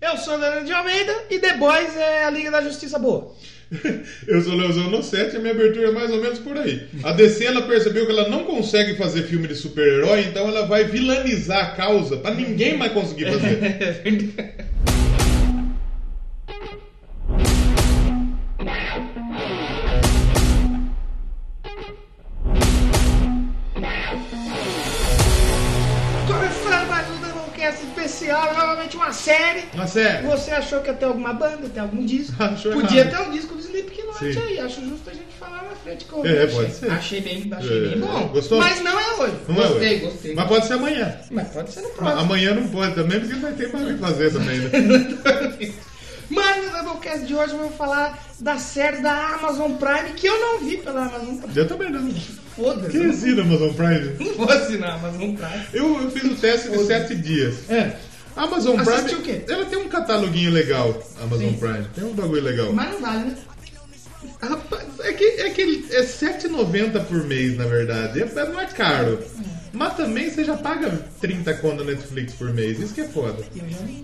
Eu sou Leandro É de Almeida e The Boys é a Liga da Justiça Boa. Eu sou Leozão no set e a minha abertura é mais ou menos por aí. A DC ela percebeu que ela não consegue fazer filme de super-herói, então ela vai vilanizar a causa pra ninguém mais conseguir fazer. Começando mais um Doublecast especial, novamente uma série. Na série. Você achou que ia ter alguma banda, ter algum disco? Achou Podia errado. ter um disco do Slipknot Sim. aí, acho justo a gente falar na frente que eu É, achei. pode ser. Achei bem, achei É. bem bom. Gostou? Mas não é hoje. Não é hoje. gostei, gostei. Mas pode ser amanhã. Mas pode ser no Ma- próximo. Amanhã não pode também, porque vai ter mais o que fazer também, né? Mas no Doublecast de hoje eu vou falar da série da Amazon Prime que eu não vi pela Amazon Prime. Eu também não. Foda-se. né? Que eu ensina Amazon Prime? Não vou assinar a Amazon Prime. Eu, eu fiz o teste de 7 dias. É. A Amazon Prime. Assistiu o quê? Ela tem um cataloguinho legal, a Amazon Sim. Prime. Tem um bagulho legal. Mas não vale, né? Rapaz, é que é, que ele- é 7,90 por mês, na verdade. É, é- não é caro. Mas também você já paga 30 conto na Netflix por mês. Isso que é foda. Eu já nem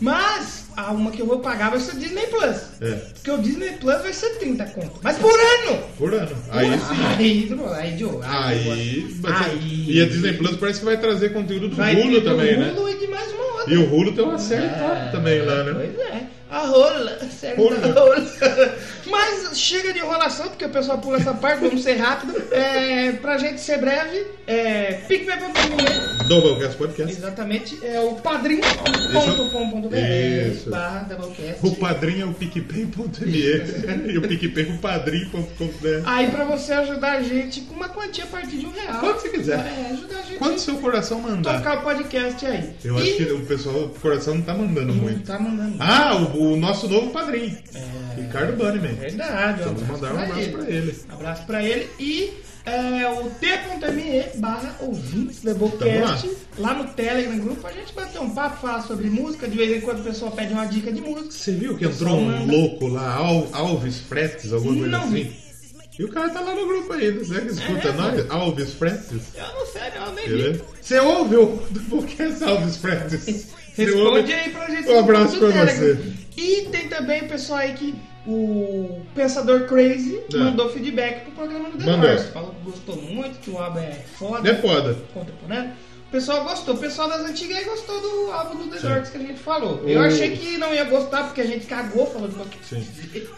Mas a uma que eu vou pagar vai ser o Disney Plus. É, Porque o Disney Plus vai ser 30 conto. Mas por ano! por ano. Aí sim. Aí, Dro- aí, Diogo, Aí, mas- Aí. E a Disney Plus parece que vai trazer conteúdo do Vai Hulu ter também, do né? Hulu e de mais uma outra. E o Hulu tem uma série top também lá, né? Pois é. A rola. série Rola. da rola. Mas chega de enrolação, porque o pessoal pula essa parte, vamos ser rápido. É, pra gente ser breve, é, picpay.com. Doublecast Podcast. né? Exatamente, é o Isso. padrim.com.br barra Doublecast. O padrinho é o picpay.me e o picpay é o padrinho.com.br. Aí pra você ajudar a gente com uma quantia a partir de um real. Quanto você quiser. É, ajudar a gente Quanto seu coração a mandar? tocar o podcast aí. Eu acho que o pessoal, o coração não tá mandando não muito. tá mandando. Ah, o, o nosso novo padrinho. É. Ricardo Bunnyman. Verdade, Vamos mandar um abraço pra ele. Abraço pra ele e é, o t.me barra ouvintes da Tá Bocast. Tamo Lá no Telegram grupo a gente bateu um papo, fala sobre música. De vez em quando o pessoal pede uma dica de música. Você viu que entrou um louco lá, Al- Alves Fretes, alguma coisa Não vi. assim? E o cara tá lá no grupo ainda. Será que escuta É, nós? Alves Fretes? Eu não sei, não, eu nem Quer vi. ver? Você ouve o podcast Alves Fretes? Você ouve? Responde aí pra gente. Um abraço do pra Telegram. você. E tem também o pessoal aí que o Pensador Crazy É. mandou feedback pro programa do The Mandou. North. Falou que gostou muito, que o álbum é foda, É foda. contemporâneo. O pessoal gostou, o pessoal das antigas aí gostou do álbum do The Sim. Dorks que a gente falou. O- Eu achei que não ia gostar porque a gente cagou falando qualquer Sim.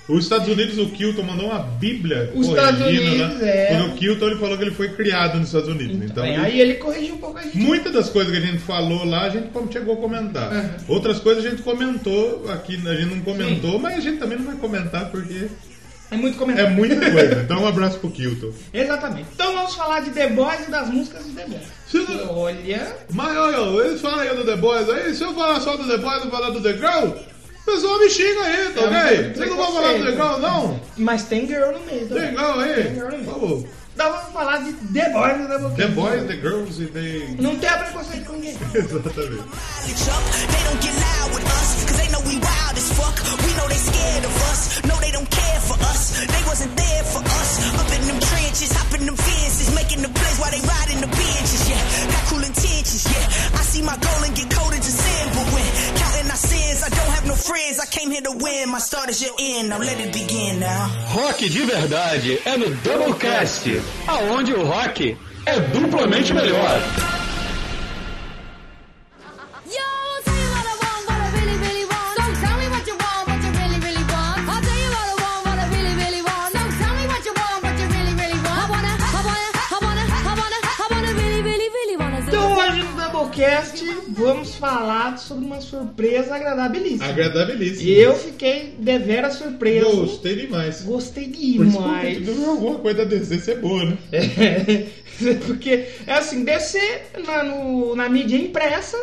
Os Estados Unidos, o Kilton mandou uma bíblia né? Os Estados Unidos, é. Quando o Kilton ele falou que ele foi criado nos Estados Unidos. Então, Bem, ele- aí ele corrigiu um pouco a gente. muitas das coisas que a gente falou lá, a gente como chegou a comentar. Aham. Outras coisas a gente comentou aqui, a gente não comentou, mas a gente também não vai comentar porque É muito é comentário. muita coisa. Então, um abraço pro Kilton. Exatamente. Então vamos falar de The Boys e das músicas de The Boys. Se- Olha. Mas olha, eles falam aí do The Boys aí, se eu falar só do The Boys e falar do The Girl, o pessoal me xinga aí, tá É, mas ok? tem Vocês não vão falar do The Girl, não? Mas tem girl no meio The também. Girl Tem girl aí, mesmo. por favor. Então vamos falar de The Boys e The Boys. The Boys, The Girls e The... Não tenha preconceito com ninguém. Exatamente. mileage up. They don't get loud with us, cause they know we wild as fuck. We know they scared of us. No, they don't care for us. They wasn't there for us. Up in them trenches, hopping them fences, making the plays while they riding the benches. Yeah, got cool intentions. Yeah, I see my goal and get colder to sin. But when counting our sins, I don't have no friends. I came here to win. My start is your end. Now let it begin now. Rock de verdade é no Doublecast, aonde o rock é duplamente melhor. Yo, I'll tell you what I want, what I really, really want. So tell me what you want, what you really, really want. I'll tell you what I want, what I really, really want. So tell me what you want, what you really, really want. I wanna, I wanna, I wanna, I wanna, I wanna really, really, really wanna. Então hoje no Doublecast vamos falar sobre uma surpresa agradabilíssima. Agradabilíssimo. Eu fiquei deveras surpreso. Gostei demais. Gostei Por isso que demais. eu tô alguma coisa da DC ser boa, né? É, porque, é assim, descer na, no- na mídia impressa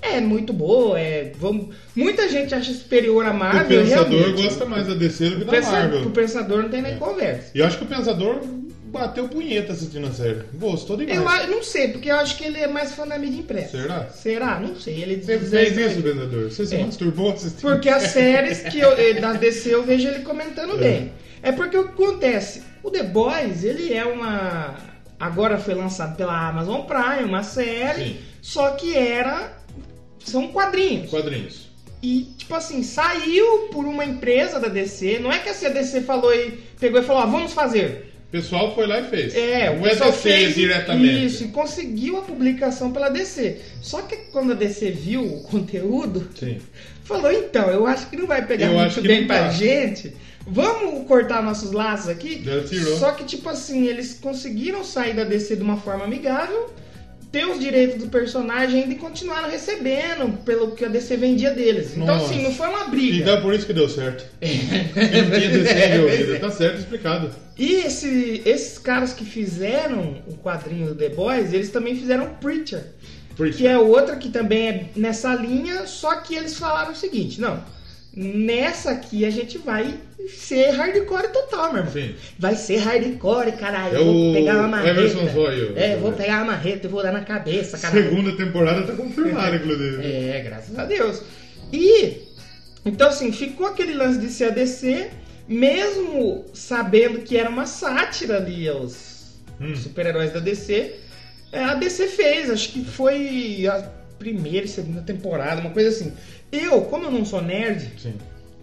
é. muito boa. É, vamos, muita gente acha superior a O Marvel. pensador Ah, realmente. gosta mais da DC do que O da pensa- Marvel. É. o pensador não tem nem conversa. E eu acho que o pensador bateu punheta assistindo a série. Gostou Eu demais. a- não sei, porque eu acho que ele é mais fã da mídia impressa. É. Será? Será? Não sei. Ele Você diz- fez isso, pensador? Você se É. masturbou assistindo? Porque as séries que eu, eh, da DC eu vejo ele comentando É. bem. É porque o que acontece? O The Boys, ele é uma. Agora foi lançado pela Amazon Prime, uma série, Sim. só que era. São quadrinhos. Quadrinhos. E, tipo assim, saiu por uma empresa da DC. Não é que assim, a DC falou e pegou e falou, ah, vamos fazer. O pessoal foi lá e fez. É, o não é pessoal DC fez diretamente. isso e conseguiu a publicação pela DC. Só que quando a DC viu o conteúdo, Sim. falou, então, eu acho que não vai pegar Eu acho muito que bem não pra dá. gente. Vamos cortar nossos laços aqui? Ela tirou. Só que, tipo assim, eles conseguiram sair da DC de uma forma amigável, ter os direitos do personagem ainda e continuaram recebendo pelo que a DC vendia deles. Então, Nossa. assim, não foi uma briga. Então é por isso que deu certo. É. Porque não tinha DC envolvida. Tá certo, explicado. E esse- esses caras que fizeram o quadrinho do The Boys, eles também fizeram Preacher. Preacher. Que é outra que também é nessa linha, só que eles falaram o seguinte, não. Nessa aqui a gente vai ser hardcore total, meu irmão. Sim. Vai ser hardcore, caralho. É Eu vou o pegar uma marreta. Emerson Royal. É, vou pegar uma marreta e vou dar na cabeça, caralho. Segunda temporada tá confirmada, inclusive. É, graças a Deus. E então assim, ficou aquele lance de ser a DC, mesmo sabendo que era uma sátira ali aos Hum. super-heróis da DC, é, a DC fez, acho que foi a primeira e segunda temporada, uma coisa assim. Eu, como eu não sou nerd, Sim.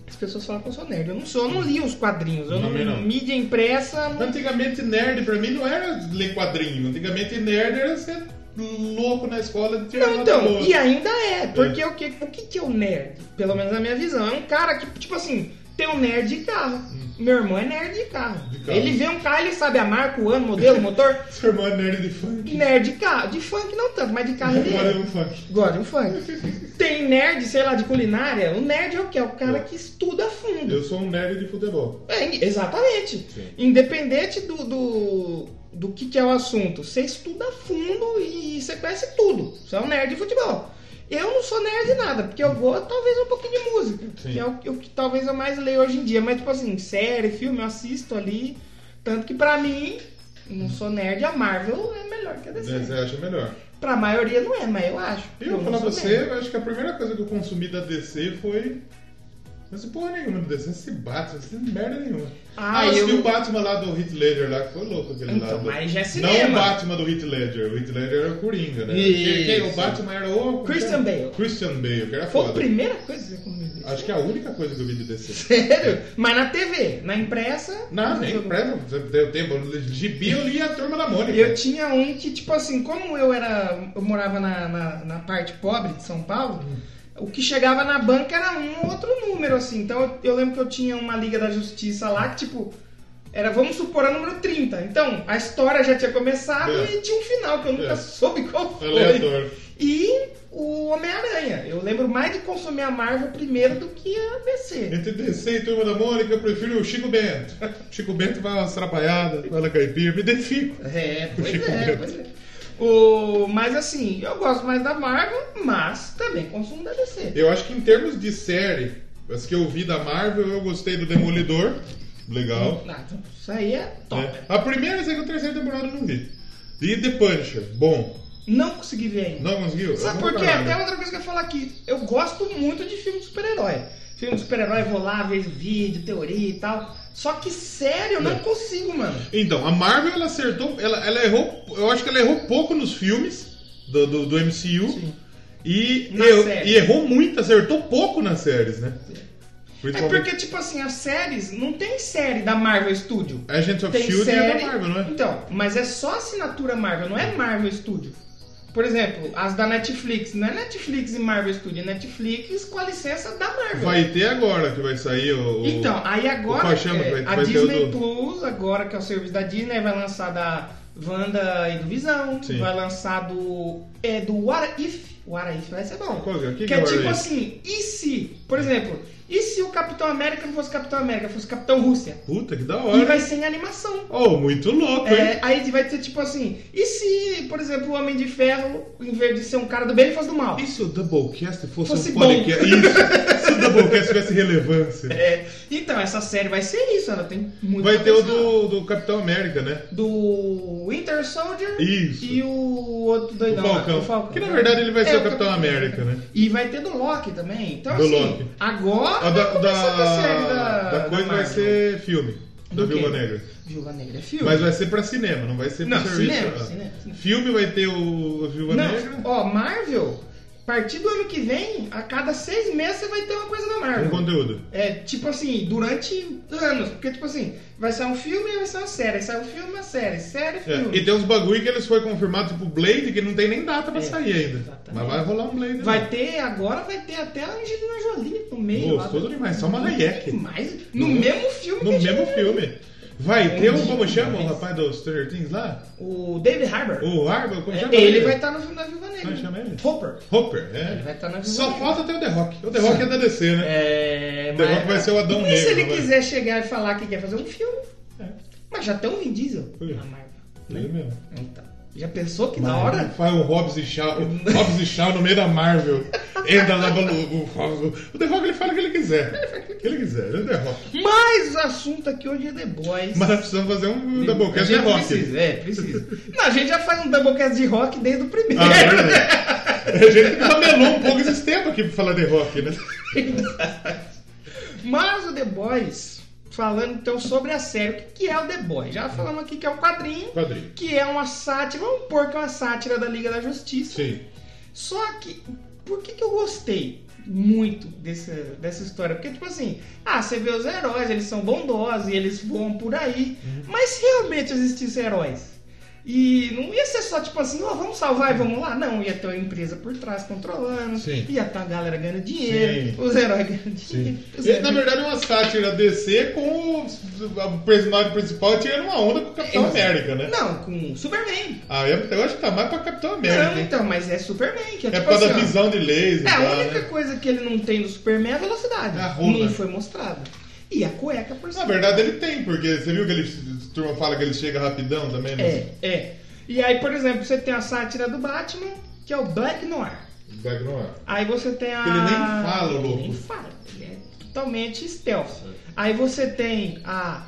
as pessoas falam que eu sou nerd. Eu não sou, eu não li os quadrinhos, eu não, Também não. mídia impressa, não Antigamente, nerd pra mim não era ler quadrinho. Antigamente, nerd era ser louco na escola de tirar Não, nota então, boa. e ainda é, porque o, que, o que que é o nerd? Pelo menos na minha visão. É um cara que, tipo assim, tem um nerd de carro. Meu irmão é nerd de carro. Hum. De carro. Ele vê um carro, ele sabe a marca, o ano, o modelo, o motor. Seu irmão é nerd de funk. Nerd de carro. De funk não tanto, mas de carro ele Agora é é. um funk. Agora, um funk. Tem nerd, sei lá, de culinária. O nerd é o que? É o cara que estuda a fundo. Eu sou um nerd de futebol. É, exatamente. Sim. Independente do, do, do que, que é o assunto, você estuda a fundo e você conhece tudo. Você é um nerd de futebol. Eu não sou nerd de nada, porque eu vou talvez um pouquinho de música, Sim. que é o, que- o que talvez eu mais leio hoje em dia. Mas, tipo assim, série, filme, eu assisto ali. Tanto que pra mim, não sou nerd, a Marvel é melhor que a DC. Né, Você acha melhor? Pra maioria não é, mas eu acho. E eu vou não falar pra sou você, nerd. eu acho que a primeira coisa que eu consumi da DC foi. Não sei porra nenhuma do DC, esse Batman, esse merda nenhuma. Ah, Ah, eu assisti eu- o Batman lá do Heath Ledger lá, que foi louco aquele Então, lá. do- mas já é Não o cinema. Batman do Heath Ledger, o Heath Ledger era o Coringa, né? Isso. Porque quem- o Batman era o... Christian Bale. Christian Bale, que era Foi a foda. primeira coisa que eu me Acho que é a única coisa que eu vi de DC. Sério? Mas na TV, na impressa. Não, nem eu- presta, você deu tempo. Gibi eu li a Turma da Mônica. Eu tinha um que, tipo assim, como eu era. Eu morava na, na, na parte pobre de São Paulo, Hum. o que chegava na banca era um ou outro número, assim. Então eu, eu lembro que eu tinha uma Liga da Justiça lá que, tipo, era, vamos supor, a número 30. Então, a história já tinha começado É. e tinha um final, que eu nunca É. soube qual foi. Aleatório. E o Homem-Aranha. Eu lembro mais de consumir a Marvel primeiro do que a DC. Entre DC e Turma da Mônica, eu prefiro o Chico Bento. Chico Bento vai umas trapalhadas, vai na caipira, me identifico. É, pois Chico é, Bento. pois é. O, mas assim, eu gosto mais da Marvel, mas também consumo da DC. Eu acho que em termos de série, as que eu vi da Marvel, eu gostei do Demolidor. Legal. Ah, então isso aí é top. né? A primeira, a segunda e a terceira temporada eu não vi. E The Punisher, bom. Não consegui ver ainda. Não conseguiu? Sabe Eu por vou quê? parar, Até né? outra coisa que eu ia falar aqui. Eu gosto muito de filme de super-herói. Filme de super-herói, vou lá, vejo vídeo, teoria e tal. Só que sério, eu É. não consigo, mano. Então, a Marvel ela acertou, ela, ela errou, eu acho que ela errou pouco nos filmes do, do, do MCU. Sim. E, Na eu- série. e errou muito, acertou pouco nas séries, né? É porque, tipo assim, as séries, não tem série da Marvel Studio. Agents of Tem Shield série. é da Marvel, não é? Então, mas é só assinatura Marvel, não é Marvel Studio. Por exemplo, as da Netflix, não é Netflix e Marvel Studio, é Netflix com a licença da Marvel. Vai ter agora que vai sair o. o- Então, aí agora qual chama que é, vai- a vai ter o Disney do- Plus, agora que é o serviço da Disney, vai lançar da Wanda e do Visão, Sim. vai lançar do é do What If, What If vai ser bom. Qual que é? O que que que é é o tipo What If? assim, e se, por exemplo, e se o Capitão América não fosse Capitão América, fosse Capitão Rússia? Puta que da E hora. vai ser em animação. Oh, muito louco, hein? É, aí vai ter tipo assim, e se, por exemplo, o Homem de Ferro, em vez de ser um cara do bem, ele fosse do mal? E se o Doublecast fosse, Fosse um podcast? bom. Isso. Se o Doublecast tivesse relevância. É, então, essa série vai ser isso, ela tem muito Vai ter o potencial. do, do Capitão América, né? do Winter Soldier Isso. e o outro Do doidão lá, Falcão. o Falcão. Que na verdade ele vai É, ser o o Capitão América, né? E vai ter do Loki também. Então, Do assim, Loki. agora A da, vai começar com a é série da, da coisa vai Marvel. ser filme. Da Do quê? Viúva Negra. Viúva Negra é filme. Mas vai ser pra cinema, não vai ser pra Não, serviço. cinema, Ah. cinema, cinema. Filme vai ter o a Viúva Não, Negra. ó, Marvel partir do ano que vem, a cada seis meses você vai ter uma coisa da Um Marvel. conteúdo. É, tipo assim, durante anos. Porque, tipo assim, vai sair um filme e vai sair uma série. Sai um filme, uma série. Série, É, filme. E tem uns bagulho que eles foram confirmados, tipo Blade, que não tem nem data pra sair ainda. Mas vai rolar um Blade. É, Vai ter, agora vai ter até a Angelina Jolie no meio. lá Gostoso do- demais, só uma Hayek. Demais. No No- mesmo filme No que a mesmo Angelina filme. É, Vai ter um, como demais. chama o rapaz dos Stranger Things lá? Jolie. O David Harbour. O Arba, como É, chama? ele vai estar no filme da Viva Negra. Como é chama ele? Hopper. Hopper, é. Ele vai estar na Só Viva falta ter o The Rock. O The Rock é da DC, né? É, The Rock vai ser o Adão E se Negro, né, É. ele vai. quiser chegar e falar que quer fazer um filme? Mas já tem um Vin Diesel Ui. na Marvel. Ele mesmo. Então, já pensou que da hora? Faz o Hobbs e Shaw, o Hobbs e Shaw no meio da Marvel. Entra lá no o, o, o The Rock ele fala o que ele quiser. O que ele quiser, ele é o The Rock. Mas o assunto aqui hoje é The Boys. Mas nós precisamos fazer um a Doublecast gente de Rock. precisa, é, precisa. Não, a gente já faz um Doublecast de rock desde o primeiro. Ah, é verdade. A gente tabelou um pouco esses tempos aqui pra falar The Rock, né? Mas o The Boys, falando então sobre a série, o que que é o The Boys? Já falamos aqui que é um quadrinho, Quadrinho. que é uma sátira, vamos pôr que é uma sátira da Liga da Justiça. Sim. Só que, por que, que eu gostei muito dessa, dessa história? Porque, tipo assim, ah, você vê os heróis, eles são bondosos, eles voam por aí, Uhum. mas se realmente existissem heróis. E não ia ser só tipo assim, ó, vamos salvar e vamos lá. Não, ia ter uma empresa por trás controlando, Sim. ia estar a galera ganhando dinheiro, Sim. os heróis ganhando dinheiro. Sim. os Ele, na heróis- verdade, é uma sátira DC com o, o personagem principal tirando uma onda com o Capitão Ex- América, né? Não, com Superman. Ah, eu, eu acho que tá mais pra Capitão América. Não, hein? então, mas é Superman, que é, É tipo por causa da assim, ó, visão de laser. É, tá, a né? única coisa que ele não tem do Superman é a velocidade. É a Ah, rola. Não foi mostrada. E a cueca, por Na cima. verdade ele tem, porque você viu que ele, a turma fala que ele chega rapidão também, né? É, é. E aí, por exemplo, você tem a sátira do Batman, que é o Black Noir. Black Noir. Aí você tem a. Ele nem fala, louco. É. Ele nem fala. Ele é totalmente stealth. Aí você tem a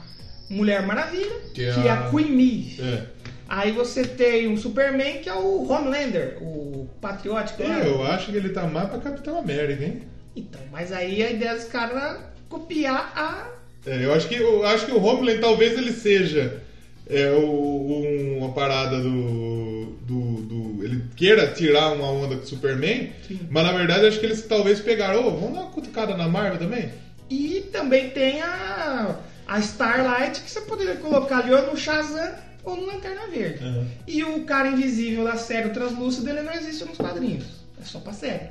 Mulher Maravilha, que é, a Queen Bee. É. Aí você tem o Superman, que é o Homelander, o patriótico. lá. Eu acho que ele tá mais pra Capitão América, hein? Então, mas aí a ideia dos caras era copiar a É, eu acho que eu acho que o Homeland talvez ele seja é, o- uma parada do, do, do- ele queira tirar uma onda com o Superman, Sim. mas na verdade acho que eles talvez pegaram, "Ô, vamos dar uma cutucada na Marvel também. E também tem a, a Starlight, que você poderia colocar ali ou no Shazam ou no Lanterna Verde. Uhum. E o cara invisível da série, o translúcido, ele não existe nos quadrinhos. É só pra série.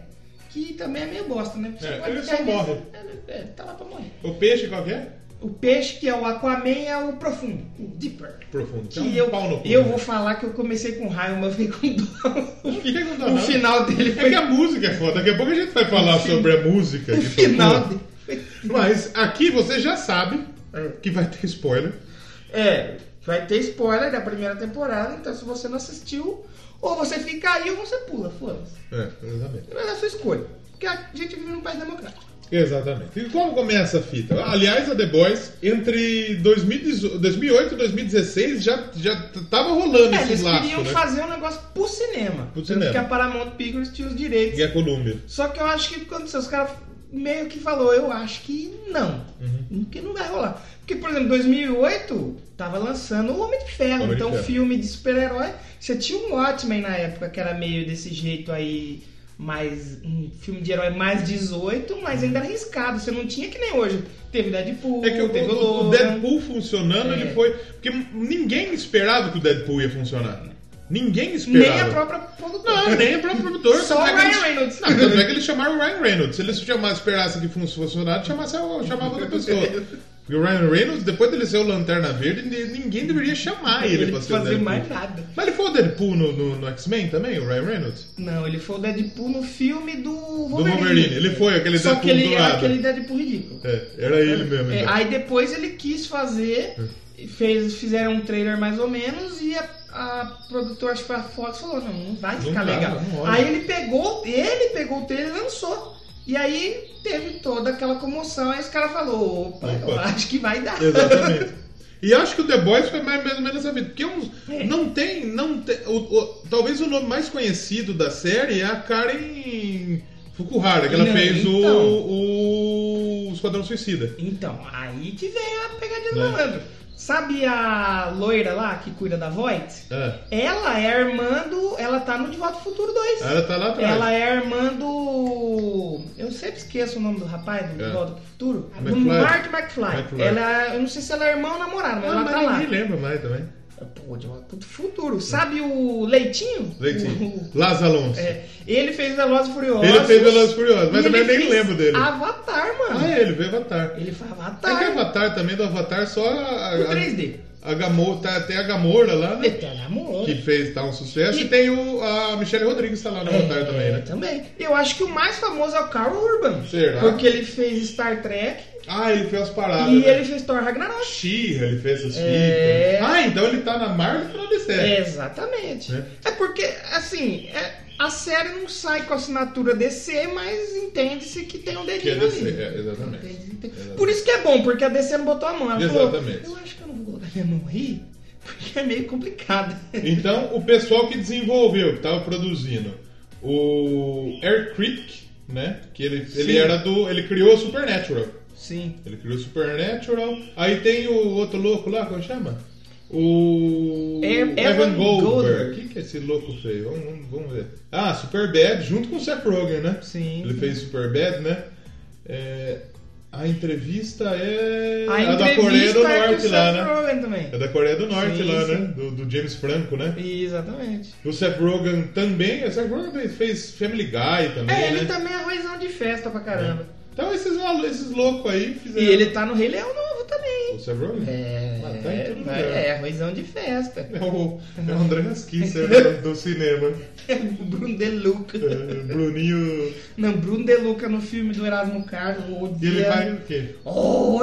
Que também é meio bosta, né? Você É, pode ele ficar só invisível. É, é, tá lá pra morrer. O peixe qualquer? O peixe, que é o Aquaman, é o profundo, o Deeper. Profundo. Que Então, eu, pau no cu, eu né? vou falar que eu comecei com raio, mas eu fiquei com dó. Por que que não dá, O não? um final dele É foi. que é a música é foda. Daqui a pouco a gente vai falar sobre a música. o que Um final tocou. dele foi. Mas aqui você já sabe é, que vai ter spoiler. É, vai ter spoiler da primeira temporada, então se você não assistiu, ou você fica aí ou você pula, foda-se. É, exatamente. Mas é a sua escolha. Porque a gente vive num país democrático. Exatamente. E como começa a fita? Aliás, a The Boys, entre 2018 2008 e 2016, já, já t- tava rolando É, esses eles laços, queriam né? fazer um negócio pro cinema. Pro Tanto cinema. que a Paramount Pictures tinha os direitos. E a Colômbia. Só que eu acho que quando os caras meio que falou, eu acho que não. Uhum. Porque não vai rolar. Porque, por exemplo, em 2008 tava lançando o Homem de Ferro. Homem de então, Ferro. filme de super-herói. Você tinha um Watchmen na época que era meio desse jeito aí, mais um filme de herói mais 18, mas ainda arriscado. Você não tinha que nem hoje. Teve Deadpool, É que o, teve o- o Logan. Deadpool funcionando, né? É. ele foi. Porque ninguém esperava que o Deadpool ia funcionar. Ninguém esperava. Nem a própria produtora. Não, nem o próprio produtor. Só tanto é o que Ryan eles- Reynolds. Não, tanto é que eles chamaram o Ryan Reynolds. Se eles chamassem, esperassem que fosse funcionário, chamasse, chamava outra pessoa. Porque o Ryan Reynolds, depois dele ser o Lanterna Verde, ni- ninguém deveria chamar ele, ele pra não ser o fazer Deadpool. mais nada. Mas ele foi o Deadpool no, no- no X-Men também, o Ryan Reynolds? Não, ele foi o Deadpool no filme do Do Wolverine. Wolverine. Ele foi aquele Só que Deadpool ele era dourado. aquele Deadpool ridículo. É, era ele mesmo. É, então. É. aí depois ele quis fazer, fez, fizeram um trailer mais ou menos e a, a produtora acho que foi a Fox falou, não, não vai ficar dá, legal. não rola. aí ele pegou, ele pegou o trailer e lançou. E aí teve toda aquela comoção, aí os caras falaram, opa, eu Opa. acho que vai dar. Exatamente. E acho que o The Boys foi mais, mais ou menos essa vida. Porque uns, É. não tem. Não tem o, o- talvez o nome mais conhecido da série é a Karen Fukuhara, que ela Não, fez o- então. o, Esquadrão Suicida. Então, aí que vem a pegadinha Né? do malandro. Sabe a loira lá que cuida da Voight? É. Ela é a irmã do. Ela tá no De Volta ao Futuro 2. Ela tá lá atrás. Ela é a irmã do. Eu sempre esqueço o nome do rapaz do É. De Volta ao Futuro. Do McFly. Mark McFly. McFly. Ela, eu não sei se ela é irmã ou namorada, mas Ah, ela mas tá lá. ninguém lembra mais também. Pô, De Volta ao Futuro. Sabe o Leitinho? Leitinho. O- Lázaro Alonso. é, ele fez Velozes e Furiosos. Ele fez Velozes e Furiosos, mas E também ele nem fez lembro dele. Avatar, mano. Ah, ele veio Avatar. Ele faz É Avatar. que Avatar né? também, do Avatar, só a. O a- 3D. A Gamora, tá, tem a Gamora lá, né? Ele tá namorando. Que fez tá um sucesso. E- E, tem o, a Michelle Rodrigues tá lá no Avatar também, É, né? também. Eu acho que o mais famoso é o Carl Urban. Será? Porque ele fez Star Trek Ah, ele fez as paradas. e né? ele fez Thor Ragnarok. Xirra, ele fez as É. fitas. Ah, então ele tá na Marvel e tá na DC. Exatamente. É. É, porque, assim, é- a série não sai com a assinatura DC, mas entende-se que tem um Que é dedinho DC, ali. é, exatamente. Entende- entende- Por isso que é bom, porque a DC não botou a mão. Ela Exatamente. Falou, eu acho que eu não vou colocar minha mão aí, porque é meio complicado. Então, o pessoal que desenvolveu, que tava produzindo, o Eric Kripke, né? Que ele, Sim. ele era do. Ele criou o Supernatural. Sim. Ele criou o Supernatural. Aí tem o outro louco lá, como chama? O. Ev- Evan, É, Evan Goldberg. Goldberg. O que, que é esse louco fez? Vamos, vamos- vamos ver. Ah, Superbad, junto com o Seth Rogen, né? Sim. Ele fez Superbad, né? É, A entrevista é. A da entrevista Coreia do é com o Norte Seth lá, né? Rogen também. É da Coreia do Norte Sim, lá, sim. né? Do, do James Franco, né? Exatamente. O Seth Rogen também. O Seth Rogen fez- fez Family Guy também. É, ele né? também é arrozão de festa pra caramba. Então esses, malu- esses loucos aí E fizeram. ele tá no Rei Leão novo também. O Seth Rogen? É, Ah, tá em todo lugar. é, é arrozão de festa. É o, é o André Rasquisser do, do cinema. É o Bruno De Luca. É, Bruninho. Não, Bruno De Luca no filme do Erasmo Carlos. Oh, E ele Odia. vai o quê? Ô,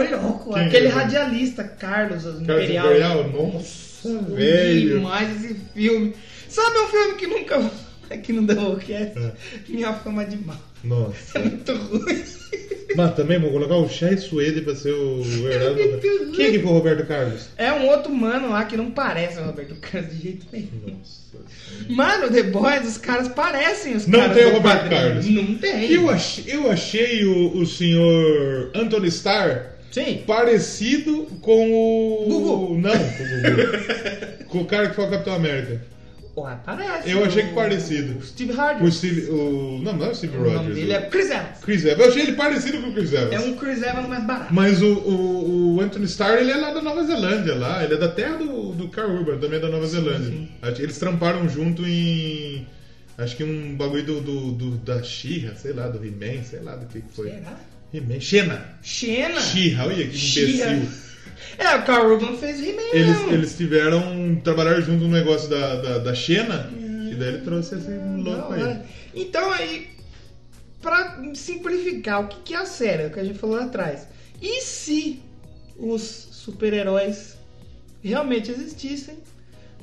louco! Quem aquele é? radialista, Carlos Carlos um Imperial. Imperial? Nossa, Odia velho. demais esse filme. Sabe um filme que nunca. Aqui no Doublecast? É. Minha fama de mal. É Nossa. muito ruim. Mas também vou colocar o Chai Suede pra ser o Heraldo. Muito Quem é que foi o Roberto Carlos? É um outro mano lá que não parece o Roberto Carlos de jeito nenhum. Nossa. Mano, The Boys, os caras parecem os Não caras. tem o do Roberto quadrinho. Carlos. Não tem. Eu achei, eu achei o, o senhor Anthony Starr Sim. parecido com o. Gugu. Não, com o Gugu. com o cara que foi o Capitão América. Ué, parece. Eu achei que O- parecido. O Steve Harvey. O Steve. O, não, não é o Steve O Rogers. nome dele né? é Chris Evans. Chris Evans. Eu achei ele parecido com o Chris Evans. É um Chris Evans mais barato. Mas o, o, o Anthony Starr, ele é lá da Nova Zelândia, lá. Ele é da terra do, do Carl Urban, também é da Nova Zelândia. Acho que Eles tramparam junto em... Acho que um bagulho do, do, do- da Xirra, sei lá, do He-Man, sei lá do que que foi. Será? He-Man. Xena. Xena. Xirra, olha que Xirra. imbecil. É, o Carl Urban fez He-Man. Eles, não. eles tiveram... Trabalharam junto no negócio da, da, da Xena. E daí ele trouxe esse Não, louco aí. é. Então aí, pra simplificar, o que, que é a série? É O que a gente falou lá atrás. E se os super-heróis realmente existissem,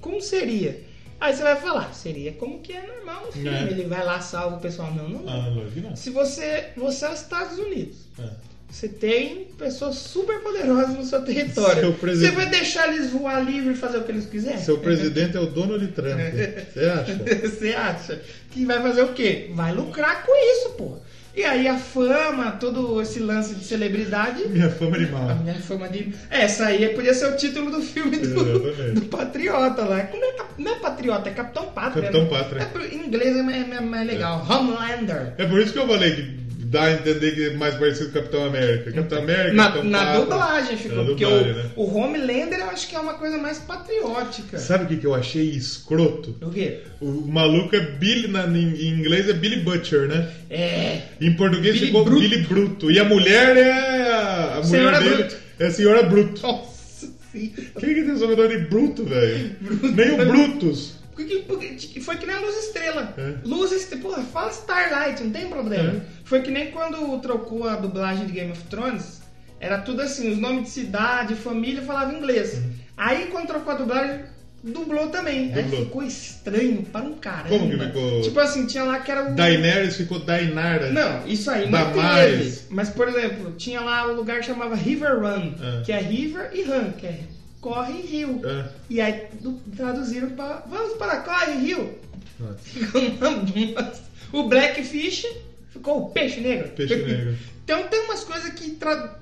como seria? Aí você vai falar, seria como que é normal no filme. É. Ele vai lá, salva o pessoal. Não, não. não. Ah, lógico que não. Se você. Você é os Estados Unidos. Ah. Você tem pessoas super poderosas no seu território. Seu você presidente. vai deixar eles voar livre e fazer o que eles quiserem? Seu presidente é o Donald Trump. É. Você acha? Você acha que vai fazer o quê? Vai lucrar com isso, pô. E aí a fama, todo esse lance de celebridade. Minha fama é de A mal. minha fama de. É, Essa aí podia ser o título do filme do, Exatamente. do Patriota lá. Como é, cap- não é Patriota, é Capitão Pátria. Capitão né? Pátria. É, pro- em inglês é mais, mais- mais legal. Homelander. É por isso que eu falei que dá a entender que é mais parecido com o Capitão América. Capitão América, Na, Capitão na Pátria. dublagem ficou. Na porque dublagem, o, né? o Homelander eu acho que é uma coisa mais patriótica. Sabe o que, que eu achei escroto? O quê? O maluco é Billy, na, em inglês é Billy Butcher, né? É. Em português Billy ficou Bruto. Billy Bruto. E a mulher é. A mulher Senhora dele Bruto. É a Senhora Bruto. Nossa senhora. Quem que tem o sobrenome de Bruto, velho? Bruto. Nem o Brutus. Por que- por que- foi que nem a luz estrela. É. Luz estrela. Porra, fala Starlight, não tem problema. É. Foi que nem quando trocou a dublagem de Game of Thrones. Era tudo assim, os nomes de cidade, família, falava inglês. Uhum. Aí quando trocou a dublagem, dublou também. Aí Dublou. ficou estranho para um caramba. Como que ficou? Tipo assim, tinha lá que era o. Daenerys ficou Dainara. Não, isso aí não Damares. teve. Mas, por exemplo, tinha lá um lugar que chamava River Run, É. que é River e Run, que é corre e rio. É. E aí du- traduziram para vamos para corre e rio. Nossa. Ficou uma bosta. O Blackfish ficou o peixe negro. Peixe negro. Então tem umas coisas que tra-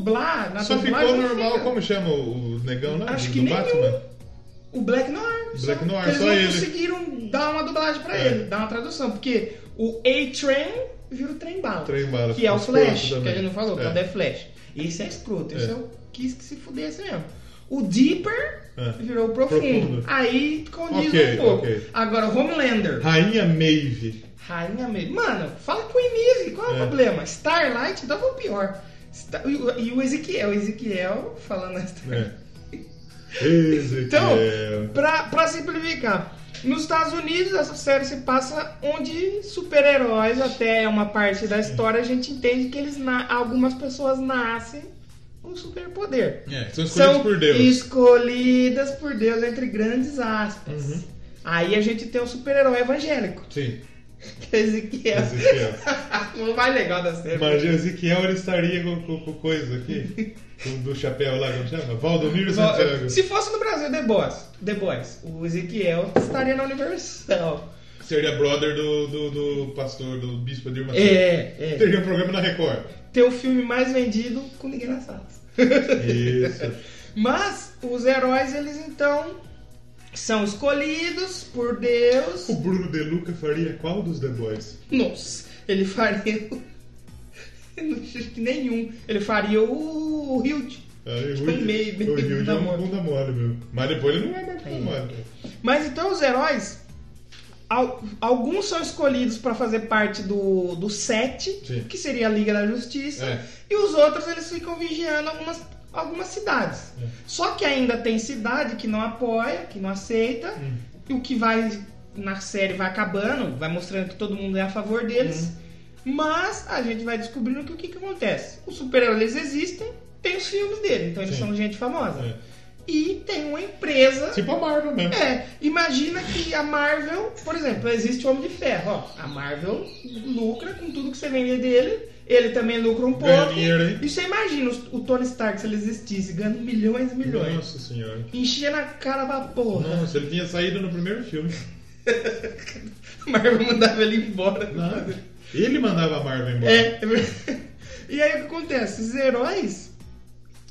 dublar, na Só dublagem ficou não normal, um fica. como chama o, o negão lá? Acho do, que do nem Batman? O Black Noir. Black Noir, eles só não ele. conseguiram dar uma dublagem pra É. ele, dar uma tradução. Porque o A-Train vira o Trem Bala. Trem Bala, Que é o ficou escroto Flash, também. que a gente não falou, É. quando é Flash. Esse é escroto, esse É. é o quis que se fudesse mesmo. O Deeper É. virou o Profundo. Profundo. Aí condiz Ok, um pouco. ok. Agora, o Homelander. Rainha Maeve. Rainha mesmo. Mano, fala com o Inise, qual é, o É. problema? Starlight dava o pior. Sta- E o- e o Ezequiel, o Ezequiel falando a Starlight. É. Ezequiel. Então, É. pra, pra simplificar, nos Estados Unidos essa série se passa onde super-heróis, até uma parte da história, a gente entende que eles na- algumas pessoas nascem com superpoder. É, são escolhidas por Deus. escolhidas por Deus, entre grandes aspas. Uhum. Aí a gente tem um super-herói evangélico, Sim, que é Ezequiel. Ezequiel. o mais legal da série. Imagina, Ezequiel ele estaria com, com, com coisa aqui. Com, do chapéu lá, como chama? Valdomiro Santiago. Se fosse no Brasil, The Boys, The Boys, o Ezequiel estaria na Universal. Seria brother do, do, do pastor, do bispo Edir Macedo. É, é. Teria um programa na Record. ter o filme mais vendido com ninguém nas salas. Isso. Mas os heróis, eles então são escolhidos por Deus. O Bruno De Luca faria qual dos The Boys? Nossa, ele faria. o- Eu não acho que nenhum. Ele faria o o Hilt. Aí, Tipo, É, o meio- meio o Rio bunda é um mole. bunda mole, meu. Mas depois ele não é mais bunda mole. Mas então os heróis. al- Alguns são escolhidos para fazer parte do, do set, Sim. que seria a Liga da Justiça, É. e os outros eles ficam vigiando algumas, algumas cidades. É. Só que ainda tem cidade que não apoia, que não aceita, Hum. e o que vai na série vai acabando, vai mostrando que todo mundo é a favor deles. Hum. Mas a gente vai descobrindo que o que, que acontece. Os super-heróis existem, tem os filmes deles, então eles Sim. são gente famosa. É. E tem uma empresa Tipo a Marvel mesmo. é, imagina que a Marvel, por exemplo, existe o Homem de Ferro, ó. A Marvel lucra com tudo que você vende dele, ele também lucra um pouco. Ganha dinheiro, hein? E você imagina os- o Tony Stark se ele existisse, ganhando milhões e milhões. Nossa senhora. Enchia na cara pra porra. Nossa, ele tinha saído no primeiro filme. A Marvel mandava ele embora. Não. Ele mandava a Marvel embora. É. é verdade. E aí o que acontece? Os heróis,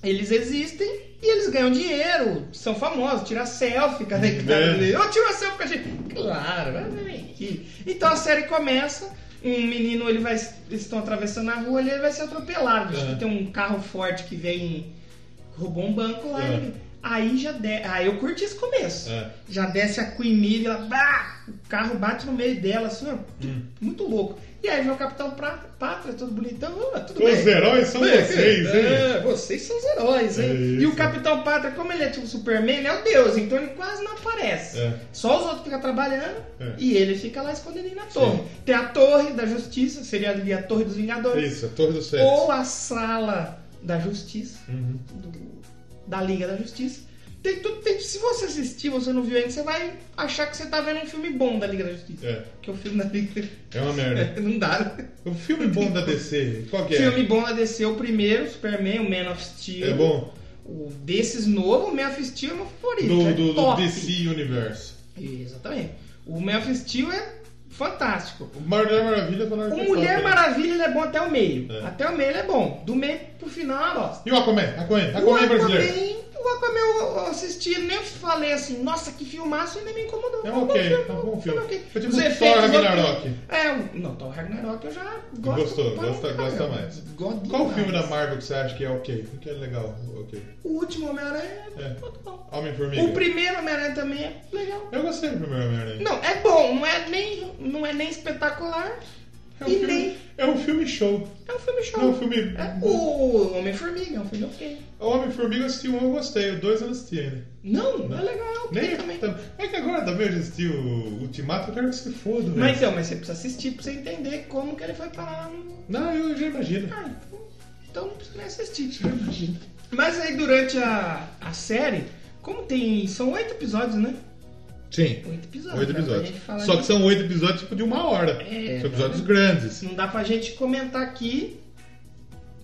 eles existem e eles ganham dinheiro, são famosos, tira selfie, cadê a cara É. dele? Eu tiro a selfie com a gente. Claro, vai vem aqui. Então a série começa, um menino, ele vai. Eles estão atravessando a rua, ele vai ser atropelado. Acho É. que tem um carro forte que vem. Roubou um banco lá. É. ele- Aí já de... Aí eu curti esse começo. É. Já desce a Queen Miri, ela, bah, o carro bate no meio dela, assim, ó, Hum. muito louco. E aí vem o Capitão Pra- Pátria, todo bonitão, ó, tudo bem. Os heróis são é, vocês, hein? É, vocês são os heróis, hein? É isso. e o Capitão Pátria, como ele é tipo Superman, ele é o deus, então ele quase não aparece. É. Só os outros ficam trabalhando É. e ele fica lá escondidinho na torre. Tem a Torre da Justiça, seria ali a Torre dos Vingadores. Isso, a Torre do Céu. Ou a Sala da Justiça, Uhum. do- da Liga da Justiça. Tem tudo, tem- se você assistir, você não viu ainda, você vai achar que você tá vendo um filme bom da Liga da Justiça. É. Que o filme da Liga É uma merda. não dá. né? O filme bom da DC, qual que é? Filme bom da DC, o primeiro, Superman, o Man of Steel. É bom? O desses novo, o Man of Steel é o meu favorito. Do, é do, do top. DC Universe. Exatamente. O Man of Steel é fantástico. O Mulher Maravilha tá na hora O que Mulher toca. Maravilha ele é bom até o meio. É. Até o meio ele é bom. Do meio pro final é uma bosta. E o Aquaman? Aquaman, O Aquaman brasileiro. Aquaman, o Aquaman eu assisti, nem falei assim, nossa, que filmaço, ainda me incomodou. É Foi um ok, filme, é um bom filme. ok. Foi tipo Os Thor efeitos, Ragnarok. ok. É, o- não, Thor Ragnarok eu já gosto. Gostou, pra gosta, caramba. gosta mais. Gosto Qual o demais. filme da Marvel que você acha que é ok? O que é legal? Ok. O último Homem-Aranha é, É. muito bom. Homem-Formiga. O primeiro Homem-Aranha também é legal. Eu gostei do primeiro Homem-Aranha. Não, é bom, não é nem, não é nem espetacular É e um, filme, nem... é um filme show. É um filme show. É um filme- É, o Homem-Formiga é um filme ok. O Homem-Formiga eu assisti um, eu gostei. O dois eu não assisti ainda. Não, é legal, é ok Nem também. tam- É que agora também eu já assisti o Ultimato, eu quero que se foda, velho. Mas então, mas você precisa assistir pra você entender como que ele foi parar no. Não, eu já imagino. Ah, então- então não precisa nem assistir, você imagina. Mas aí durante a, a série, como tem. São oito episódios, né? Sim. Oito episódios. Oito dá pra episódios. gente falar Só que de- são oito episódios tipo de uma hora. É, são episódios grandes. Não dá pra gente comentar aqui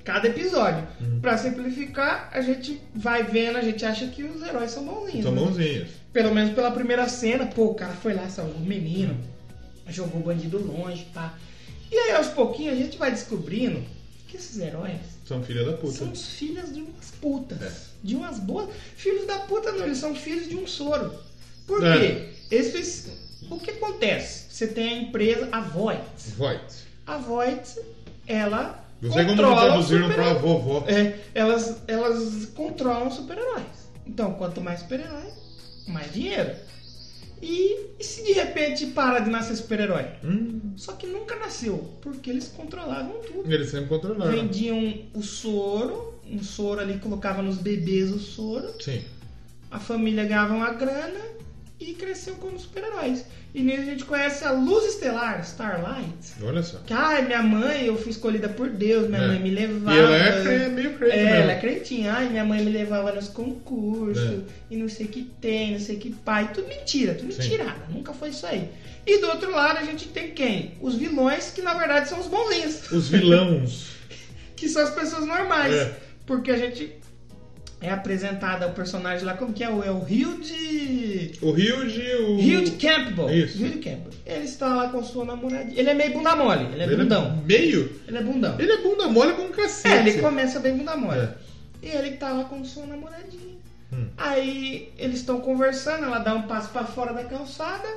cada episódio. Uhum. Pra simplificar, a gente vai vendo, a gente acha que os heróis são bonzinhos. São né? mãozinhas. Pelo menos pela primeira cena, pô, o cara foi lá, salvou o menino, Uhum. jogou o bandido longe, pá. E aí aos pouquinhos a gente vai descobrindo que esses heróis São filha da puta. São os filhos de umas putas. É. De umas boas. Filhos da puta não, eles são filhos de um soro. Por É. quê? Esses. O que acontece? Você tem a empresa, a Void. Vai. A Void, ela. Não sei como não controla traduziram super- pra vovó. É, elas, elas controlam super-heróis. Então, quanto mais super-herói, mais dinheiro. E, e se de repente para de nascer super-herói? Hum, Só que nunca nasceu, porque eles controlavam tudo. eles sempre controlaram. Vendiam o soro, um soro ali, colocava nos bebês o soro, Sim. a família ganhava uma grana e cresceu como super-heróis. E nisso a gente conhece a luz estelar, Starlight. Olha só. Que, ai, minha mãe, eu fui escolhida por Deus, minha É. mãe me levava. E ela é cre- meio crente É, mesmo. ela é crentinha. Ai, minha mãe me levava nos concursos e não sei o que tem, não sei o que pai. Tudo mentira, tudo É. Sim. mentirada. Nunca foi isso aí. E do outro lado a gente tem quem? Os vilões, que na verdade são os bonzinhos, Os vilãos. que são as pessoas normais. É. Porque a gente é apresentada o personagem lá, como que é? O- É o Rio de. o Rio de. O... Rio de Campbell. Isso. Rio de Campbell. Ele está lá com sua namoradinha. Ele é meio bunda mole, ele é Ele bundão. Meio? Ele é bundão. Ele é bunda mole com um É, cacete. ele começa bem bunda mole. É. E ele tá lá com sua namoradinha. Hum. Aí eles estão conversando, ela dá um passo pra fora da calçada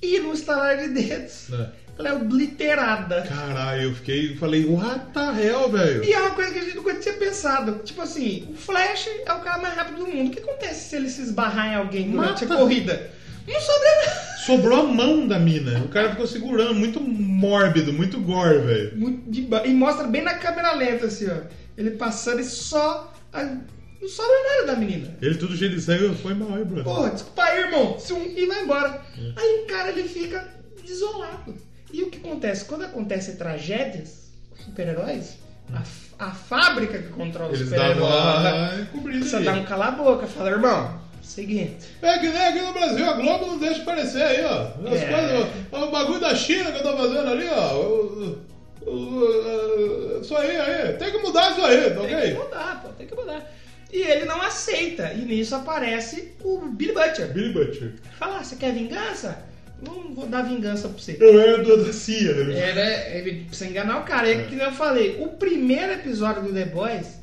e no estalar de dedos, É. ela é obliterada. Caralho, eu fiquei. Falei, what the hell, velho? E é uma coisa que a gente nunca tinha pensado. Tipo assim, o Flash é o cara mais rápido do mundo. O que acontece se ele se esbarrar em alguém durante Mata. a corrida? Não sobra nada. Sobrou a mão da mina. O cara ficou segurando. Muito mórbido, muito gore, velho. Muito de ba- E mostra bem na câmera lenta, assim, ó. Ele passando e só. a- Não sobra nada da menina. Ele tudo cheio de sangue. Foi mal aí, brother. Porra, desculpa aí, irmão. Se um- E vai embora. Aí o cara ele fica isolado. E o que acontece? Quando acontecem tragédias com super-heróis, a, f- a fábrica que controla os Eles davam super-heróis lá ela e cobriram. precisa ali. dar um cala-boca, fala, irmão, seguinte. É que nem aqui no Brasil, a Globo não deixa aparecer aí, ó. As É. coisas- ó, o bagulho da China que eu tô fazendo ali, ó. o- o- o- isso aí, aí. Tem que mudar isso aí, tá Tem que ok? mudar, pô, tem que mudar. E ele não aceita. E nisso aparece o Billy Butcher. Billy Butcher. Fala, "Ah, você quer vingança? Não vou dar vingança pra você. Eu era do da CIA, né? Era, ele precisa enganar o cara. É que nem eu falei, o primeiro episódio do The Boys,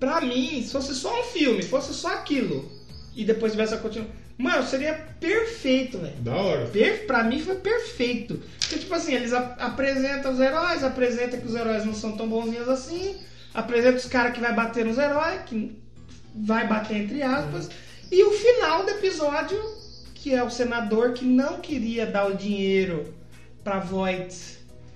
pra mim, se fosse só um filme, fosse só aquilo, e depois tivesse a continuação. Mano, seria perfeito, velho. Da hora. Per pra mim foi perfeito. Porque, tipo assim, eles a- apresentam os heróis, apresentam que os heróis não são tão bonzinhos assim, apresentam os caras que vai bater nos heróis, que vai bater entre aspas, e o final do episódio, que é o senador que não queria dar o dinheiro pra Voight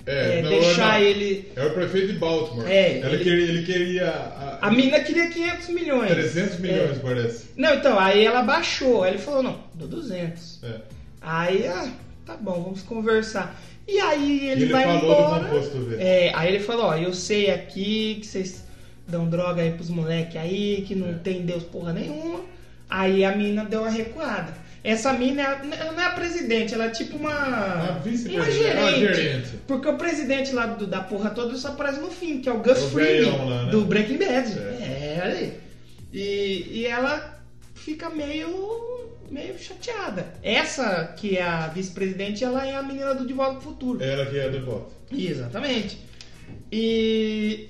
É, é, não, deixar não. ele. É o prefeito de Baltimore. É, Ela ele- queria- ele queria a- A mina queria 500 milhões. 300 milhões, É. parece. Não, então, aí ela baixou. Aí ele falou: não, dou 200. É. Aí, ah, tá bom, vamos conversar. E aí ele, E ele vai falou do embora. composto dele. É, aí ele falou, ó, eu sei aqui que vocês dão droga aí pros moleque aí, que não É. tem Deus porra nenhuma. Aí a mina deu uma recuada. Essa mina, é a- ela não é a presidente, ela é tipo uma. A uma vice-presidente. gerente. Ah, gerente. Porque o presidente lá do- da porra toda só aparece no fim, que é o Gus O Fring, velhão lá, né? do Breaking Bad. É. É, olha aí. E, e ela fica meio meio chateada. Essa que é a vice-presidente, ela é a menina do De Volta pro Futuro. Ela que é do voto. Exatamente. E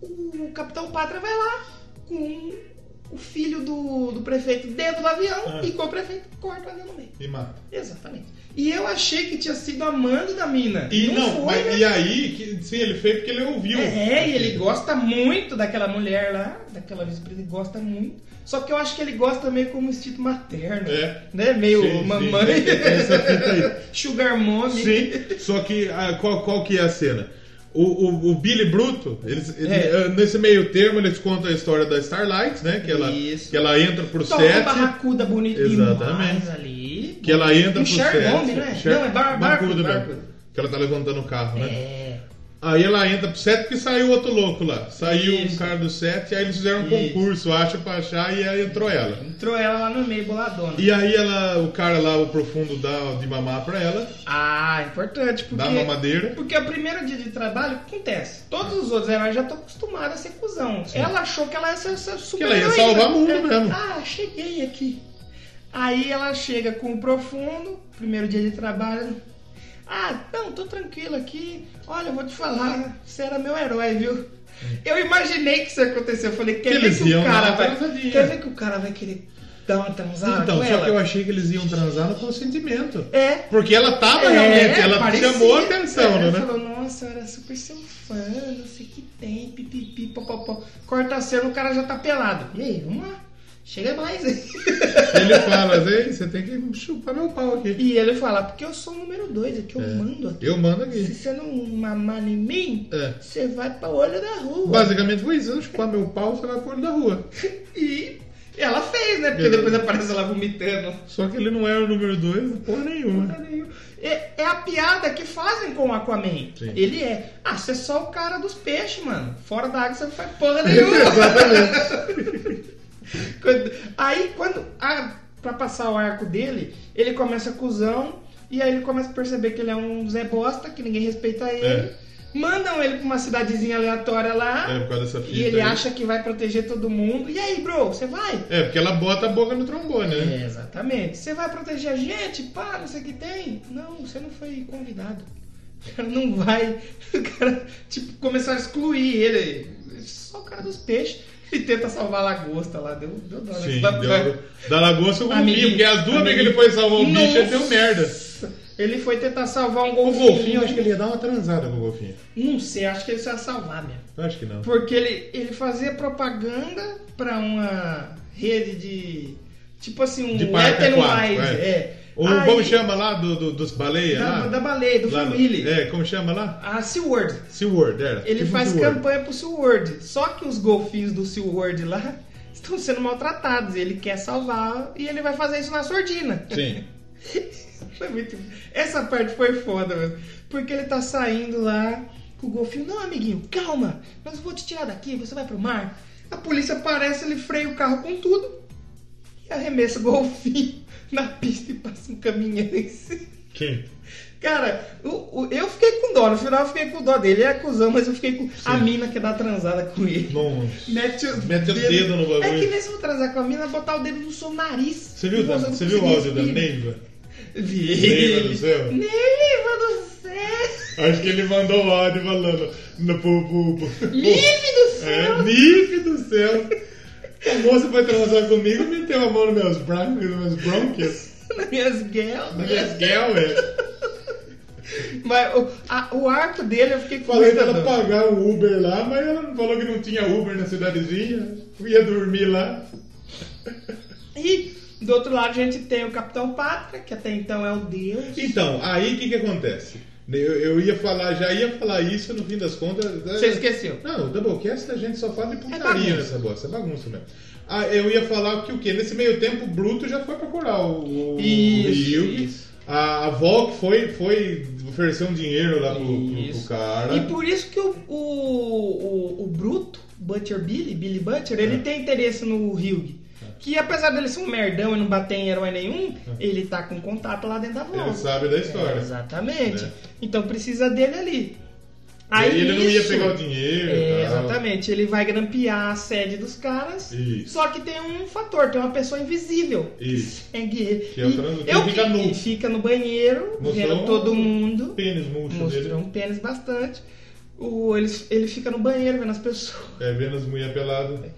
o Capitão Pátria vai lá com o filho do, do prefeito dentro do avião Ah. e com o prefeito corta o avião no meio. E mata. Exatamente. E eu achei que tinha sido a mando da mina. E não, foi, mas né? e aí, que- sim, ele fez porque ele ouviu. É, e ele gosta muito daquela mulher lá, daquela vice-presidente, gosta muito. Só que eu acho que ele gosta meio como instinto materno. É. Né? Meio Sim, sim, mamãe. tem- tem essa fita aí. Sugar mommy. Sim, só que ah, qual, qual que é a cena? O, o, o Billy Bruto, eles, ele- É. ah, nesse meio termo, eles contam a história da Starlight, né? Que ela, Isso. que ela entra pro Só uma set. barracuda bonita Exatamente. demais ali. Que ela entra um pro Char set. Bomb, não é? Char- Não, é bar barracuda. barracuda mesmo. Que ela tá levantando o carro, né? É. Aí ela entra pro set porque saiu outro louco lá. Saiu Isso. um cara do set, aí eles fizeram um Isso. concurso, acha pra achar, e aí entrou ela. Entrou ela lá no meio, boladona. E aí ela, o cara lá, o profundo, dá de mamar pra ela. Ah, importante. Porque, Dá mamadeira. Porque o primeiro dia de trabalho, acontece. Todos os outros heróis já estão acostumados a ser cuzão. Ela achou que ela ia ser, ser super ela ia heroína. salvar o mundo mesmo. Ah, cheguei aqui. Aí ela chega com o profundo, primeiro dia de trabalho. Ah, não, tô tranquilo aqui. Olha, eu vou te falar, você era meu herói, viu? Eu imaginei que isso ia acontecer. Eu falei, quer É. Que ver eles que iam o cara dar uma vai. transadinha. Quer ver que o cara vai querer dar uma transada Então, Ah, com só ela? que eu achei que eles iam transar no consentimento. É. Porque ela tava É, realmente, né? ela parecia. chamou a atenção, Ela né? falou, nossa, eu era super seu fã, não sei o que tem, pipipi, popopó. Corta a cena, o cara já tá pelado. E aí, vamos lá. Chega mais aí. Ele fala, Ei, você tem que chupar meu pau aqui. E ele fala, porque eu sou o número dois, é que eu mando aqui. Eu mando Se aqui. você não mamar em mim, É. você vai pra olho da rua. Basicamente foi isso, eu chupar meu pau, você vai pro olho da rua. E ela fez, né? Porque Beleza. depois aparece ela vomitando. Só que ele não era o número 2, porra nenhuma. É, é a piada que fazem com o Aquaman. Sim. Ele é. Ah, você é só o cara dos peixes, mano. Fora da água você não faz porra nenhuma. Exatamente. Quando- aí, quando. A, pra passar o arco dele, ele começa a cuzão. E aí ele começa a perceber que ele é um Zé Bosta, que ninguém respeita ele. É. Mandam ele pra uma cidadezinha aleatória lá. É, por causa dessa fita e ele aí. acha que vai proteger todo mundo. E aí, bro, você vai? É, porque ela bota a boca no trombone, né? É, exatamente. Você vai proteger a gente? Pá, não sei o que tem. Não, você não foi convidado. O cara não vai. O cara, tipo, começaram a excluir ele. Só o cara dos peixes. Ele tenta salvar a lagosta lá. Deu, deu dó. né? Sim, Vai- vai- deu, da lagosta com o Amiguinho, bicho, porque as duas vezes que ele amiguinho. foi salvar o bicho, ele Nossa. deu merda. Ele foi tentar salvar um O golfinho. golfinho, acho que ele ia dar uma transada com o golfinho. Não sei, acho que ele só ia salvar mesmo. Eu Acho que não. Porque ele, ele fazia propaganda pra uma rede de. Tipo assim, um De parque Ethan aquático, Wise, é. é. O, Aí- como chama lá do, do- dos baleias? Da- lá? da baleia, do Lá no- Free Willy. É, como chama lá? A Ah, SeaWorld. SeaWorld, era. Ele Tipo faz SeaWorld. campanha pro SeaWorld. Só que os golfinhos do SeaWorld lá estão sendo maltratados. Ele quer salvar e ele vai fazer isso na sordina. Sim. Foi muito- Essa parte foi foda, velho. Porque ele tá saindo lá com o golfinho. Não, amiguinho, calma. Nós vou te tirar daqui, você vai pro mar. A polícia aparece, ele freia o carro com tudo. E arremessa o golfinho na pista e passa um caminhante. Quem? Cara, o- o- eu fiquei com dó. No final eu fiquei com dó dele. Ele é cuzão, mas eu fiquei com. A mina que dá transada com ele. Nossa. Mete os Mete os dedos- dedos no bagulho. É que mesmo transar com a mina, botar o dedo no seu nariz. Você viu, Nossa, eu Dan- não você viu o consegui áudio da respirar. Neiva? Vi. Neiva do céu? Neiva do céu! Acho que ele mandou o áudio falando. No, pro, pro, pro- Nive do céu! É, Nive do céu. A moça foi transar comigo e meteu a mão nos meus brancos, nos meus bronquios. Nas minhas guerras. Nas minhas guel, velho. Mas o, a- o arco dele eu fiquei com Falei tá, pra muita ela dó. pagar o Uber lá, mas ela falou que não tinha Uber na cidadezinha. Ia dormir lá. E do outro lado a gente tem o Capitão Pátria, que até então é o Deus. Então, aí o que, que acontece? Eu, eu ia falar, já ia falar isso, no fim das contas. é- Você esqueceu. Não, o Doublecast a gente só fala de putaria bagunça. nessa bosta, é bagunça mesmo. Ah, eu ia falar que o quê? Nesse meio tempo, o Bruto já foi procurar o, o Isso, Ryuk. isso. A, a Volk foi, foi oferecer um dinheiro lá pro, pro- pro Isso. cara. E por isso que o, o, o, o Bruto, Butcher Billy, Billy Butcher, É. ele tem interesse no Hugh. Que apesar dele ser um merdão e não bater em herói nenhum, ele tá com contato lá dentro da volta. É. Ele sabe da história. exatamente. É. Então precisa dele ali. E aí ele não ia nisso- pegar o dinheiro. e É, tal. exatamente. Ele vai grampear a sede dos caras. Isso. Só que tem um fator, tem uma pessoa invisível. Isso. É guerreiro. Que é o E trans- que eu fica vi- nu. fica no banheiro, Mostrou vendo um- todo O mundo. pênis murcho Mostrou dele. um pênis bastante. O, ele, ele fica no banheiro vendo as pessoas. É, vendo as mulheres peladas, É.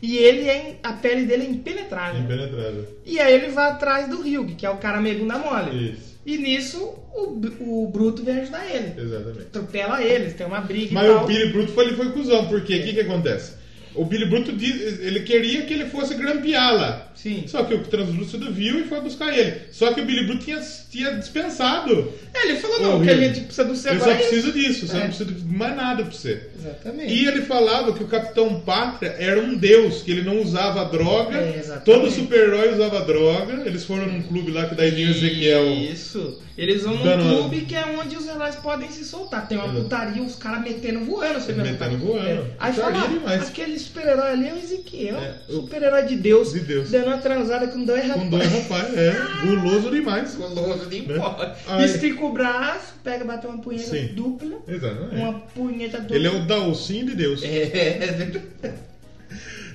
E ele é. in- A pele dele é impenetrável. impenetradas. E aí ele vai atrás do Ryug, que é o cara meio da mole. Isso, E nisso o, B- o Bruto vem ajudar ele. exatamente. Atropela eles, tem uma briga Mas e tal. o Billy Bruto foi, ele foi cuzão, porque o que, que acontece? O Billy Bruto diz, ele queria que ele fosse grampeá-la. Sim. Só que o translúcido viu e foi buscar ele. Só que o Billy Bruto tinha, tinha dispensado. É, ele falou, não, Ô, o que a Ryug, gente precisa do seu Eu agora só é isso. preciso disso, você É. não precisa de mais nada pra você. Exatamente. E ele falava que o Capitão Pátria era um deus, que ele não usava droga. É, exatamente. Todo super-herói usava droga. Eles foram num clube lá que daí vinha o Ezequiel. Isso. Eles vão num Dando- clube que é onde os heróis podem se soltar. Tem uma Exato. putaria, os caras metendo voando, você viu? Metendo voando. É. Aí Putaria fala, demais. aquele super-herói ali é o Ezequiel, É, o- super-herói de Deus, De Deus. dando uma transada com dois rapazes. Com dois rapazes, é. Guloso demais. Guloso de Né? porra. Aí- Estica o braço, pega, bate uma punheta Sim. dupla, Exatamente. uma punheta dupla. Ele é o Dalcinho de Deus. um É,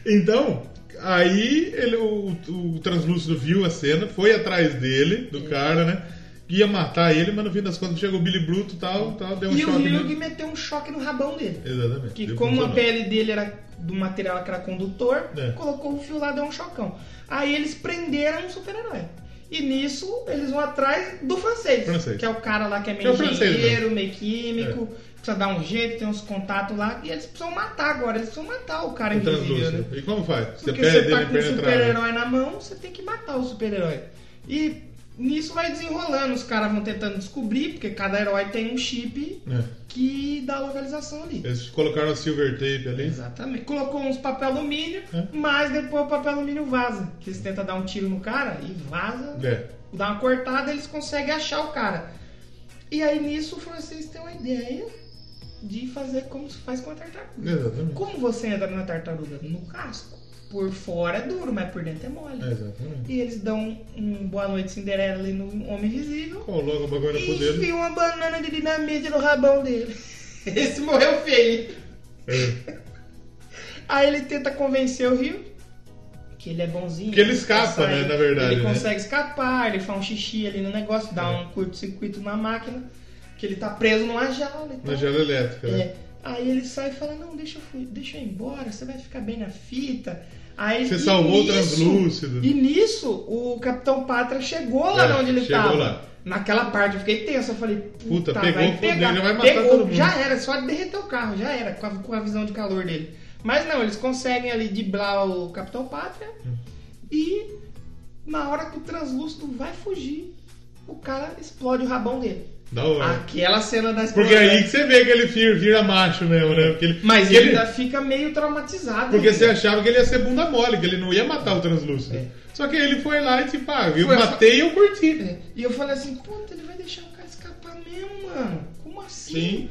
Então, É. aí ele, o, o translúcido viu a cena, foi atrás dele, do cara, né? ia matar ele, mas no fim das contas chegou o Billy Bruto e tal, tal, deu um E o choque. Hugh nele. meteu um choque no rabão dele. Exatamente. Que deu um como a funcional. pele dele era do material que era condutor, É. colocou o fio lá, deu um chocão. Aí eles prenderam um super-herói. E nisso eles vão atrás do francês, Francês. que é o cara lá que é Que é meio o francês É. engenheiro, meio químico, precisa dar um jeito, tem uns contatos lá, e eles precisam matar agora, eles precisam matar o cara O invisível, né? translúcido. E como faz? Você Porque perde você ele tá e com um perde a trave. super-herói na mão, você tem que matar o super-herói. E nisso vai desenrolando, os caras vão tentando descobrir, porque cada herói tem um chip É. que dá localização ali. Eles colocaram a silver tape ali. Exatamente. Colocou uns papel alumínio, É. mas depois o papel alumínio vaza. Que eles tentam dar um tiro no cara e vaza. É. Dá uma cortada eles conseguem achar o cara. E aí nisso o francês tem uma ideia de fazer como se faz com a tartaruga. Exatamente. Como você entra na tartaruga? No casco. Por fora é duro, mas por dentro é mole. Exatamente. E eles dão um boa noite Cinderela ali no Homem Invisível. Coloca o bagulho no E poder. enfia uma banana de dinamite no rabão dele. Esse morreu feio. É. Aí ele tenta convencer o Rio que ele é bonzinho. Que ele escapa, consegue- né, na verdade, Ele né? consegue escapar, ele faz um xixi ali no negócio, dá É. um curto-circuito na máquina, que ele tá preso numa jaula e tal. Na gela elétrica, né? É. Aí ele sai e fala, não, deixa eu, fui- deixa eu ir embora, você vai ficar bem na fita. Aí, Você e salvou o nisso- translúcido. E nisso, o Capitão Pátria chegou lá É, onde ele chegou tava. lá. Naquela parte eu fiquei tenso, eu falei, puta, Puta, pegou, vai fudeu, pegar. ele vai matar pegou, todo mundo. Já era, só derreter o carro, já era, com a, com a visão de calor dele. Mas não, eles conseguem ali driblar o Capitão Pátria Hum. e na hora que o translúcido vai fugir, o cara explode o rabão dele. Da hora. Aquela cena da Porque é explosão. aí que você vê que ele vira, vira macho mesmo, né? Porque ele, Mas que ele ele, ainda fica meio traumatizado. porque ainda. você achava que ele ia ser bunda mole, que ele não ia matar o translúcido. É. Só que aí ele foi lá e tipo, ah, eu Foi- matei e eu curti. É, E eu falei assim, puta, ele vai deixar o cara escapar mesmo, mano. Como assim? Sim.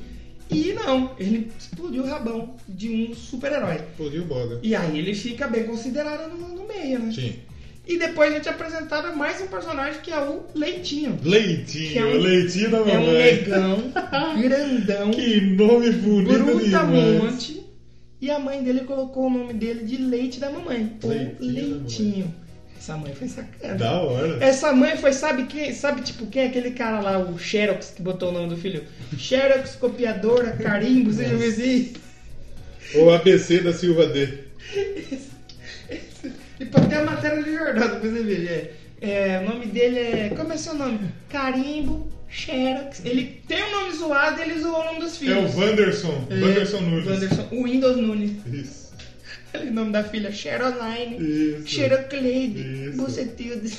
E não, ele explodiu o rabão de um super-herói. Explodiu o boga. E aí ele fica bem considerado no, no meio, né? Sim. E depois a gente é apresentado mais um personagem que é o Leitinho. Que Leitinho, é um- leitinho da É um mamãe. negão, um grandão, né? que nome bonito demais. brutamonte. E a mãe dele colocou o nome dele de Leite da Mamãe. Ou Leitinho da Leitinho. Essa mãe foi sacana. Da hora. Essa mãe foi, sabe quem? Sabe tipo quem? é Aquele cara lá, o Xerox, que botou o nome do filho. Xerox, copiadora, carimbo, seja o isso. Ou ABC da Silva D. E pra ter a matéria de jornal, depois você vê. É, É, o nome dele é. Como é seu nome? Carimbo, Xerox. Ele tem o nome zoado ele zoou o nome dos filhos. É o Wanderson. É, Wanderson Nunes. Wanderson- o Windows Nunes. Isso. O nome da filha, Xeroline, Isso. Xerocleide, Isso. Bucetilde.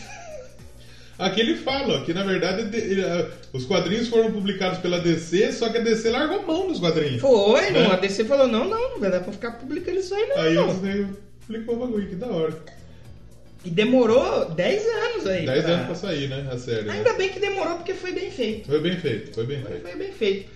Aqui ele fala ó, que na verdade de- ele, ah, os quadrinhos foram publicados pela DC, só que a DC largou a mão dos quadrinhos. Foi, não. É. A DC falou: não, não, não vai dar pra ficar publicando isso aí, não. Aí não. eles meio publicou o bagulho, que da hora. E demorou 10 anos aí. 10 pra- anos pra sair, né? A série. né? Ainda bem que demorou porque foi bem feito. Foi bem feito, foi bem Foi, feito. foi bem feito.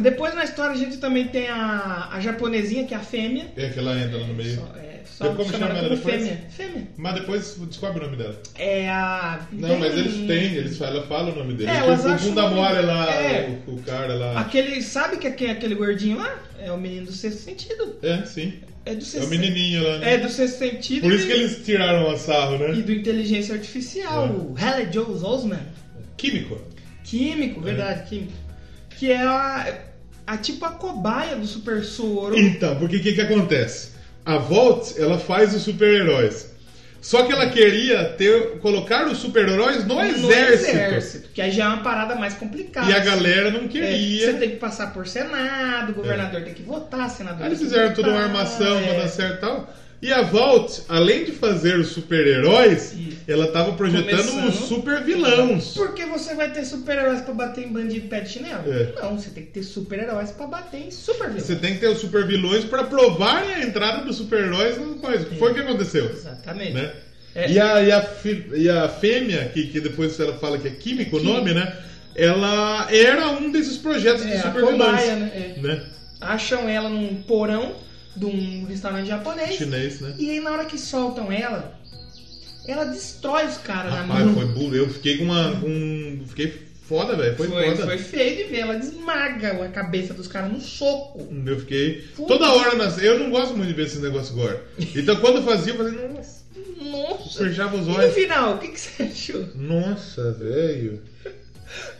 Depois na história a gente também tem a, a japonesinha, que é a fêmea. É que ela entra lá no meio. Só, é, só Tem como chamar chamar ela ela como depois? fêmea. Fêmea. Mas depois descobre o nome dela. É a. Não, tem- um mas eles têm, eles falam, ela fala o nome dele. É, Tipo, elas o acham bunda o nome- mole lá, É. o, o cara lá. Aquele. Sabe que é quem é aquele gordinho lá? É o menino do sexto sentido. É, sim. É do É sexto o menininho lá, né? É do sexto sentido. Por isso e- que eles tiraram a sarro, E né? do inteligência artificial, É. o Halle Jones Osman. Químico. É. Químico, verdade, químico. Que é a, a tipo a cobaia do super soro. Então, porque o que, que acontece? A Volt, ela faz os super-heróis. Só que ela queria ter, colocar os super-heróis no no, um exército. Que aí já é uma parada mais complicada. E a galera não É, queria. Você tem que passar por Senado, o governador tem que votar, senador. Aí eles tem que fizeram toda uma votar, armação é. pra dar certo e tal. E a Volt, além de fazer os super-heróis, Isso. ela tava projetando Começando. um super-vilão. Porque você vai ter super-heróis pra bater em bandido pé de chinelo? É. Não, você tem que ter super-heróis pra bater em super Você tem que ter os super-vilões pra provarem a entrada dos super-heróis no país. Foi o que aconteceu. Exatamente. né? É. E, a, e, a, fi- e a fêmea, que, que depois ela fala que é químico o nome, né? Ela era um desses projetos É, de a supervilões. cobaia, né? É. né? Acham ela num porão de um restaurante japonês. Chinês, né? E aí na hora que soltam ela, ela destrói os caras na Rapaz, mão. foi burro. Eu fiquei com uma. com- Fiquei foda, velho. Foi, Foi- foda. foi feio de ver, ela desmaga a cabeça dos caras no soco. Eu fiquei. Puta. Toda hora nas. Eu não gosto muito de ver esses negócios agora. Então quando eu fazia, eu falei, nossa, Nossa. Fechava os E no olhos. final, o que, que você achou? Nossa, velho.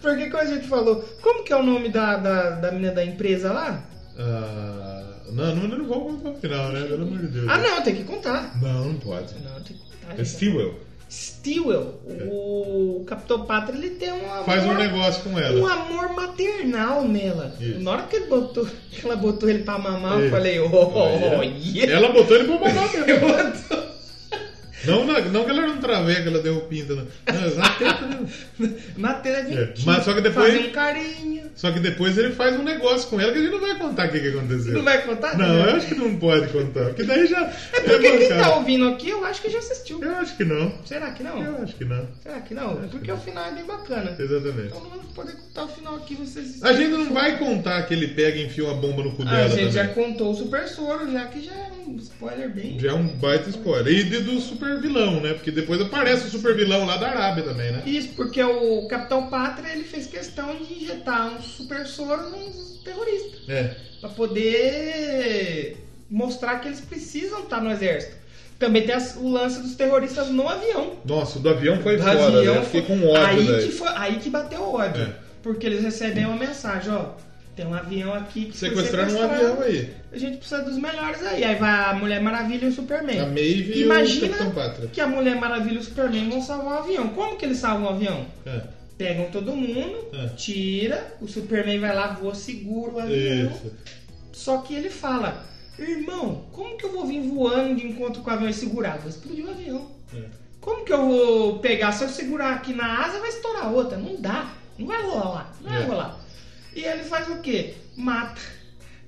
Porque quando a gente falou, como que é o nome da, da, da menina da empresa lá? Ah, não, não, não vou contar o final, né? Pelo amor de Deus. Ah, não, tem que contar. Não, não pode. Não, tem que contar. É Stewell. Stewell, o Capitão Pátria, ele tem um amor, Faz um negócio com um ela. amor maternal nela. Isso. Na hora que, ele botou, que ela botou ele pra mamar, eu Isso. falei, oh, É. Olha. yeah. Ela botou ele pra mamar mesmo. Botou- Não, na- não que ela era um traveca, ela deu pinta. Não, não na teta mesmo. Na tela vem É, aqui, mas só que depois- fazer um carinho. Só que depois ele faz um negócio com ela que a gente não vai contar o que, que aconteceu. Não vai contar? Não, eu acho que não pode contar. Porque daí já. É porque quem tá bancada. ouvindo aqui, eu acho que já assistiu. Eu acho que não. Será que não? Eu acho que não. Será que não? Porque o final é bem bacana. Exatamente. Então não vou poder contar o final aqui, vocês... A gente não vai contar que ele pega e enfia uma bomba no cu Ah, a dela. gente já também. contou o Super Soro, já que já é um spoiler bem... Já é um baita spoiler. E de- do super vilão, né? Porque depois aparece o super vilão lá da Arábia também, né? Isso, porque o Capitão Pátria ele fez questão de injetar um super soro nos terroristas. É. Pra poder mostrar que eles precisam estar no exército. Também tem as- o lance dos terroristas no avião. Nossa, o do avião foi Do foda, avião né? Eu fiquei com ódio, aí, velho. que foi- aí que bateu o ódio. É. Porque eles recebem uma mensagem, ó. Tem um avião aqui que foi Sequestraram um sequestrado. avião aí. A gente precisa dos melhores aí. Aí vai a Mulher Maravilha e o Superman. A Maeve e o Imagina Capitão Pátria. que a Mulher Maravilha e o Superman vão salvar o avião. Como que eles salvam o avião? É. Pegam todo mundo, É. tira, o Superman vai lá, voa seguro o avião. É, Isso. Só que ele fala, irmão, como que eu vou vir voando de encontro com o avião e segurar? Vou explodir o avião. É. Como que eu vou pegar? Se eu segurar aqui na asa, vai estourar outra. Não dá. Não vai rolar. Não vai É. rolar. E ele faz o quê? Mata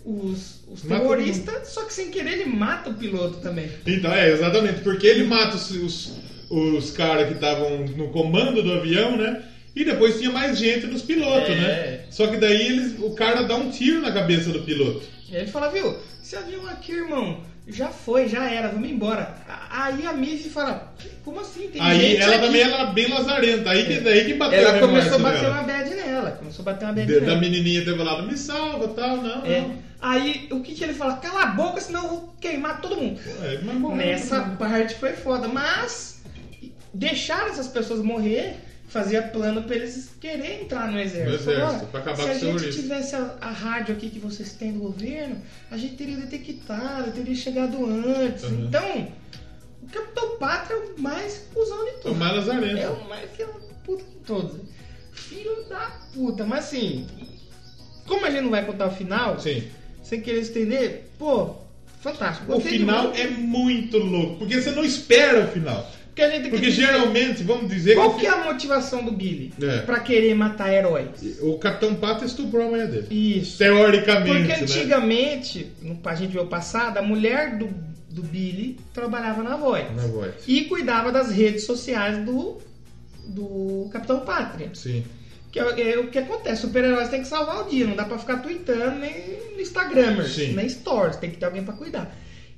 os, os Mata terroristas, só que sem querer ele mata o piloto também. Então, é, exatamente. Porque ele mata os, os, os caras que estavam no comando do avião, né? E depois tinha mais gente nos pilotos, É. né? Só que daí eles, o cara dá um tiro na cabeça do piloto. E aí ele fala, viu, esse avião aqui, irmão, já foi, já era, vamos embora. A- Aí a Missy fala, como assim? Tem aí gente ela aqui. também era bem lazarenta. Aí que, daí que bateu Ela a começou a remorso bater nela. uma bad nela. Começou a bater uma bad De- Da nela. menininha ter falado, me salva tal, não. É. não. Aí o que, que ele fala? Cala a boca, senão eu vou queimar todo mundo. É, mas morreu. Nessa parte foi foda, mas deixar essas pessoas morrer fazia plano pra eles quererem entrar no exército. No exército, Falou, "Ó, pra acabar se com a os gente terroristas." tivesse a, a rádio aqui que vocês têm do governo, a gente teria detectado, teria chegado antes. Uhum. Então, o Capitão Pátria é o mais cuzão de O tudo. mais lazarento. É o mais filho da puta de todos. Filho da puta, mas assim, como a gente não vai contar o final, Sim. sem querer estender, pô, fantástico. O Gostei final demais. é muito louco, porque você não espera o final. Porque a gente tem que Porque dizer- geralmente, vamos dizer Qual que que é a motivação do Billy É. pra querer matar heróis? o Capitão Pato estuprou a mulher dele. Isso. Teoricamente, Porque né? antigamente, no a gente viu o passado, a mulher do, do Billy trabalhava na Void Na voz. e cuidava das redes sociais do, do Capitão Pátria. Sim. Que é, é o que acontece, super-heróis tem que salvar o dia, não dá pra ficar tweetando nem no Instagram, Sim. nem stories, tem que ter alguém pra cuidar.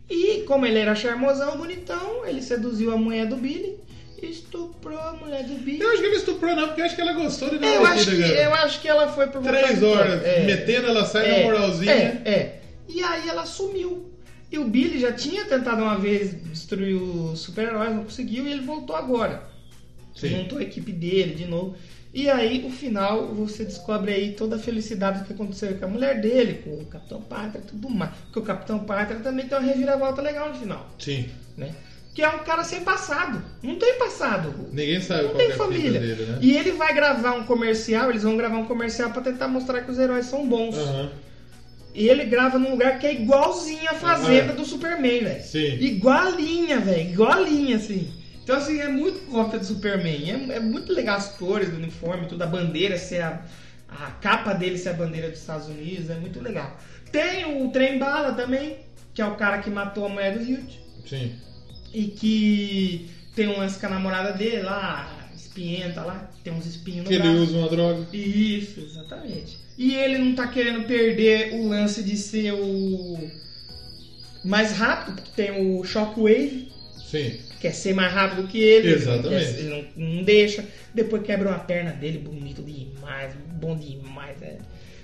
E como ele era charmosão, bonitão, ele seduziu a mulher do Billy, estuprou a mulher do Billy. Eu acho que ele estuprou, não, porque eu acho que ela gostou de dar Eu uma acho, que, metida, cara. eu acho que ela foi por vontade Três própria. horas É, metendo, ela sai na moralzinha. É, é. E aí ela sumiu. E o Billy já tinha tentado uma vez destruir os super-heróis, não conseguiu, e ele voltou agora. Sim. Montou a equipe dele de novo. E aí, o final, você descobre aí toda a felicidade do que aconteceu com a mulher dele, com o Capitão Pátria e tudo mais. Porque o Capitão Pátria também tem uma reviravolta legal no final, Sim. né? Que é um cara sem passado. Não tem passado. Ninguém sabe Não qual tem que é a família. fita dele, né? E ele vai gravar um comercial, eles vão gravar um comercial pra tentar mostrar que os heróis são bons. Aham. E ele grava num lugar que é igualzinho a fazenda do Superman, velho. É. Sim. Igualinha, velho. Igualinha, assim. Então, assim, é muito cópia do Superman. É, é muito legal as cores do uniforme, toda a bandeira ser a, a capa dele ser a bandeira dos Estados Unidos. É muito legal. Tem o Trem Bala também, que é o cara que matou a mulher do Hugh Sim. e que tem um lance com a namorada dele lá, espinhenta lá, que tem uns espinhos no Que ele braço. usa uma droga. Isso, exatamente. E ele não tá querendo perder o lance de ser o mais rápido, porque tem o Shockwave, Sim. quer ser mais rápido que ele. Exatamente. Ele não, não deixa. Depois quebra uma perna dele, bonito demais, bom demais. É.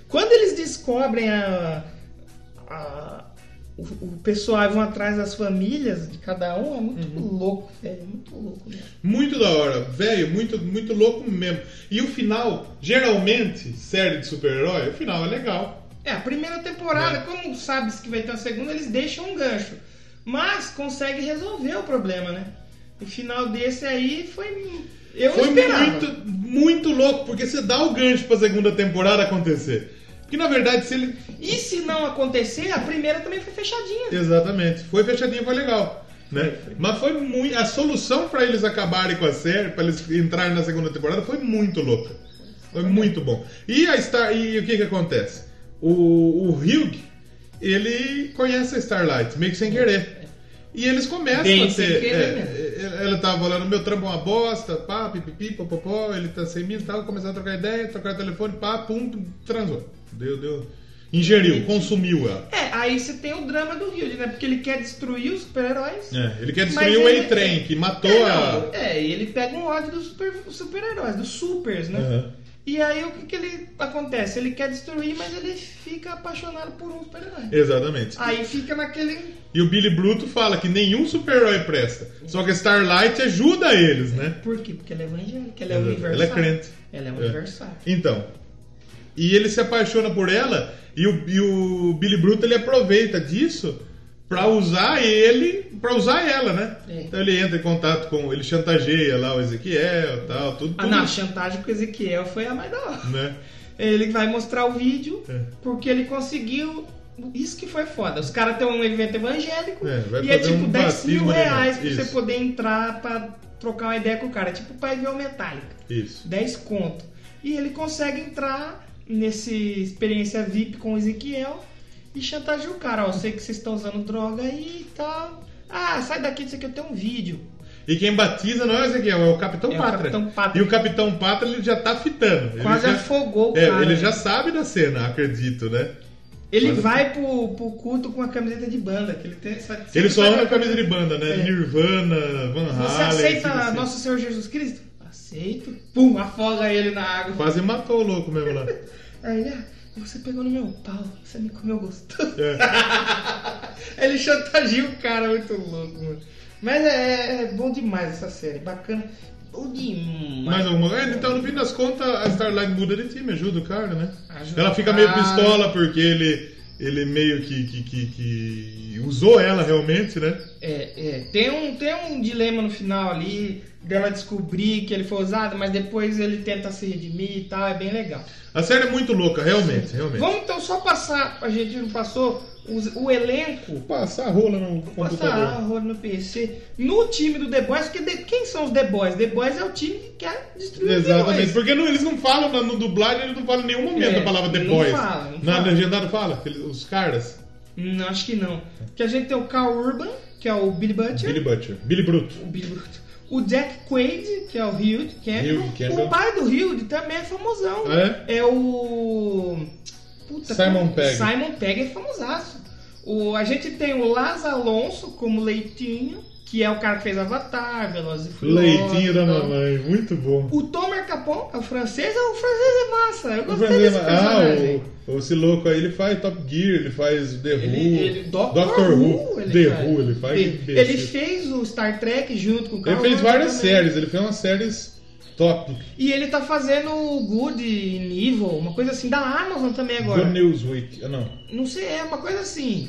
Quando eles descobrem a, a, o, o pessoal vão atrás das famílias de cada um é muito Uhum. louco, velho. É muito louco mesmo. Muito da hora, velho, muito, muito louco mesmo. E o final, geralmente, série de super-herói, o final é legal. É, a primeira temporada, É. como sabe que vai ter uma segunda, eles deixam um gancho. Mas consegue resolver o problema, né? O final desse aí foi. Eu Foi não esperava. muito, muito louco, porque você dá o gancho pra segunda temporada acontecer. Que na verdade, se ele. E se não acontecer, a primeira também foi fechadinha. Exatamente, foi fechadinho, foi legal. Né? Mas foi muito. A solução pra eles acabarem com a série, pra eles entrarem na segunda temporada, foi muito louca. Foi muito bom. E, a Star, e o que que acontece? O, o Hugh, ele conhece a Starlight, meio que sem querer. E eles começam Bem a ter. sem querer é, mesmo. ela- ela tava falando, meu trampo é uma bosta, pá, pipipi, popopó, ele tá sem mim e tal, começaram a trocar ideia, trocar telefone, pá, pum, transou. Deu, deu. Ingeriu, consumiu ela. É, aí você tem o drama do Hilde, né? Porque ele quer destruir os super-heróis. É, ele quer Mas destruir o ele- A-Train, que matou É, a. não, é, e ele pega um ódio dos super- super-heróis, dos supers, né? Aham. E aí o que, que ele acontece? Ele quer destruir, mas ele fica apaixonado por um super-herói. Exatamente. Aí fica naquele. E o Billy Bruto fala que nenhum super-herói presta. Só que a Starlight ajuda eles, né? Por quê? Porque ela é evangélica, ela é Ela- universal. ela é crente. Ela é É. universal. Então. E ele se apaixona por ela e o, e o Billy Bruto ele aproveita disso pra usar ele, pra usar ela, né? É. Então ele entra em contato com, ele chantageia lá o Ezequiel, tal, tudo. Ah, tudo, não, a chantagem com o Ezequiel foi a mais da hora. né? Ele vai mostrar o vídeo É. porque ele conseguiu. Isso que foi foda. Os caras têm um evento evangélico É, vai e é fazer tipo um 10 batismo mil de reais evento. pra você Isso. poder entrar pra trocar uma ideia com o cara. É Tipo pra ir ver o Metallica. Isso. 10 conto. E ele consegue entrar nesse experiência VIP com o Ezequiel e chantagear o cara. Ó, eu sei que vocês estão usando droga aí e tal. Ah, sai daqui disso aqui, eu tenho um vídeo. E quem batiza não é o Ezequiel, é o Capitão É o Pátria. Capitão Pátria. E o Capitão Pátria ele já tá fitando. Ele Quase já- afogou o É, cara. né? ele já sabe da cena, acredito, né? Ele Quase- vai pro, pro culto com a camiseta de banda. Que ele tem essa- tá- Ele só sabe- anda com a camisa de banda, né? É. Nirvana, Van Halen. Você aceita tudo assim. Nosso Senhor Jesus Cristo? Aceito. Pum, afoga ele na água. Quase matou o louco mesmo lá. Aí ele, ah, você pegou no meu pau, você me comeu gostoso. É. ele chantageia o cara, muito louco, mano. Mas é, é bom demais essa série, bacana. Bom Mais demais. alguma coisa? Então, no fim das contas, a Starlight muda de time, ajuda o cara, né? Ajuda ela fica o meio cara. pistola porque ele, ele meio que, que, que, que usou ela realmente, né? É, é. Tem um, tem um dilema no final ali, dela descobrir que ele foi usado, mas depois ele tenta se redimir e tal, é bem legal. A série é muito louca, realmente, realmente. Vamos então só passar, a gente não passou, os- o elenco passar rola no computador. Passar horror no PC. No time do The Boys, porque de- quem são os The Boys? The Boys é o time que quer destruir Exatamente, os The Boys. porque não- eles não falam na, no dublagem, eles não falam em nenhum momento É, a palavra The não Boys. fala, não na fala. legendada fala, aqueles- os caras. Não, Hum, acho que não. Porque a gente tem o Carl Urban, que é o Billy Butcher. Billy Butcher, Billy Bruto. O Billy Butcher. O Jack Quaid, que é o Hilde Campbell. Hugh Campbell. O pai do Hilde também é famosão. Ah, É o... Puta, Simon como- Pegg. Simon Pegg é famosaço. O, a gente tem o Laz Alonso como Leitinho, que é o cara que fez Avatar, Velozes e Furiosos. Leitinho da então. mamãe, muito bom. O Tomer Capon, é o francês, é o francês é massa. Eu O gostei Brandon- desse personagem. ah, o, o- esse louco aí, ele faz Top Gear, ele faz The Who. ele, ele, Doctor Who. ele The faz. Who, ele faz. que Ele, imbecil. ele fez o Star Trek junto com o Ele Carl fez Urban várias também. séries, ele fez umas séries top. E ele tá fazendo o Good and Evil, uma coisa assim, da Amazon também agora. Good Newsweek, ah, não. Não sei, é uma coisa assim.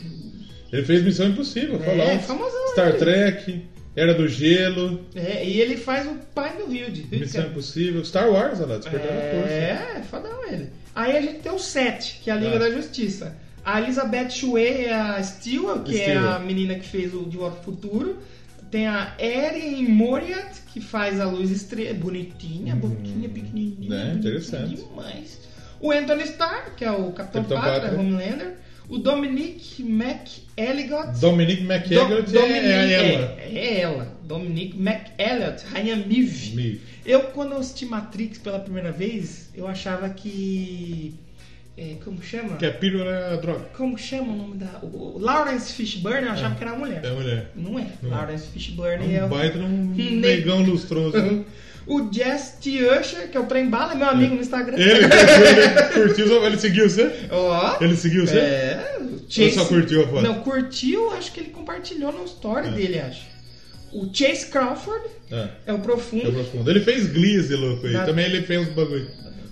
Ele fez Missão Impossível, É, falar. um famosão Star ele. Trek, Era do Gelo. É, e ele faz o pai do Hilde. Missão Impossível, Star Wars, olha lá, despertando a força. É, é fodão ele. Aí a gente tem o Seth, que é a Liga Ah. da Justiça. A Elizabeth Shue é a Stewart, que é Stewart. a menina que fez o De Volta ao Futuro. Tem a Erin Moriarty, que faz a Luz Estrela. Bonitinha, boquinha pequenininha. né? bonitinha Hum. Interessante. Demais. O Anthony Starr, que é o Capitão Capitão Pátria, Pátria. Homelander. O Dominic McElligott. Dominic Do- McEggert é, é ela. É, é ela. Dominic McElliott, Rainha Miv. Miv. Eu, quando eu assisti Matrix pela primeira vez, eu achava que... é, como chama? Que a pílula é a droga. Como chama o nome da... O, o Lawrence Fishburne, eu achava que era a mulher. É a mulher. Não é. Não é. Lawrence É Fishburne é, um o... baita de um Ne- negão lustroso. né? ele, O Jess T. Usher, que é o Trem Bala, é meu amigo no Instagram. ele curtiu, ele seguiu você? Ó... Ele seguiu você? É, Chase- Ou só curtiu a foto? Não, curtiu, acho que ele compartilhou no story dele, acho. O Chase Crawford É. é o É o profundo. profundo. Ele fez Glee, esse louco aí. Nada. Também ele fez uns bagulho.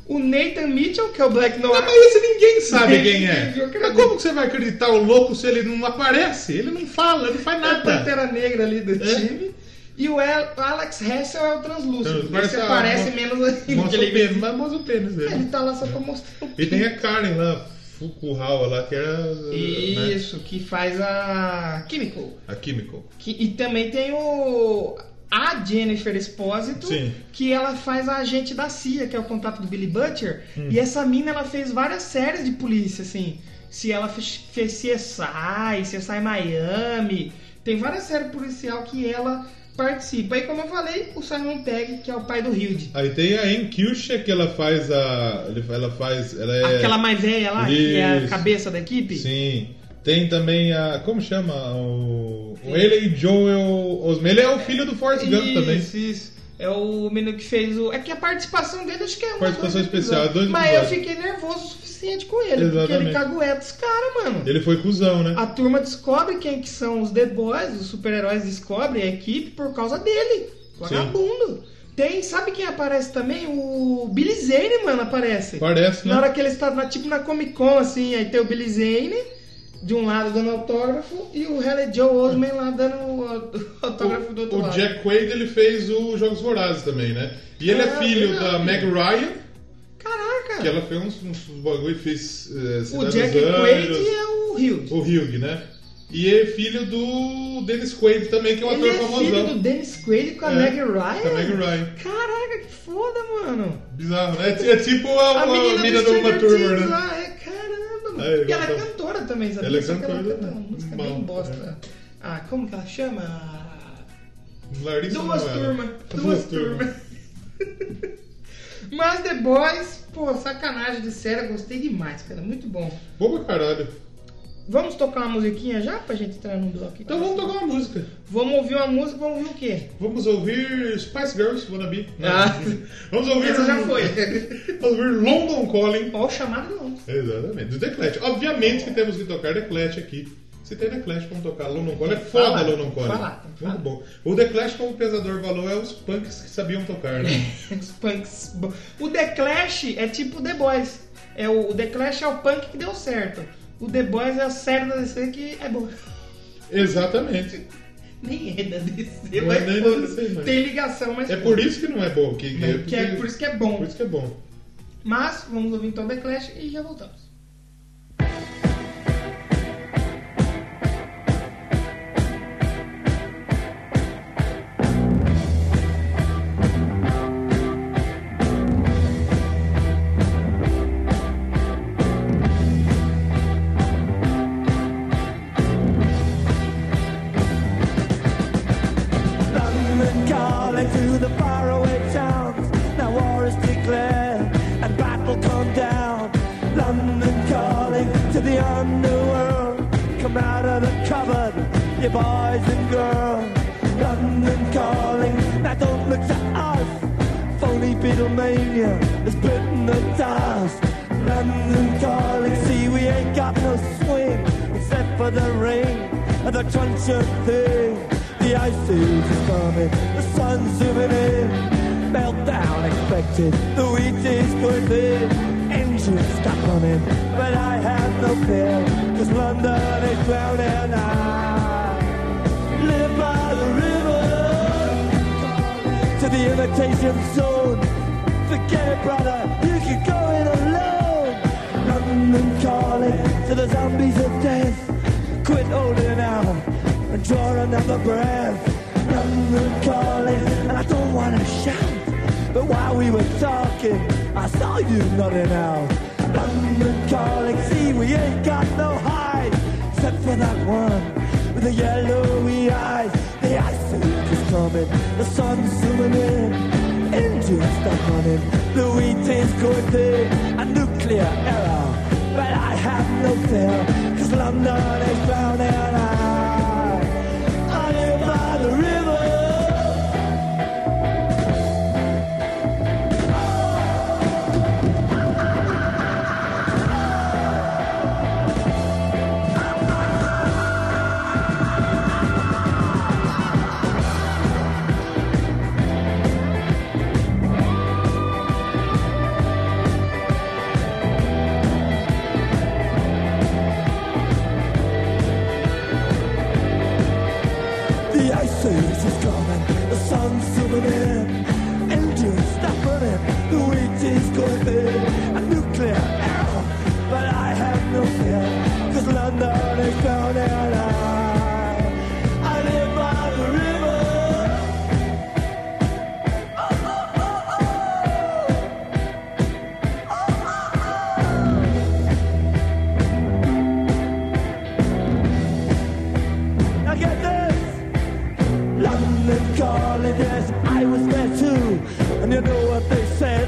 O Nathan Mitchell, que é o Black Noir. Não, mas esse ninguém sabe quem é. Eu quero Mas como que você vai acreditar o louco se ele não aparece? Ele não fala, ele não faz a nada. pantera negra ali do É. time. E o El- Alex Hessel é o translúcido. Então, parece Esse a- aparece mo- menos ainda. Mostra o Ele, pênis, mas mostra o pênis ele dele. tá lá só pra mostrar o E tem a Karen lá, Fukuhawa lá, que era. né, Isso, que faz a Chemical. A Chemical. Que- e também tem o. A Jennifer Espósito, Sim. que ela faz a agente da CIA, que é o contato do Billy Butcher. Hum. E essa mina, ela fez várias séries de polícia, assim. Se ela fez, fez CSI, CSI Miami. Tem várias séries policial que ela participa. E como eu falei, o Simon Pegg, que é o pai do Hilde. Aí tem a Enkyusha, que ela faz a. ele- Ela faz. Ela é. Aquela mais velha lá, que é a Isso. cabeça da equipe. Sim. Tem também a. Como chama? O. o Ele Joel Osment. Ele é o filho do Forrest Gump também. Isso, isso. É o menino que fez o. É que a participação dele acho que é uma. Participação dois especial, episódios. dois Mas eu episódios. fiquei nervoso o suficiente com ele. Porque ele Exatamente. cagueta os caras, mano. Ele foi cuzão, né? A turma descobre quem que são os The Boys, os super-heróis descobrem a equipe por causa dele. Vagabundo. Tem, sabe quem aparece também? O Billy Zane, mano, aparece. Parece, né? Na hora que ele está na, tipo na Comic Con, assim, aí tem o Billy Zane, de um lado dando autógrafo, e o Haley Joe Osman lá dando o au- autógrafo do outro o lado. Jack Quaid ele fez o Jogos Vorazes também, né? E ele é, Ah, filho verdade. da Meg Ryan, Caraca! que ela fez uns, uns bagulho e fez eh, O Cidade dos Jack Quaid Anjos, é o Hughes. o Hugh, né? E é filho do Dennis Quaid também, que é um Ele ator é filho famosão. do Dennis Quaid com a É, Meg com a Meg Ryan? Ryan. Caraca, que foda, mano! Bizarro, né? É ti- É tipo a, A a menina, mina do do Uma Stranger Turma, Things né? lá, é caramba! mano. É, e ela é então- cantora também, sabe? Ela é Só que cantora, canta né? uma música bem Bom, bosta. Ah, como que ela chama? Larissa Duas Manoela. turmas. Duas turmas. Mas The Boys, pô, sacanagem de série, eu gostei demais, cara. Muito bom. Bom pra caralho. Vamos tocar uma musiquinha já pra gente entrar no bloco? Então vamos tocar uma música. Vamos ouvir uma música, vamos ouvir o quê? Vamos ouvir Spice Girls, Wannabe. Ah. Vamos ouvir... Essa já foi. Vamos ouvir London Calling. Ó, o chamado não. Exatamente. Do The Clash. Obviamente que temos que tocar The Clash aqui. Se tem The Clash, vamos tocar London Calling. É foda falar, London Calling. falar, tem que falar. Muito bom. O The Clash, como o pesador falou, é os punks que sabiam tocar, né? Os punks. bo- O The Clash é tipo The Boys. É o, o The Clash é o punk que deu certo. O The Boys é a série da DC que é boa. Exatamente. Nem é da DC, Não mas, é nem da foda-se. DC, mas- tem ligação, mas É por isso que não é bom. Que, Não, que é por isso que é bom. Por isso que é bom. Mas vamos ouvir então The Clash e já voltamos. London calling to the faraway towns. Now war is declared and battle come down. London calling to the underworld. Come out of the cupboard, you boys and girls. London calling, now don't look to us. Phony Beatlemania is bitten the dust. London calling, see we ain't got no swing except for the rain and the crunch of things. The ice age is coming, the sun's zooming in. Meltdown expected, the wheat is going thin. Engines stop running, but I have no fear, cause London is drowning. I live by the river to the imitation zone. Forget it, brother, you can go it alone. London calling to the zombies of death. Quit holding out and draw another breath. London calling, and I don't want to shout. But while we were talking, I saw you nodding out. London calling, see, we ain't got no hide. Except for that one with the yellowy eyes. The ice age is coming, the sun's zooming in. Engines stuck on it, the wheat is going thin. A nuclear error, but I have no fear, cause London is drowning. I, I live by the river. says it's coming, the sun's zooming in, engines stop running, the wheat is going thin, a nuclear arrow, but I have no fear, 'cause London is down and I, I live by the river. Now get this! London calling, yes, I was there too. And you know what they said?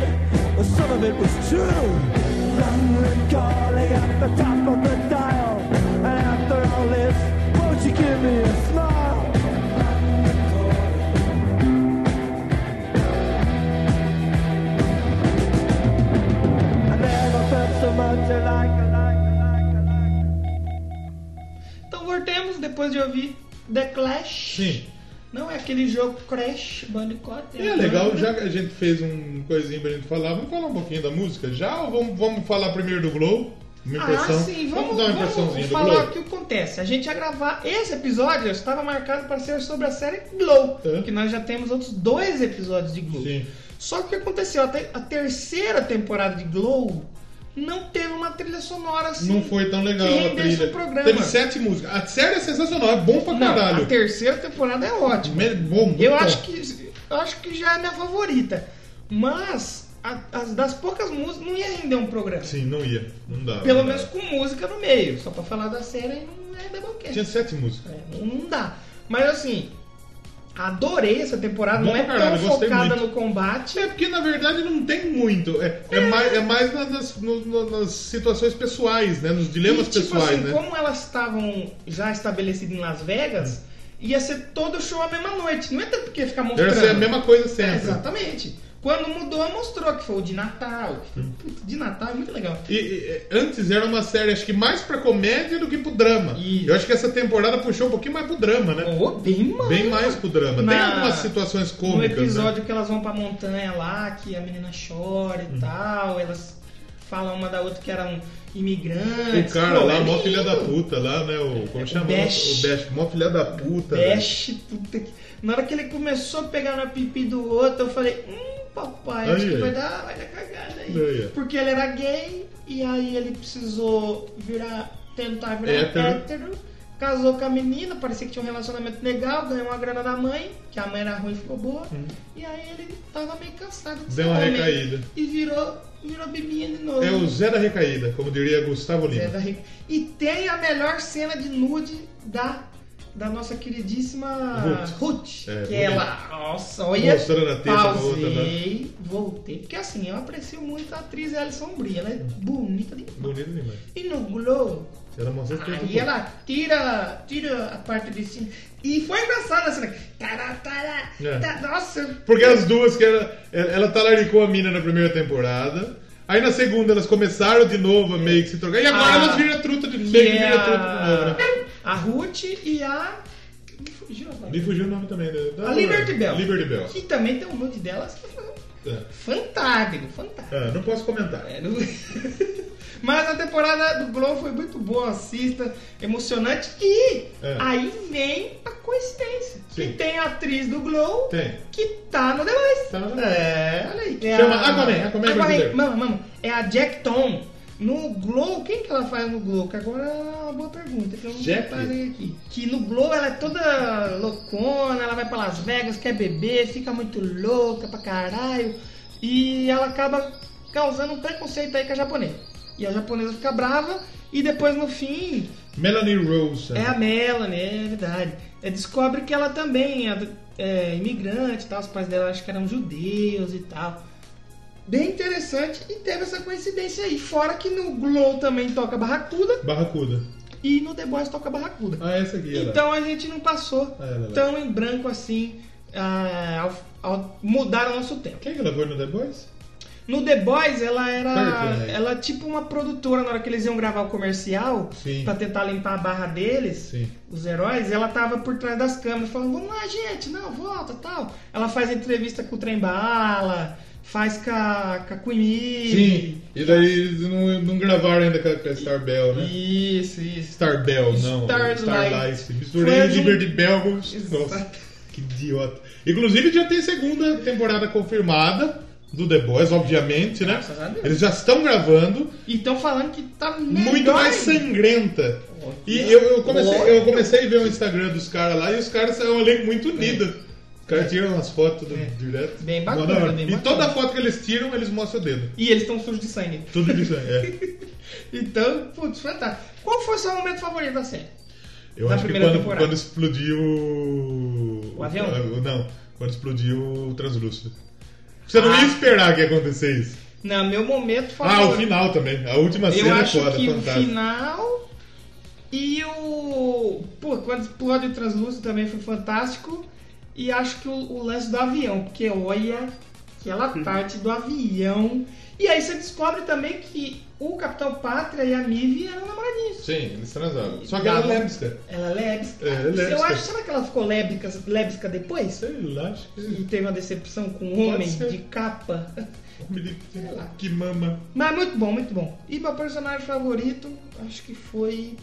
Well, some of it was true. London calling at the top of the dial. And after all this, won't you give me a smile? I never felt so much alike, alike, alike, alike. Então voltemos depois de ouvir The Clash. Sim. Não é aquele jogo Crash Bandicoot. E é legal, já que a gente fez um coisinho pra gente falar, vamos falar um pouquinho da música já ou vamos, vamos falar primeiro do Glow? Uma impressão? Ah, sim, vamos, dar uma vamos impressãozinha do falar Glow. o que acontece. A gente ia gravar esse episódio, estava marcado para ser sobre a série Glow, É. que nós já temos outros dois episódios de Glow. Sim. Só que o que aconteceu, até a terceira temporada de Glow não teve uma trilha sonora assim. Não foi tão legal que a rendesse trilha. o programa. Teve sete músicas. A série é sensacional, é bom pra Não, caralho. a terceira temporada é ótima. Me- Bom, muito Eu bom. acho que eu acho que já é minha favorita. Mas a- as das poucas músicas não ia render um programa. Sim, não ia. Não dá. Pelo Não menos dá. com música no meio. Só pra falar da série não é Doublecast. Tinha sete músicas. É, não- não dá. Mas assim, adorei essa temporada. Bom não é pra caralho, tão gostei focada muito. no combate. É porque na verdade não tem muito. É, é mais, é mais na- nas, no- no- nas situações pessoais, né? Nos dilemas e, tipo pessoais, assim, né? como elas estavam já estabelecidas em Las Vegas, ia ser todo o show a mesma noite. Não é até porque ficar Deve mostrando. ser a mesma coisa sempre. É, exatamente. Quando mudou, mostrou que foi o de Natal. que Hum. foi- Putz, de Natal é muito legal. E, e, antes era uma série, acho que mais pra comédia do que pro drama. Isso. Eu acho que essa temporada puxou um pouquinho mais pro drama, né? Oh, bem mais. Bem mais pro drama. Tem Na- algumas situações No cômicas. né? episódio que elas vão pra montanha lá, que a menina chora Hum. e tal, elas falam uma da outra que eram imigrantes. O cara Pô, lá, é mó lindo. filha da puta lá, né? O, como chama? Dash. O Dash, mó filha da puta. né? Dash, puta que... Na hora que ele começou a pegar na pipi do outro, eu falei, hum, papai, acho Aí, que aí. vai dar, vai dar cagada aí. Aí, aí. Porque ele era gay, e aí ele precisou virar, tentar virar Hétero. hétero. casou com a menina, parecia que tinha um relacionamento legal, ganhou uma grana da mãe, que a mãe era ruim e ficou boa. E aí ele tava meio cansado de Uhum. Deu ser uma homem. recaída. E virou, virou bibinha de novo. É o Zé da Recaída, como diria Gustavo Lima. É da Rick. E tem a melhor cena de nude da, da nossa queridíssima Ruth. Ruth. É, que bonito. ela, nossa, olha. Mostrando a testa pra outra, né? pausei, voltei. Porque assim, eu aprecio muito a atriz Alison Brie. Ela é Uhum. bonita de. Bonito demais. E no Glow, Ela mostra tudo. aí ela tira, tira a parte de cima. E foi engraçada a cena. Tará, tará, É. tá- nossa, Porque as duas que ela, ela, ela talaricou a mina na primeira temporada. Aí na segunda elas começaram de novo a meio que se trocar. E agora Ah, elas viram truta de meio que que é vira truta de novo, a, né? a Ruth e a. Me fugiu agora. Me fugiu o nome também, né? Da- A Liberty Bell. Liberty Bell. Que também tem um nude delas que foi É. fantástico, fantástico. É, não posso comentar. É, não- Mas a temporada do Glow foi muito boa, assista, emocionante. E É. aí vem a coincidência. Que Sim. tem a atriz do Glow Tem. que tá no The Voice. Tá no The Voice. É, olha aí. É Chama Aquaman, Aquaman brasileiro. Mano, mano, é a Jack Tom. No Glow, quem que ela faz no Glow? Que agora é uma boa pergunta, que eu não Jack? preparei aqui. Que no Glow ela é toda loucona, ela vai pra Las Vegas, quer beber, fica muito louca pra caralho. E ela acaba causando um preconceito aí com a japonesa. E a japonesa fica brava e depois no fim Melanie Rose. é a Melanie, é verdade. É, descobre que ela também é, é imigrante e tal. Os pais dela acho que eram judeus e tal. Bem interessante e teve essa coincidência aí. Fora que no Glow também toca Barracuda Barracuda. e no The Boys toca Barracuda. Ah, essa aqui. ela. Então a gente não passou É, ela- tão em branco assim ah, ao, ao mudar o nosso tempo. Quem é que ela foi no The Boys? No The Boys, ela era. Courtney. Ela é tipo uma produtora na hora que eles iam gravar o comercial Sim. pra tentar limpar a barra deles, Sim. os heróis, ela tava por trás das câmeras falando, vamos lá, gente, não, volta tal. Ela faz entrevista com o Trem Bala, faz com a, com a Queen Eve. Sim. E daí eles não, não gravaram ainda com a, com a Star Bell, né? Isso, isso. Star Bell, não. Starlight. Starlight. Misturei Foi um- Liberty Bell com... Nossa. Exato. Que idiota. Inclusive já tem segunda temporada confirmada do The Boys, obviamente, né? Graças a Deus. Eles já estão gravando, E estão falando que tá melhor muito mais ainda. sangrenta. E eu, eu comecei, eu comecei a ver o Instagram dos caras lá e os caras são um elenco muito unido. Os caras tiram umas fotos do, direto. É. Bem bacana, Mó da hora. bem E bacana. toda foto que eles tiram, eles mostram o dedo. E eles estão sujos de sangue. Tudo de sangue, é. Então, putz, fantástico. Qual foi o seu momento favorito da série? Eu Na acho que primeira quando, temporada. quando explodiu. o- O avião? Ah, Não, quando explodiu o translúcido. Você não Ah. ia esperar que ia acontecer isso. Não, meu momento Ah, favorito. o final também. A última Eu cena é acho foda, que o fantástica. final e o. Pô, quando explode o translúcido também foi fantástico. E acho que o, o lance do avião, porque olha aquela parte do avião. E aí você descobre também que o Capitão Pátria e a Mive eram namoradinhos. Sim, eles transavam. Só que ela é lésbica. Ela é lébica. É, ela é Eu lésbica. acho, será que ela ficou lébica, lébica depois? Sei lá, acho E que. teve uma decepção com um homem ser. de capa. Que mama. Mas é muito bom, muito bom. E meu personagem favorito, acho que foi.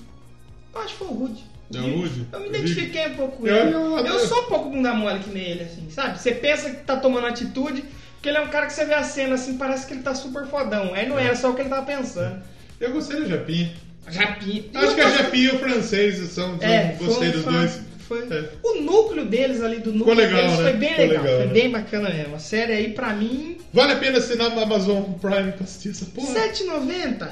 Acho que foi o Rude. É o Rude? Eu me Eu vi. identifiquei um pouco com Eu- ele. eu Eu, adoro. sou um pouco bunda mole que nem ele, assim, sabe? Você pensa que tá tomando atitude, porque ele é um cara que você vê a cena assim, parece que ele tá super fodão. Aí É. não era só o que ele tava pensando. Eu gostei da Japinha. Japinha. E Acho eu que a gosto- Japinha e o francês são. são- É, um, foi- gostei dos foi- dois. foi- É. O núcleo deles ali, do núcleo legal, deles, né? foi bem Ficou legal. legal, foi né? bem bacana mesmo. A série aí, pra mim, Vale a pena assinar a Amazon Prime pra assistir essa porra? 7,90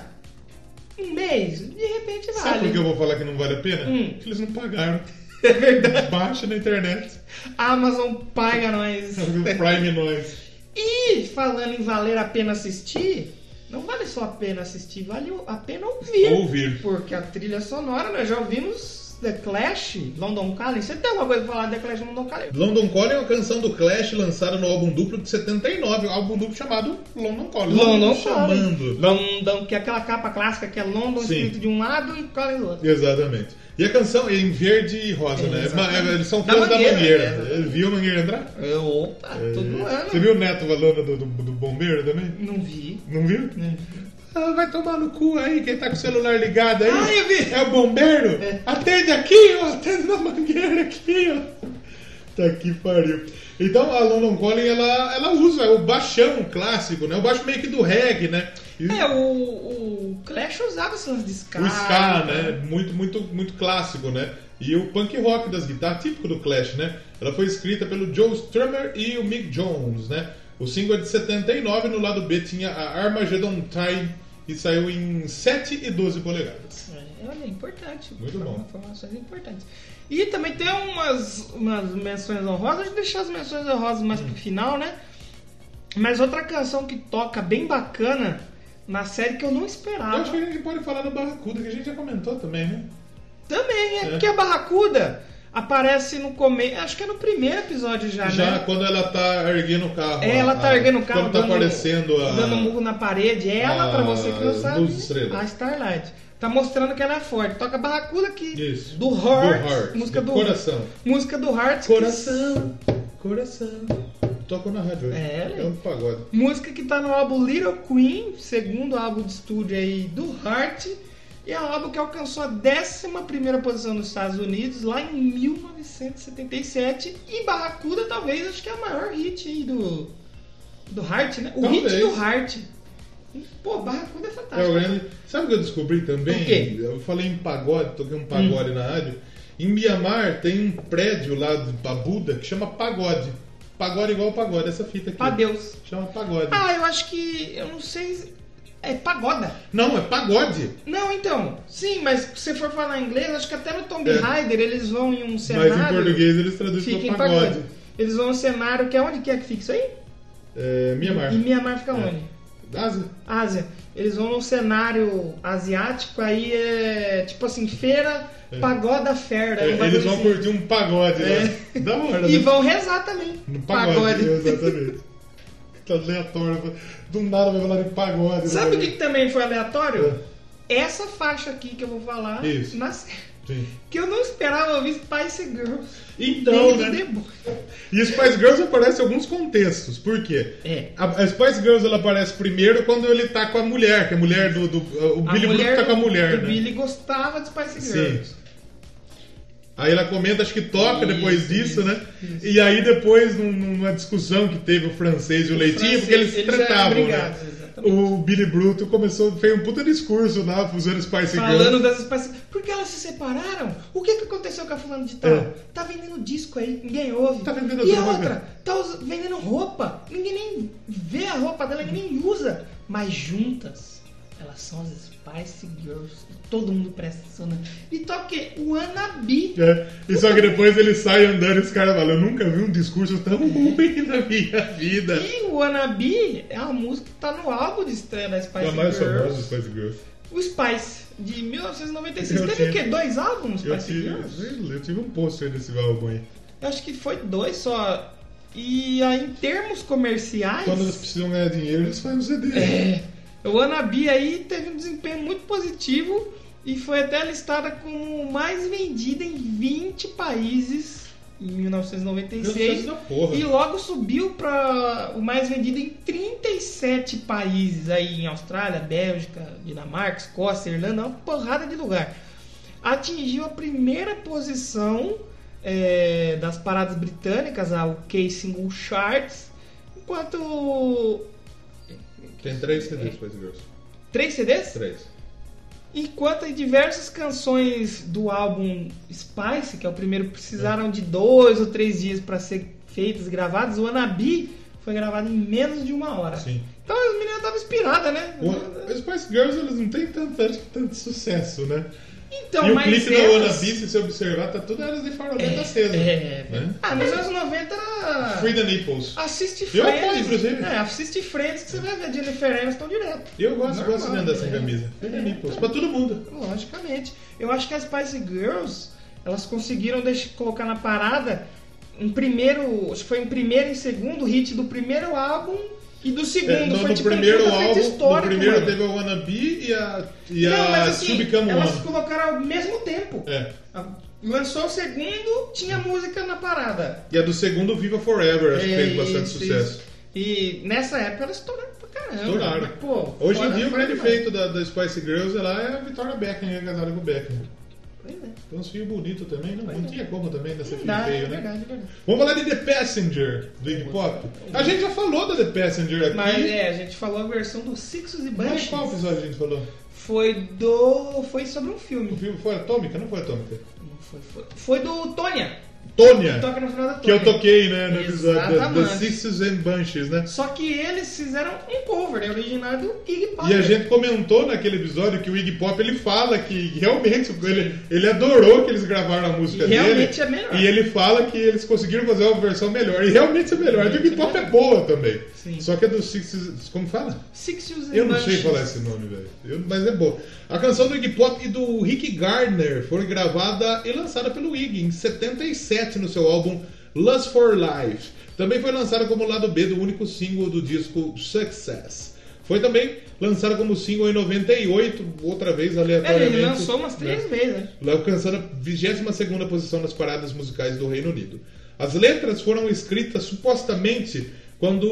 um mês, de repente vale. Sabe por que eu vou falar que não vale a pena? Hum. Porque eles não pagaram. É verdade. Baixa na internet. A Amazon paga nós. Prime nós. E falando em valer a pena assistir, não vale só a pena assistir, vale a pena ouvir. Ouvir. Porque a trilha sonora, nós já ouvimos The Clash, London Calling. Você tem alguma coisa pra falar de The Clash London Calling? London Calling é uma canção do Clash lançada no álbum duplo de 79, um álbum duplo chamado London Calling. chamando. London, que é aquela capa clássica que é London Sim. escrito de um lado e Calling do outro. Exatamente. E a canção é em verde e rosa, É, né? exatamente. Ma- Eles são Da fãs da Mangueira, Mangueira. né? Ele Viu a Mangueira entrar? Opa, todo ano. É. Você viu o Neto falando do, do- do bombeiro também? Não vi. Não viu? Ah, vai tomar no cu aí, quem tá com o celular ligado aí. Ah, eu vi. É o bombeiro? É. Atende aqui, ó. Atende na mangueira aqui, ó. Tá que pariu. Então a London Calling, ela, ela usa o baixão clássico, né? O baixo meio que do reggae, né? E É, o, o Clash é assim, usava esse lance de ska. o ska, né? Muito, muito, muito clássico, né? E o punk rock das guitarras, típico do Clash, né? Ela foi escrita pelo Joe Strummer e o Mick Jones, né? O single é de 79, no lado B tinha a Armageddon Time e saiu em 7 e 12 polegadas. É, Olha, é importante. Muito bom. Informações importantes. E também tem umas, umas menções honrosas. Deixa eu deixar as menções honrosas mais Hum. pro final, né? Mas outra canção que toca bem bacana na série que eu não Eu esperava. acho que a gente pode falar da Barracuda, que a gente já comentou também, né? Também, é, É. porque a Barracuda aparece no começo. Acho que é no primeiro episódio já, Já né? quando ela tá erguendo o carro. É, a- ela tá a- erguendo o carro, Quando tá dando- aparecendo a. Dando um murro na parede. Ela, a- pra você que não Luz sabe, Estrela. a Starlight. Tá mostrando que ela é forte. Toca Barracuda aqui. Isso. Do Heart. Do Heart, Música do, do coração. Música do Heart. que Coração, coração. Tocou na rádio hoje. É, é um pagode. Música que tá no álbum Little Queen, segundo álbum de estúdio aí do Heart. E é um álbum que alcançou a 11 posição nos Estados Unidos lá em 1977. E Barracuda, talvez, acho que é o maior hit aí do, do Heart, né? O Talvez. hit do Heart. Pô, Barracuda é É o fantástico. grande. Sabe o que eu descobri também? O quê? Hum. Eu falei em pagode, toquei um pagode na rádio. Em Mianmar tem um prédio lá do Babuda que chama pagode. Pagode igual pagode, essa fita aqui. Adeus. Chama pagode. Ah, eu acho que. Eu não sei. se- É pagoda. Não, é pagode. Não, então. Sim, mas se você for falar em inglês, acho que até no Tomb É. Raider eles vão em um Mas cenário. em português eles traduzem Fica em como pagode. pagode. Eles vão no cenário que é onde que é que fica isso aí? É, Mianmar. Ah, E Mianmar fica onde? Ásia? Ásia. Eles vão num cenário asiático, aí é tipo assim, feira, pagoda fera. É, um bagulho eles vão assim. curtir um pagode É. né? Da hora, E né? vão rezar também. No pagode. Exatamente. Tá aleatório. Do nada vai falar de pagode. Sabe o né? que que também foi aleatório? Essa faixa aqui que eu vou falar É. Isso. na série. Sim. Que eu não esperava ouvir Spice Girls. Então, desde né? The Boys. E Spice Girls aparece em alguns contextos. Por quê? É. A, a Spice Girls ela aparece primeiro quando ele tá com a mulher, que a mulher do. do- o A Billy Brook tá com a mulher, do né? Billy gostava de Spice Girls. Sim. Aí ela comenta, acho que toca depois disso, né? E aí depois, num- numa discussão que teve o francês e o, francês, Leitinho, porque eles se eles eram tratavam, brigados, né? exatamente. O Billy Bruto começou, fez um puta discurso lá, fusando Spice Falando Girls. das espaças. Por que elas se separaram? O que, que aconteceu com a fulano de tal? É. Tá vendendo disco aí, ninguém ouve. Tá vendendo e a droga. outra? Tá us- vendendo roupa. Ninguém nem vê a roupa dela, ninguém nem usa. Mas juntas, elas são as Spice Girls. Todo mundo presta atenção. né? E toca o quê? O Anabi. É. E só que depois ele sai andando e os caras falam, eu nunca vi um discurso tão ruim na minha vida. E o Anabi é a música que tá no álbum de estreia da Spice É a mais famosa Girls. do Spice Girls. O Spice, de 1996. Eu Teve tive- o quê? Dois álbuns Eu Spice tive, Girls? eu tive um pôster desse álbum aí. Eu acho que foi dois só. E aí, em termos comerciais, Quando eles precisam ganhar dinheiro, eles fazem um CD. É. o Anabi aí teve um desempenho muito positivo e foi até listada como mais vendida em 20 países em 1996. Meu Deus da porra. E logo subiu para o mais vendido em 37 países aí em Austrália, Bélgica, Dinamarca, Escócia, Irlanda, uma porrada de lugar. Atingiu a primeira posição eh, das paradas britânicas, a UK Single Charts, enquanto Tem três CDs Spice Girls. três CDs? Três. Enquanto em diversas canções do álbum Spice, que é o primeiro, precisaram de dois ou três dias para ser feitas, gravadas, o Anabi foi gravado em menos de uma hora. Sim. Então as meninas estavam inspiradas, né? O- Os Spice Girls eles não têm tanto, tanto sucesso, né? Então, e o mas clipe da elas- Wanna Be, se você observar, tá tudo elas de faroleta acesa. É, né? Ah, nos anos 90 era... Free the Nipples. Assiste Eu Friends. apoio, inclusive. É, assiste Friends que você vai ver a Jennifer Aniston direto. Eu gosto, gosto de Normal, andar sem é. camisa. Free the Nipples. Pra todo mundo. Logicamente. Eu acho que as Spice Girls, elas conseguiram deix- colocar na parada um primeiro. Acho que foi em primeiro e segundo hit do primeiro álbum e do segundo. É, no foi no tipo um primeiro puta feito álbum, no histórico, primeiro mano. teve um a Wanna Be e a, e Não, a mas assim, Subcamo elas One. colocaram ao mesmo tempo. É. A- Lançou o segundo, tinha música na parada. E a do segundo, Viva Forever, acho que É, fez bastante isso, sucesso. isso. E nessa época elas estouraram pra caramba. Estouraram. Mas, pô, Hoje em fora- dia o fora grande demais. feito da, da Spice Girls ela é a Vitória Beckham, né, casada com o Beckham. Pois é. Tem uns filhos bonitos também, não, não tinha como também nessa filho Dá, é feio, né? verdade, é verdade. Vamos falar de The Passenger, do Iggy Pop. A gente já falou da The Passenger aqui. Mas é, a gente falou a versão do Sixes e Mas Bunches. qual episódio a gente falou? Foi do. Foi sobre um O filme. filme foi Atômica? Não foi Atômica? Não Foi, foi, foi do Tônia. Tônia, Que toca no final da Tônia. É. que eu toquei, né, no episódio da- da Exatamente. Sisters and Bunches, né? Só que eles fizeram um cover, né? Original do Iggy Pop. E a gente comentou naquele episódio que o Iggy Pop ele fala que realmente ele, ele adorou que eles gravaram a música E realmente dele. é melhor. E ele fala que eles conseguiram fazer uma versão melhor. E realmente é melhor. A do Iggy Pop é boa também. Sim. Só que a do Sixes. Como fala? Six Shoes and Eu não sei é Bunches. falar esse nome, velho. Eu- Mas é boa. A canção do Iggy Pop e do Rick Gardner foi gravada e lançada pelo Iggy em 77 no seu álbum Lust for Life. Também foi lançada como lado B do único single do disco Success. Foi também lançada como single em 98, outra vez É, aleatoriamente. ele lançou umas três né? vezes, né? alcançando a 22 posição nas paradas musicais do Reino Unido. As letras foram escritas supostamente quando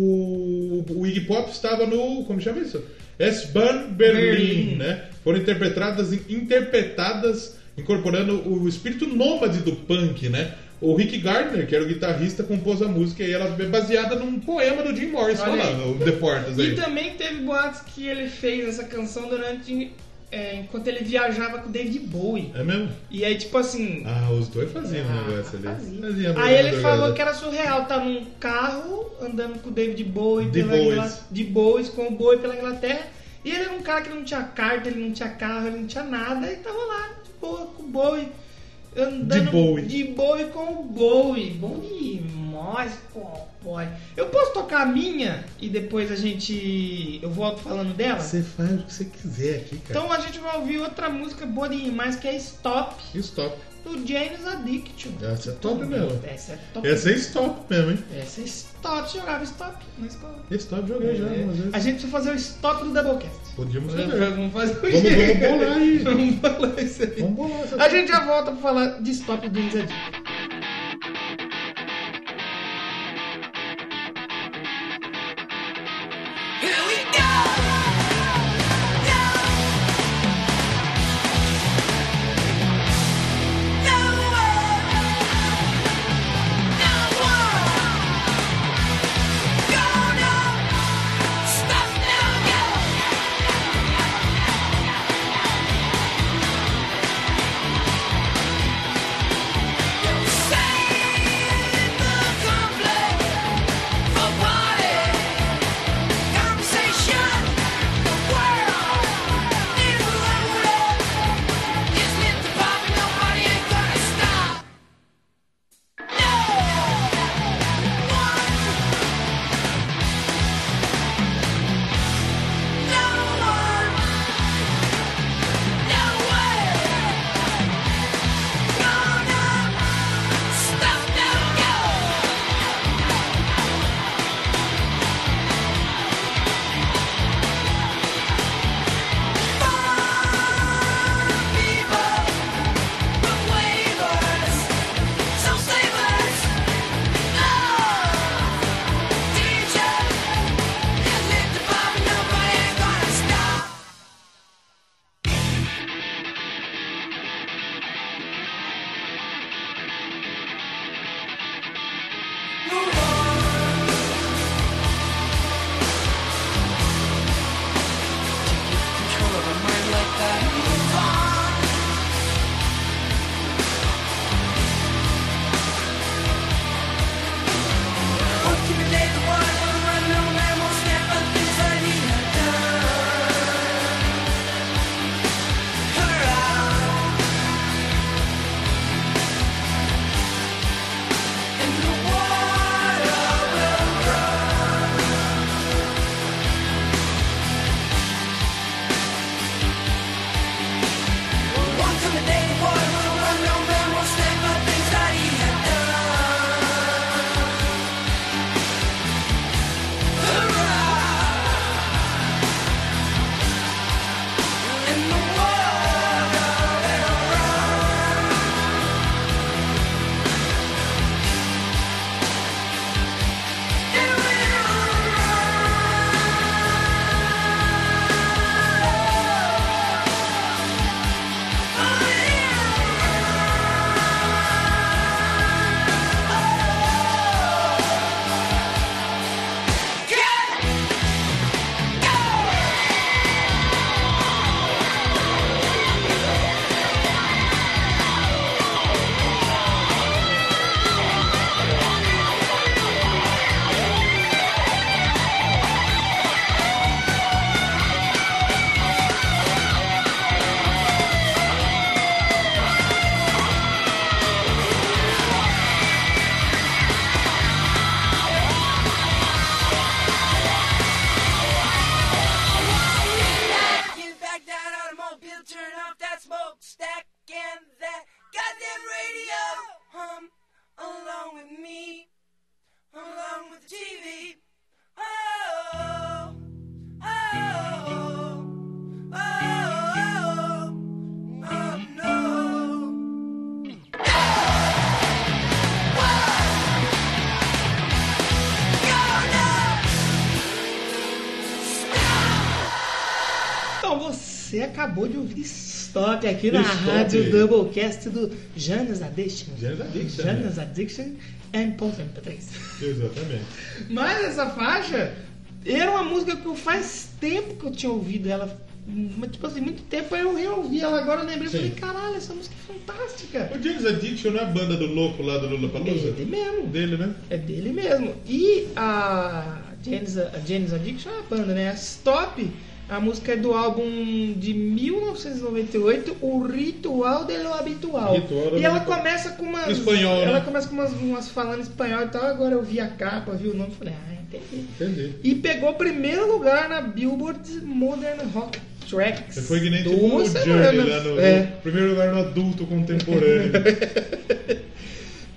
o, o Iggy Pop estava no. Como chama isso? S-Bahn Berlin, Berlin. né? Foram interpretadas, interpretadas incorporando o espírito nômade do punk, né? O Rick Gardner, que era o guitarrista, compôs a música e ela é baseada num poema do Jim Morrison Olha lá, aí. Então- o The Portas aí. E também teve boatos que ele fez essa canção durante. é, enquanto ele viajava com o David Bowie. É mesmo? E aí, tipo assim. Ah, os dois faziam um Ah, negócio ali. fazia. Faziam Aí ele madrugada. falou que era surreal tá num carro andando com o David Bowie De pela Bois. Inglaterra, de Bois com o Bowie pela Inglaterra. E ele era um cara que não tinha carta, ele não tinha carro, ele não tinha nada, e tava lá de boa com o Bowie andando De Bowie. de Bowie com o Bowie. Bom demais, pô, boy. Eu posso tocar a minha e depois a gente eu volto falando dela? Você faz o que você quiser aqui, cara. Então a gente vai ouvir outra música boa demais que é Stop Stop. do James Addiction. Essa é top mesmo. Essa é top. Essa é stop mesmo, hein? Essa é stop, jogava stop na escola. Stop joguei já, É. mas A essa- gente precisa fazer o stop do Doublecast. podíamos saber. Vamos fazer o Vamos- vamos bolar aí. Vamos bolar isso aí. Vamos bolar essa A gente já volta pra falar de stop do Inzadi. No Oh. Control of a mind like that. Move on. What can be dead, what I wanna run, no man will snap at things I need not done. Around. And the water will run. One from the day the water will run, no man will snap at things that he had done. Get back that automobile, turn off that smokestack and that goddamn radio. Hum along with me, along with the TV. Oh, oh, oh, oh, oh, oh, oh no. Então você acabou de ouvir Stop aqui na Stop. rádio Doublecast do Janis Addiction. Janis Addiction, Janis Addiction and Pulse MP3. Exatamente. Mas essa faixa era uma música que eu faz tempo que eu tinha ouvido ela. Mas, tipo assim, muito tempo eu reouvi ela agora, eu lembrei e Sim. falei, caralho, essa música é fantástica. O James Addiction não é a banda do louco lá do Lula É Palusa? dele mesmo. Dele, né? É dele mesmo. E a Janis, a Janis Addiction é uma banda, né? A Stop, a música é do álbum de 1998, O Ritual de lo Habitual. Ritual do e ela Habitual. começa com uma. Espanhol, Ela né? começa com umas, umas falando espanhol e tal. Agora eu vi a capa, vi o nome e falei, ah, entendi. Entendi. E pegou primeiro lugar na Billboard Modern Rock Tracks. Você foi que nem tipo o Duas Journey semanas. lá no, É. no primeiro lugar no adulto contemporâneo.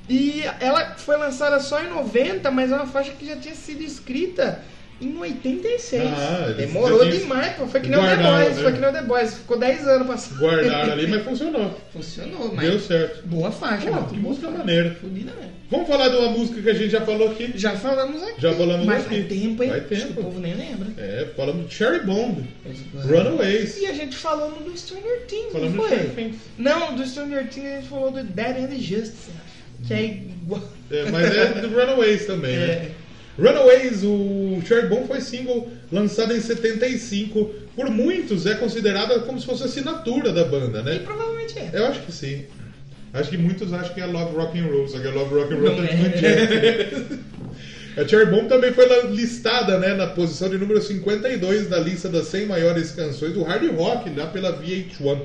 E ela foi lançada só em 90, mas é uma faixa que já tinha sido escrita em 86. Ah, eles Demorou já tinham- demais, pô. Foi que nem o The Guardaram, Boys, né? foi que nem o The Boys. Ficou 10 anos passando. Guardaram ali, mas funcionou. Funcionou, mas. Deu certo. Boa faixa, Pô, mano. que música maneira. Fodida né? mesmo. Vamos falar de uma música que a gente já falou aqui. Já falamos aqui. Já falamos mas aqui. Faz tempo, hein? Faz Acho que tempo. o povo nem lembra. É, falamos de Cherry Bomb, Mas- Runaways. Ah. E a gente falou no do Stranger Things, Falamos não do Stranger foi? Things. Não, do Stranger Things a gente falou do Dead and Justice. Que é igual. É, mas é do Runaways também, É. né? Runaways, o Cherry Bomb foi single lançado em 75. Por muitos é considerada como se fosse a assinatura da banda, E né? provavelmente é. Eu acho que sim. Acho que muitos acham que é Love Rock and Roll, só que é Love Rock and Roll Não tá é. muito jazz. A Cherry Bomb também foi la- listada né, na posição de número 52 da lista das 100 maiores canções do hard rock lá pela VH1.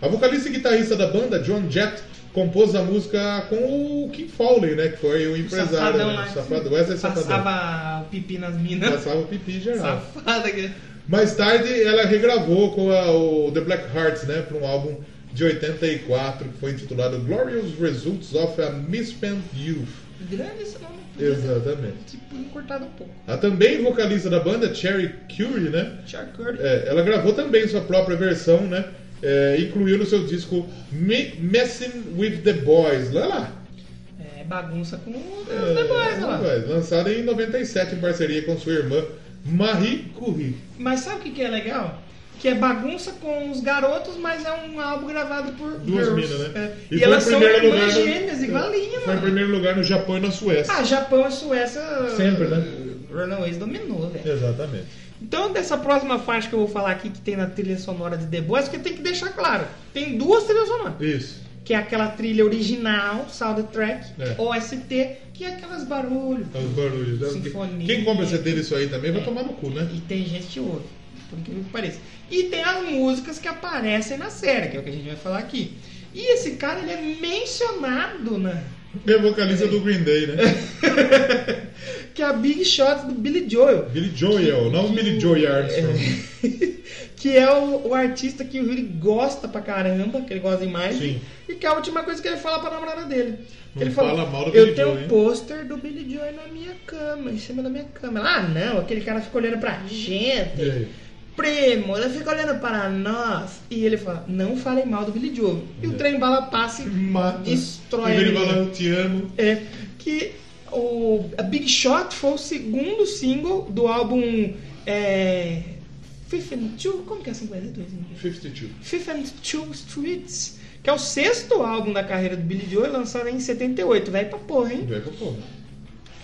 A vocalista e guitarrista da banda, John Jett, compôs a música com o Kim Fowley, né, que foi o empresário, Safadão né, lá. o safado, Wesley Safadão. Passava o pipi nas minas. Passava o pipi geral. Safada que. é Mais tarde, ela regravou com a- o The Black Hearts, né, para um álbum de 84 que foi intitulado Glorious Results of a Misspent Youth. Grande esse nome. podia ser, Exatamente. Tipo, encurtado um pouco. A também vocalista da banda, Cherry Curie, né, Charcord. é, ela gravou também sua própria versão, né, é, incluiu no seu disco Me Messing with the Boys, lá lá. É. bagunça com o É, The Boys, lá. rapaz, lançada em 97 em parceria com sua irmã Marie Curie. Mas sabe o que, que é legal? Que que é bagunça com os garotos, mas é um álbum gravado por Duas girls. minas, né? É. E, foi elas em são primeiro irmãs lugar no- gêmeas, igualinha, Foi em mano. primeiro lugar no Japão e na Suécia. Ah, Japão e Suécia. Sempre, né? Runaways dominou, velho. Exatamente. Então, dessa próxima faixa que eu vou falar aqui, que tem na trilha sonora de The Boys, porque tem que deixar claro: tem duas trilhas sonoras. Isso. Que é aquela trilha original, soundtrack, É. OST, que é aquelas barulhos. Os barulhos. né? Sinfonia. É. Quem compra CD disso aí também vai tomar no cu, né? E tem gente que ouve, por incrível que pareça. E tem as músicas que aparecem na série, que é o que a gente vai falar aqui. E esse cara, ele é mencionado, né? É vocalista do Green Day, né? que é a Big Shot do Billy Joel. Billy Joel, não Billy Joel Armstrong. É. que é o, o artista que o Willy gosta pra caramba, que ele gosta demais. Sim. E que é a última coisa que ele fala pra namorada dele. Não ele fala mal do Eu Billy tenho Joel, um hein?" pôster do Billy Joel na minha cama, em cima da minha cama. Ela, Ah, não, aquele cara fica olhando pra gente. E aí? Primo, ele fica olhando para nós. E ele fala, não falem mal do Billy Joel. E o trem bala passa e Mata. destrói E Ele ele. fala, eu te amo. É que o a Big Shot foi o segundo single do álbum é, 52, como que é 52? 52. 52 Streets, que é o sexto álbum da carreira do Billy Joel, lançado em 78, velho pra porra, hein? Vai pra porra.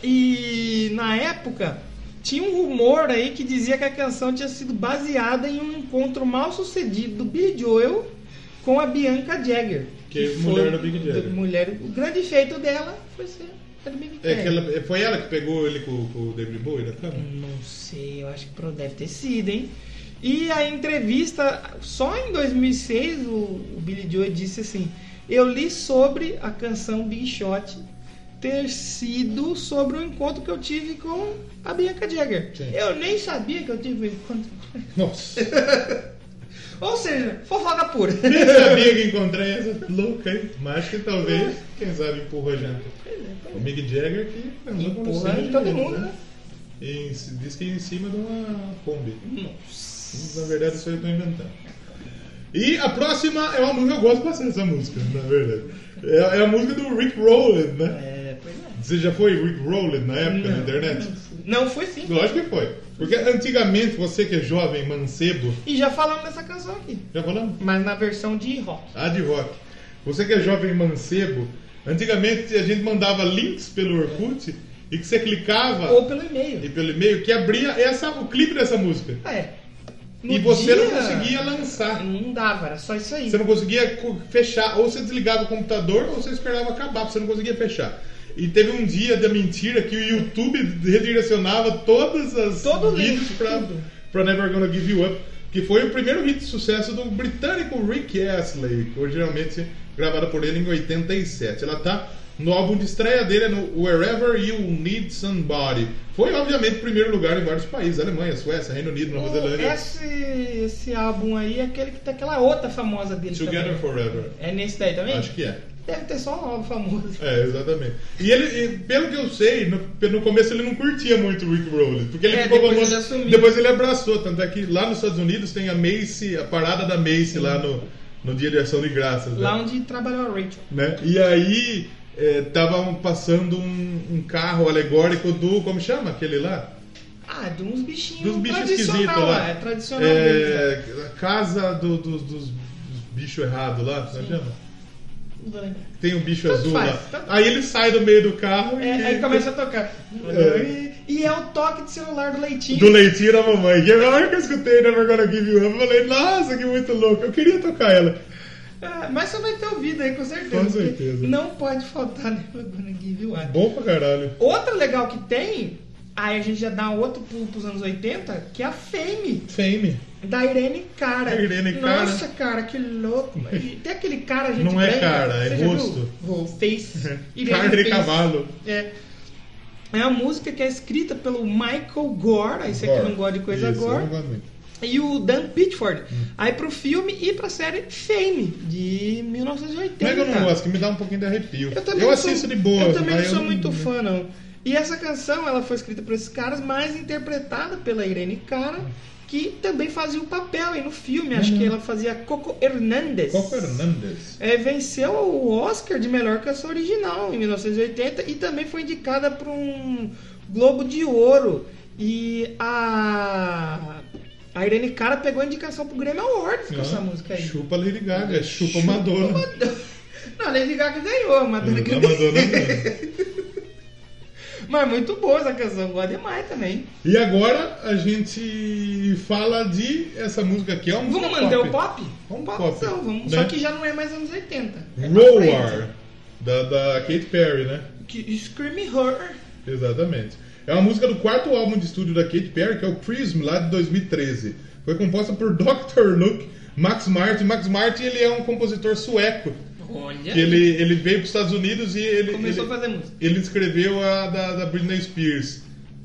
E na época tinha um rumor aí que dizia que a canção tinha sido baseada em um encontro mal sucedido do Billy Joel com a Bianca Jagger. Que é mulher do Mick Jagger. mulher- o grande feito dela foi ser a do Mick É, Jagger. que ela- foi ela que pegou ele com, com o David Bowie na cama? Não sei, eu acho que pro- deve ter sido, hein? E a entrevista, só em 2006 o, o Billy Joel disse assim: Eu li sobre a canção Big Shot ter sido sobre o encontro que eu tive com a Bianca Jagger. Sim. Eu nem sabia que eu tive um encontro. Nossa. Ou seja, fofoca pura. Nem sabia que encontrei essa louca aí. Mas que talvez, quem sabe, empurra a janta. O Mick Jagger que casou com Empurra Lucinda todo Dias, mundo, né? né? E se- diz que é em cima de uma Kombi. Nossa. Na verdade, isso aí eu tô inventando. E a próxima é uma música, eu gosto bastante dessa música, na verdade. É, é a música do Rick Rowland, né? É, pois é. Você já foi Rick Rowland na época na Não, internet? Não foi sim. Lógico que foi. Porque antigamente, você que é jovem, mancebo, E já falamos dessa canção aqui. já falamos? Mas na versão de rock. A de rock. Você que é jovem mancebo, antigamente a gente mandava links pelo Orkut e que você clicava Ou pelo e-mail. e pelo e-mail que abria essa, o clipe dessa música. É. e No você não dia- conseguia lançar. Não dava, era só isso aí. Você não conseguia co- fechar. Ou você desligava o computador ou você esperava acabar, porque você não conseguia fechar. E teve um dia da mentira que o YouTube redirecionava todas as Todo o link, vídeos pra, tudo. pra Never Gonna Give You Up, que foi o primeiro hit de sucesso do britânico Rick Astley, que originalmente gravada por ele em 87. Ela tá no álbum de estreia dele, é no Wherever You Need Somebody. Foi, obviamente, primeiro lugar em vários países: Alemanha, Suécia, Reino Unido, Oh, Nova Zelândia. Esse, esse álbum aí é aquele que tem aquela outra famosa dele. Together também. Forever. É nesse daí também? Acho que é. Deve ter só um álbum famoso. É, exatamente. E ele, e pelo que eu sei, no, no começo ele não curtia muito o Rick Rowland, porque ele É, ficou depois famoso- ele assumiu. depois ele abraçou, tanto é que lá nos Estados Unidos tem a Macy, a parada da Macy lá no, no dia de ação de graças. Lá um- né? onde trabalhou a Rachel. Né? E aí estavam passando um, um carro alegórico do. Como chama aquele lá? Ah, de uns bichinhos. Dos bichos esquisitos tradicional, lá. É tradicional É, deles. né? a casa do- dos- dos, dos bichos errados lá, como é chama? Não vou lembrar. Tem um bicho Tanto azul faz, lá. tanto Aí ele sai do meio do carro É, e. aí começa a tocar. É. E é o toque de celular do Leitinho. Do leitinho da mamãe. E a hora que eu escutei Never Gonna Give You Up, eu falei, nossa, que muito louco, eu queria tocar ela. Ah, mas você vai ter ouvido aí, com certeza. Com porque certeza. Não pode faltar Never Gonna Give You Up. É Bom pra caralho. Outra legal que tem, aí a gente já dá um outro pulo pros anos 80, que é a Fame, Fame. da Irene Cara. Da Irene Cara. Nossa, cara, que louco. mano. Tem aquele cara, gente. Não é branca, cara, é você já viu? rosto. Ro- Face. Irene É. Carne Face. de cavalo. É. É uma música que é escrita pelo Michael Gore, aí você que não gosta de coisa Isso, eu Gore, não gosto Hum. muito. e o Dan Pitchford. Aí pro filme e pra série Fame, de 1980. Como é que eu não gosto? Que me dá um pouquinho de arrepio. Eu também não sou- assisto de boa. Eu também mas não sou muito fã, não. E essa canção, ela foi escrita por esses caras, mas interpretada pela Irene Cara, que também fazia o papel aí no filme. Acho que ela fazia Coco Hernández. Uhum. Coco Hernandes. É, venceu o Oscar de melhor canção original em 1980 e também foi indicada para um Globo de Ouro. E a A Irene Cara pegou a indicação pro Grêmio Awards com Ah, essa música aí. Chupa Lady Gaga, chupa Madonna. Não, a Lady Gaga ganhou, a Madonna Madonna, ganhou. Madonna. Mas é muito boa essa canção, gosto demais também. E agora a gente fala de essa música aqui. É uma Vamos música manter pop. o pop? Vamos Popzão, pop, vamos. né? Só que já não é mais anos 80. É pra Roar, da, da Katy Perry, né? frente. Que Scream Horror. Exatamente. É uma música do quarto álbum de estúdio da Katy Perry, que é o Prism, lá de 2013. Foi composta por Dr. Luke, Max Martin. Max Martin ele é um compositor sueco. Olha. Que ele, ele veio para os Estados Unidos e ele, Começou ele, a fazer música. ele escreveu a da, da Britney Spears.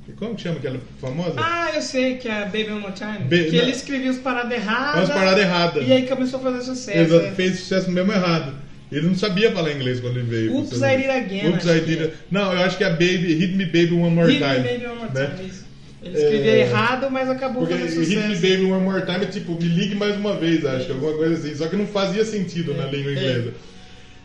E Como que chama aquela famosa? Ah, eu sei que é Baby One More Time. Be- que não. ele escrevia os paradas erradas. As paradas erradas. E aí começou a fazer sucesso. Exato, é. fez sucesso mesmo errado. Ele não sabia falar inglês quando ele veio. Oops, pros Estados I Did Unidos. Again, Oops, acho I que Did é. Again. Não, eu acho que é Baby, Hit Me Baby One More Hit Me, Time. Baby One More né? Time, isso. Ele escrevia É. errado, mas acabou Porque fazendo Hit Me sucesso. Baby One More Time é tipo, me ligue mais uma vez, acho que alguma coisa assim. Só que não fazia sentido É, na língua inglesa.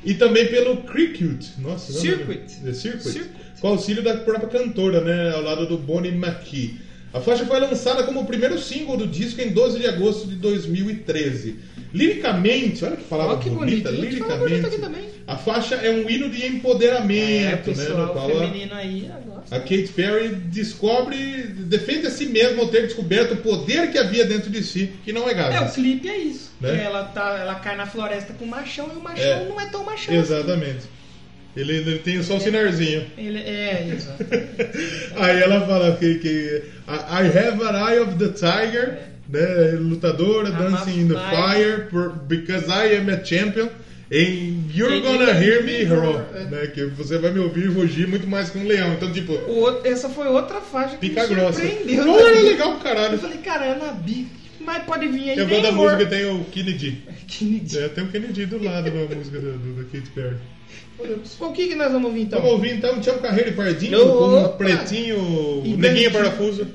E também pelo Cricut. Nossa, não é Circuit. nome? É Circuit. Circuit. Com auxílio da própria cantora, né? Ao lado do Bonnie McKee. A faixa foi lançada como o primeiro single do disco em 12 de agosto de 2013. Liricamente, olha que palavra Ó, que bonita, bonito. Fala bonito liricamente. aqui também. A faixa é um hino de empoderamento, É, né? Ah. pessoal, No o qual a- feminino aí agora. a Kate Perry descobre, defende a si mesma ao ter descoberto o poder que havia dentro de si, que não É, é o gás. clipe é isso. Né? Que Ela, tá, ela cai na floresta com o machão e o machão É. não é tão machão. Exatamente. Ele, ele tem só o sinarzinho. assim. Ele, é, exato. Aí ela fala que, que "I- I have an eye of the tiger, né? Lutadora, a dancing in the fire. fire, por- because I am a champion. And you're And gonna you hear can me hear roar, me. né? Que você vai me ouvir rugir muito mais que um leão. Então, tipo, O outro- essa foi outra faixa que pica me grossa. surpreendeu. Roar é também. legal pro Eu caralho. falei, cara, é na bica. Mas pode vir aí. Eu nem gosto da for. música, tem o Kennedy. Que me diz. É, tem o Kennedy do lado na música do, do, do Katy Perry. O que, que nós vamos ouvir então? É. Vamos ouvir então Tiago Carreiro e Pardinho Opa! com o Pretinho, E Branquinho. Neguinho Parafuso.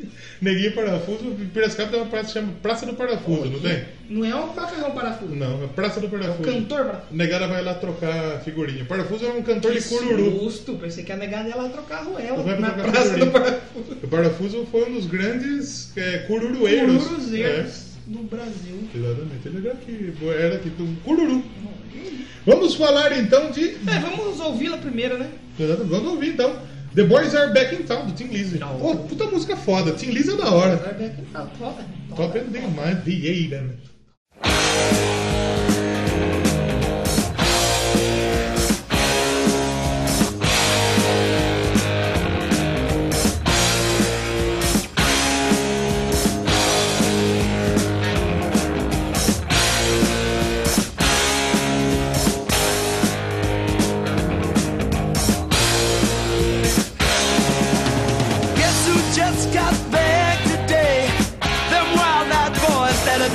Neguinho Parafuso, em Piracicaba tem uma praça que chama Praça do Parafuso, não tem? Não é um macarrão parafuso. Não, é Praça do Parafuso. um Cantor parafuso. Negada vai lá trocar figurinha. Parafuso é um cantor de cururu. Justo, pensei que a negada ia lá trocar Ela ruela vai na trocar praça do figurinha. parafuso. O Parafuso foi um dos grandes é, cururueiros. É. Cururuzeiros do Brasil. Exatamente, ele era aqui, era aqui do cururu. Vamos falar então de É, vamos ouvi-la primeiro, né? Exato, Vamos ouvir então. The Boys Are Back in Town, do Tim Lizzy. Não. Pô, puta música foda. Tim Lizzy é da hora. Vai ver aqui, tá, toca. Top é demais. Vieira, né? Guess who just got back today? Them wild-eyed boys that had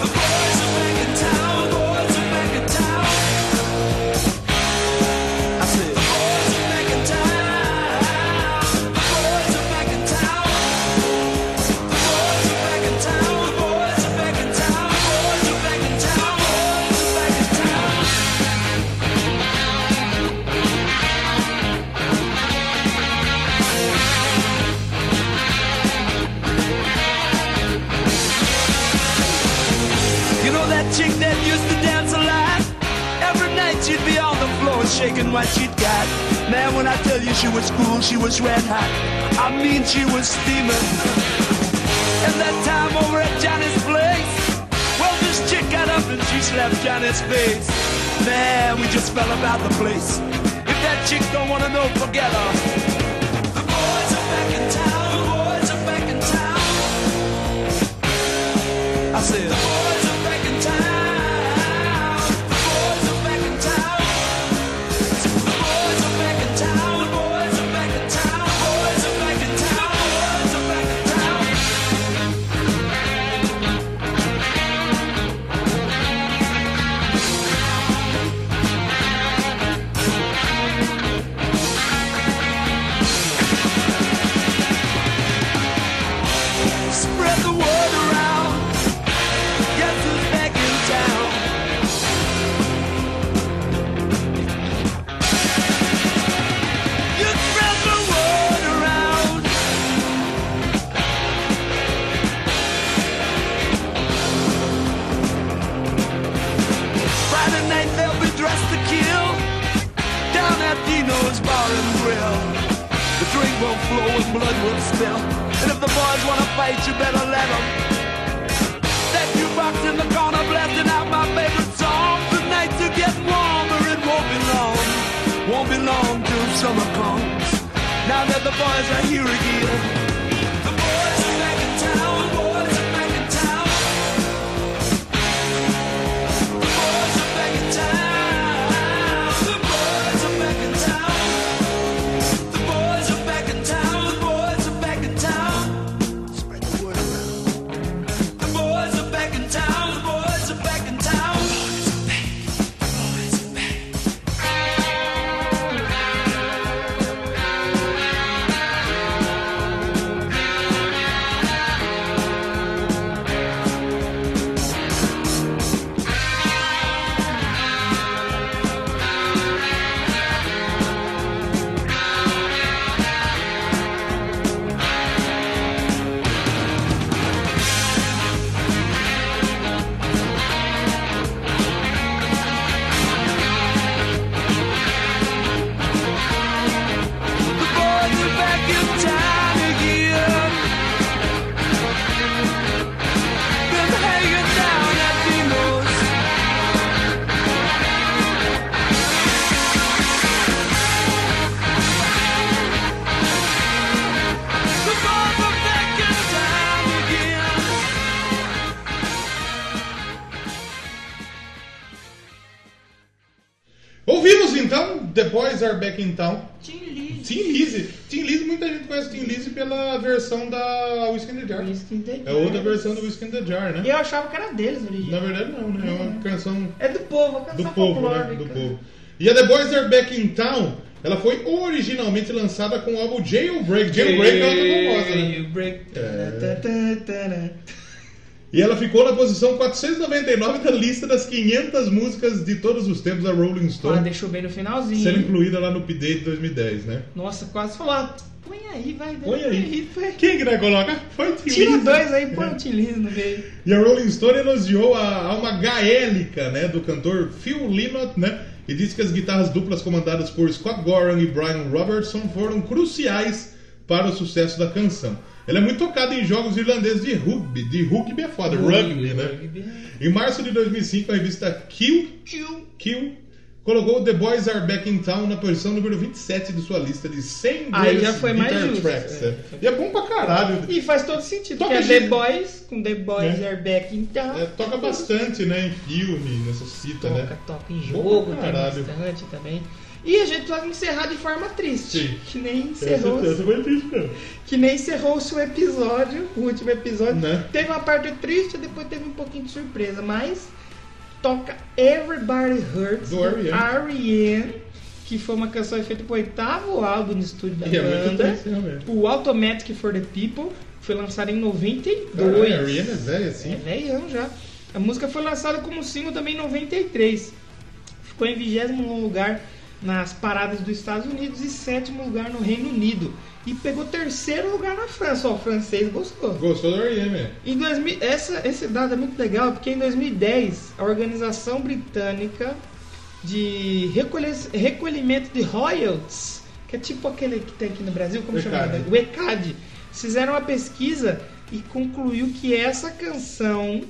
The boys are back in town, boys are back in town. I said, the boys are back in town. The boys are back in town. The boys are back in town. The boys are back in town. The boys are back in town. The boys are back in town. You know that chick that used to dance a lot? Every night she'd be on the floor shaking what she'd got. Man, when I tell you she was cool, she was red hot. I mean, she was steaming. And that time over at Johnny's place, well, this chick got up and she slapped Johnny's face. Man, we just fell about the place. If that chick don't wanna know, forget her. The boys are back in town. The boys are back in town. I said, The boys are back in town. The boys are back in town. The boys are back in town. The boys are back in town. The boys are back in town. The boys are back in town. Tonight they'll be dressed to kill down at Dino's Bar and Grill. The drink won't flow and blood will spill. And if the boys wanna fight, you better let 'em. That jukebox in the corner blasting out my favorite song. The nights are getting warmer, it won't be long. Won't be long till summer comes. Now that the boys are here again. The boys are back in town, boys are back in town. The boys are back in town. The boys are back in town. The boys are back in town. The boys are back in town. Spread the word around. The boys are back in town. The boys are back in town. Boys are back. Boys are back. The boys are back in town again. Been hanging down at Dino's. The boys are back in town again. Ouvimos então The Boys Are Back in Town. Tim Lizzy. Tim Lizzy, muita gente conhece Tim Lizzy pela versão da Whiskey in the Jar. É outra versão do Whiskey in the Jar, E né? eu achava que era deles Na original. verdade não, né? É uma canção É do povo, a do canção povo, né? folclórica. Do povo. E a The Boys Are Back in Town, ela foi originalmente lançada com o álbum Jailbreak. Jailbreak é outra famosa, né? Break. Tá, tá, É. tá, tá. E ela ficou na posição 499 da lista das 500 músicas de todos os tempos da Rolling Ah, Stone, deixou bem no sendo finalzinho. incluída lá no update 2010, né? Nossa, quase falar. Põe aí, vai, vai. Põe aí. põe aí. Quem que vai colocar? Foi Tim Tira Lizzy. dois aí, põe o Tiliz no meio. E a Rolling Stone elogiou a alma gaélica né, do cantor Phil Lynott, né? E disse que as guitarras duplas comandadas por Scott Gorham e Brian Robertson foram cruciais para o sucesso da canção. Ela é muito tocada em jogos irlandeses de rugby, de rugby é foda, rugby, né? Em março de 2005, a revista Kill, Kill, colocou The Boys Are Back in Town na posição número 27 de sua lista de 100 Aí Greatest já foi mais Guitar justo, Tracks. é. né? E é bom pra caralho. né? E faz todo sentido, Toca porque é gíria. The Boys, com The Boys É. Are Back, então... É, toca bastante, né? Em filme, necessita, Toca, né? toca em Bom jogo, pra tem caralho. bastante também. E a gente pode encerrar de forma triste, Sim. que nem É, encerrou... foi triste, cara. Que nem encerrou-se o episódio, o último episódio. Né? Teve uma parte triste, depois teve um pouquinho de surpresa, mas toca Everybody Hurts Do R.E.M.. R.E.M., que foi uma canção feita pro oitavo álbum de estúdio da E é muito banda. triste, realmente. o Automatic for the People foi lançado em 92. Caralho, a Rihanna é velha, É assim. velhão já. A música foi lançada como single também em 93. Ficou em 20 lugar nas paradas dos Estados Unidos e sétimo lugar no Reino Unido. E pegou terceiro lugar na França. Ó, o francês gostou. Gostou da Rihanna? Em 2000, essa, esse dado é muito legal porque em 2010 a organização britânica de recolhe- recolhimento de royalties, que é tipo aquele que tem aqui no Brasil, como chama? ECAD. O ECAD, fizeram uma pesquisa e concluiu que essa canção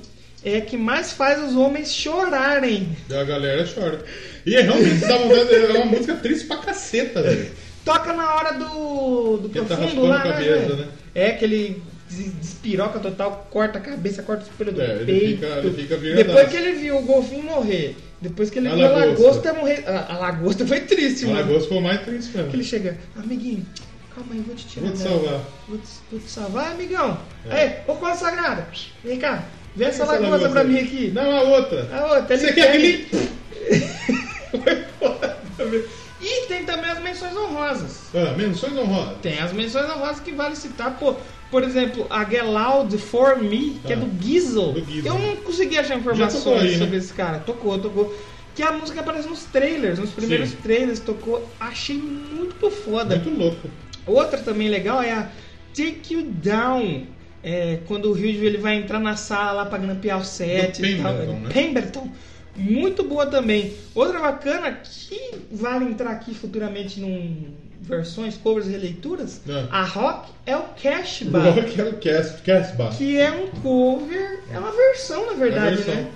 é a que mais faz os homens chorarem. A galera chora. E é realmente, dá vontade, é uma música triste pra caceta, velho. Toca na hora do, do Que tá profundo raspando lá, a cabeça, velho? né? É aquele des- despiroca total, corta a cabeça, corta os pelos do É, ele peito. fica- ele fica viradaço. depois que ele viu o golfinho morrer, depois que ele A viu a lagosta. lagosta morrer. A, a lagosta foi triste, O mano. negócio foi mais triste, Que ele mesmo. chega, amiguinho, calma aí, vou te tirar. Vou te dela. salvar. Vou te, vou te salvar, amigão. É. Aí, ô cola sagrada, vem cá, vê essa Essa lagosta lagosta pra aí. mim aqui. Ah, Não, a outra. A outra, Você ele quer pega aquele- e- Foi embora também. E tem também as menções honrosas. Ah, menções honrosas. Tem as menções honrosas que vale citar, pô. Por exemplo, a Get Loud For Me, que é Ah, do Guizzo. do Guizzo. Eu não consegui achar tocou informações aí, né? sobre esse cara. Tocou, tocou. Que é a música aparece nos trailers, nos primeiros Sim. trailers, tocou. Achei muito foda. Muito É louco. Outra também legal é a Take You Down. É, quando o Hughes ele vai entrar na sala lá pra grampear o set Do e tal. Pemberton, né? Pemberton. muito boa também. Outra bacana que vale entrar aqui futuramente num versões, covers e releituras, Ah. a Rock é o Cash Bar, Rock é o Cast, Cast Bar. que é um cover, é uma versão na verdade, É versão. né?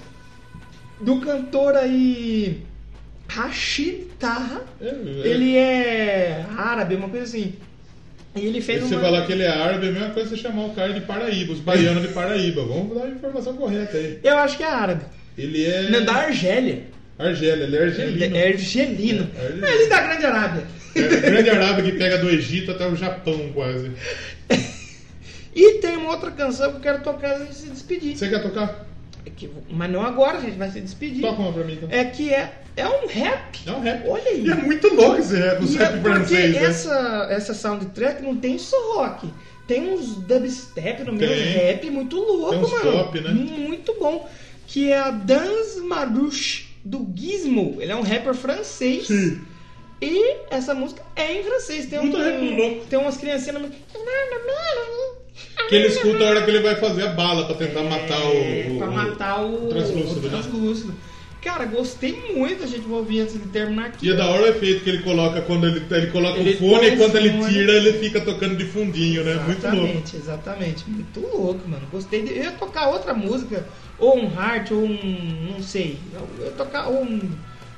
Do cantor aí Rashid Taha. É, é- Ele é árabe, uma coisa assim. E ele Se fez você uma... falar que ele é árabe, é a mesma coisa que você chamar o cara de Paraíba, os baianos de Paraíba. Vamos dar a informação correta aí. Eu acho que é árabe. Ele é. Não, da Argélia. Argélia, ele é argelino. É argelino. É, argelino. Mas Ele é da Grande Arábia. É o grande arábia que pega do Egito até o Japão, quase. E tem uma outra canção que eu quero tocar antes de se despedir. Você quer tocar? É que- Mas não agora, gente, vai se despedir. Toca uma pra mim então. É que é, é um rap. É um rap. Olha aí. E é muito louco esse rap, os E rap é porque francês, né? essa, essa soundtrack não tem só rock. Tem uns dubstep no meio, Tem. rap muito louco, Tem uns mano. pop, né? Muito bom. Que é a Dans Marouche do Gizmo. Ele é um rapper francês. Sim. E essa música é em francês. Tem, Muito rap louco. tem umas criancinhas no Que ele escuta a hora que ele vai fazer a bala pra tentar matar É, o. o- pra matar o, translúcido, o né? translúcido. Cara, gostei muito. A gente vai ouvir antes de terminar aqui. E é da hora o efeito que ele coloca quando ele, ele coloca Ele o fone põe e quando o ele fone. tira, ele fica tocando de fundinho, né? Muito louco. Exatamente, exatamente. Muito louco, mano. Gostei. De... Eu ia tocar outra música, ou um Heart, ou um. não sei. Eu ia tocar ou um.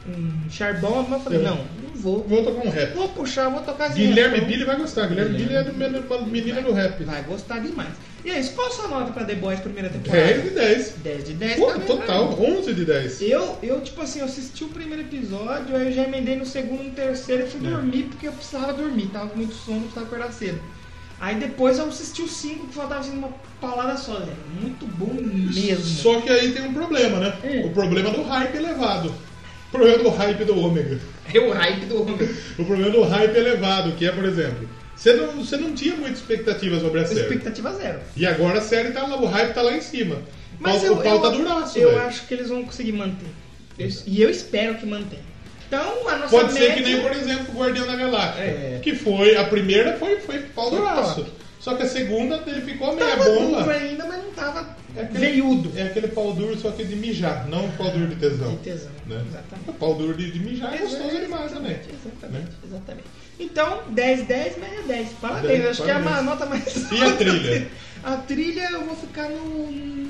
um Charbon, mas eu falei, Eu- não, não vou. É. Vou tocar um rap. Vou puxar, vou tocar esse Guilherme refrão. Billy vai gostar. Guilherme Billy é do menino- menino do rap. Vai gostar demais. E é isso, qual a sua nota pra The Boys primeira temporada? 10 de Tá 10. 10 de 10 É. Pô, também, né? total, 11 de 10. Eu, eu, tipo assim, eu assisti o primeiro episódio, aí eu já emendei no segundo, no terceiro e fui É. dormir, porque eu precisava dormir, tava com muito sono, precisava acordar cedo. Aí depois eu assisti os cinco, que faltava assim, uma paulada só, velho. Muito bom mesmo. Só que aí tem um problema, né? Hum. O problema do hype elevado. O problema do hype do ômega. É o hype do homem. O problema do hype elevado, que é, por exemplo, você não, você não tinha muita expectativa sobre a série. Expectativa zero. E agora a série tá lá, o hype tá lá em cima. Mas o eu, pau, o pau eu, tá duraço, eu velho. acho que eles vão conseguir manter. Eu- e eu espero que mantenha. Então, a nossa Pode ser média... que nem, por exemplo, o Guardião da Galáxia. É. Que foi, a primeira foi, foi pau Foi duraço. top. Só que a segunda ele ficou meia Tava duro bomba. ainda, mas não tava É aquele- veiudo. É aquele pau duro, só que de mijar, não um pau duro de tesão. De tesão, né? exatamente. O pau duro de, de mijar é gostoso demais também. Né? Exatamente, exatamente, exatamente. Então, 10, 10, meia 10. Parabéns, Dez, acho que é uma parabéns. nota mais. E a trilha? A trilha eu vou ficar no.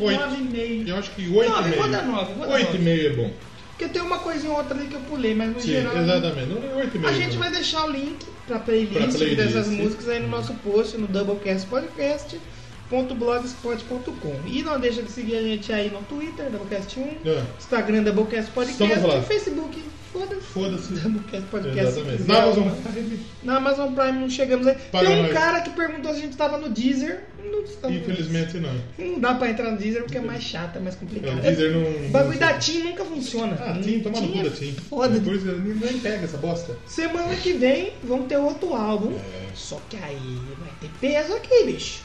Oito. 9,5. Eu acho que Nove, vou dar nove, vou dar 8,5. nove. 8,5 é bom. Porque tem uma coisinha ou outra ali que eu pulei, mas no Sim, geral. exatamente. 8,5. A gente vai deixar o link pra playlist, Pra playlist. dessas músicas aí no nosso post no doublecastpodcast.blogspot.com E não deixa de seguir a gente aí no Twitter, Doublecast1, É. Instagram, Doublecast Podcast, Estamos lá. e Facebook, foda-se. Foda-se. Doublecast Podcast. se Exatamente. quiser. Na Amazon. Na Amazon Prime não chegamos aí. Paga Tem um nós. cara que perguntou se a gente tava no Deezer. Não estamos. Infelizmente não. Não dá pra entrar no Deezer porque é mais chato, é mais complicado. É, o Deezer não- O bagulho da TIM nunca funciona. Ah, Tim, toma no cu é da Tim. Foda. Depois nem nem pega essa bosta. Semana que vem vamos ter outro álbum. É. Só que aí vai ter peso aqui, bicho.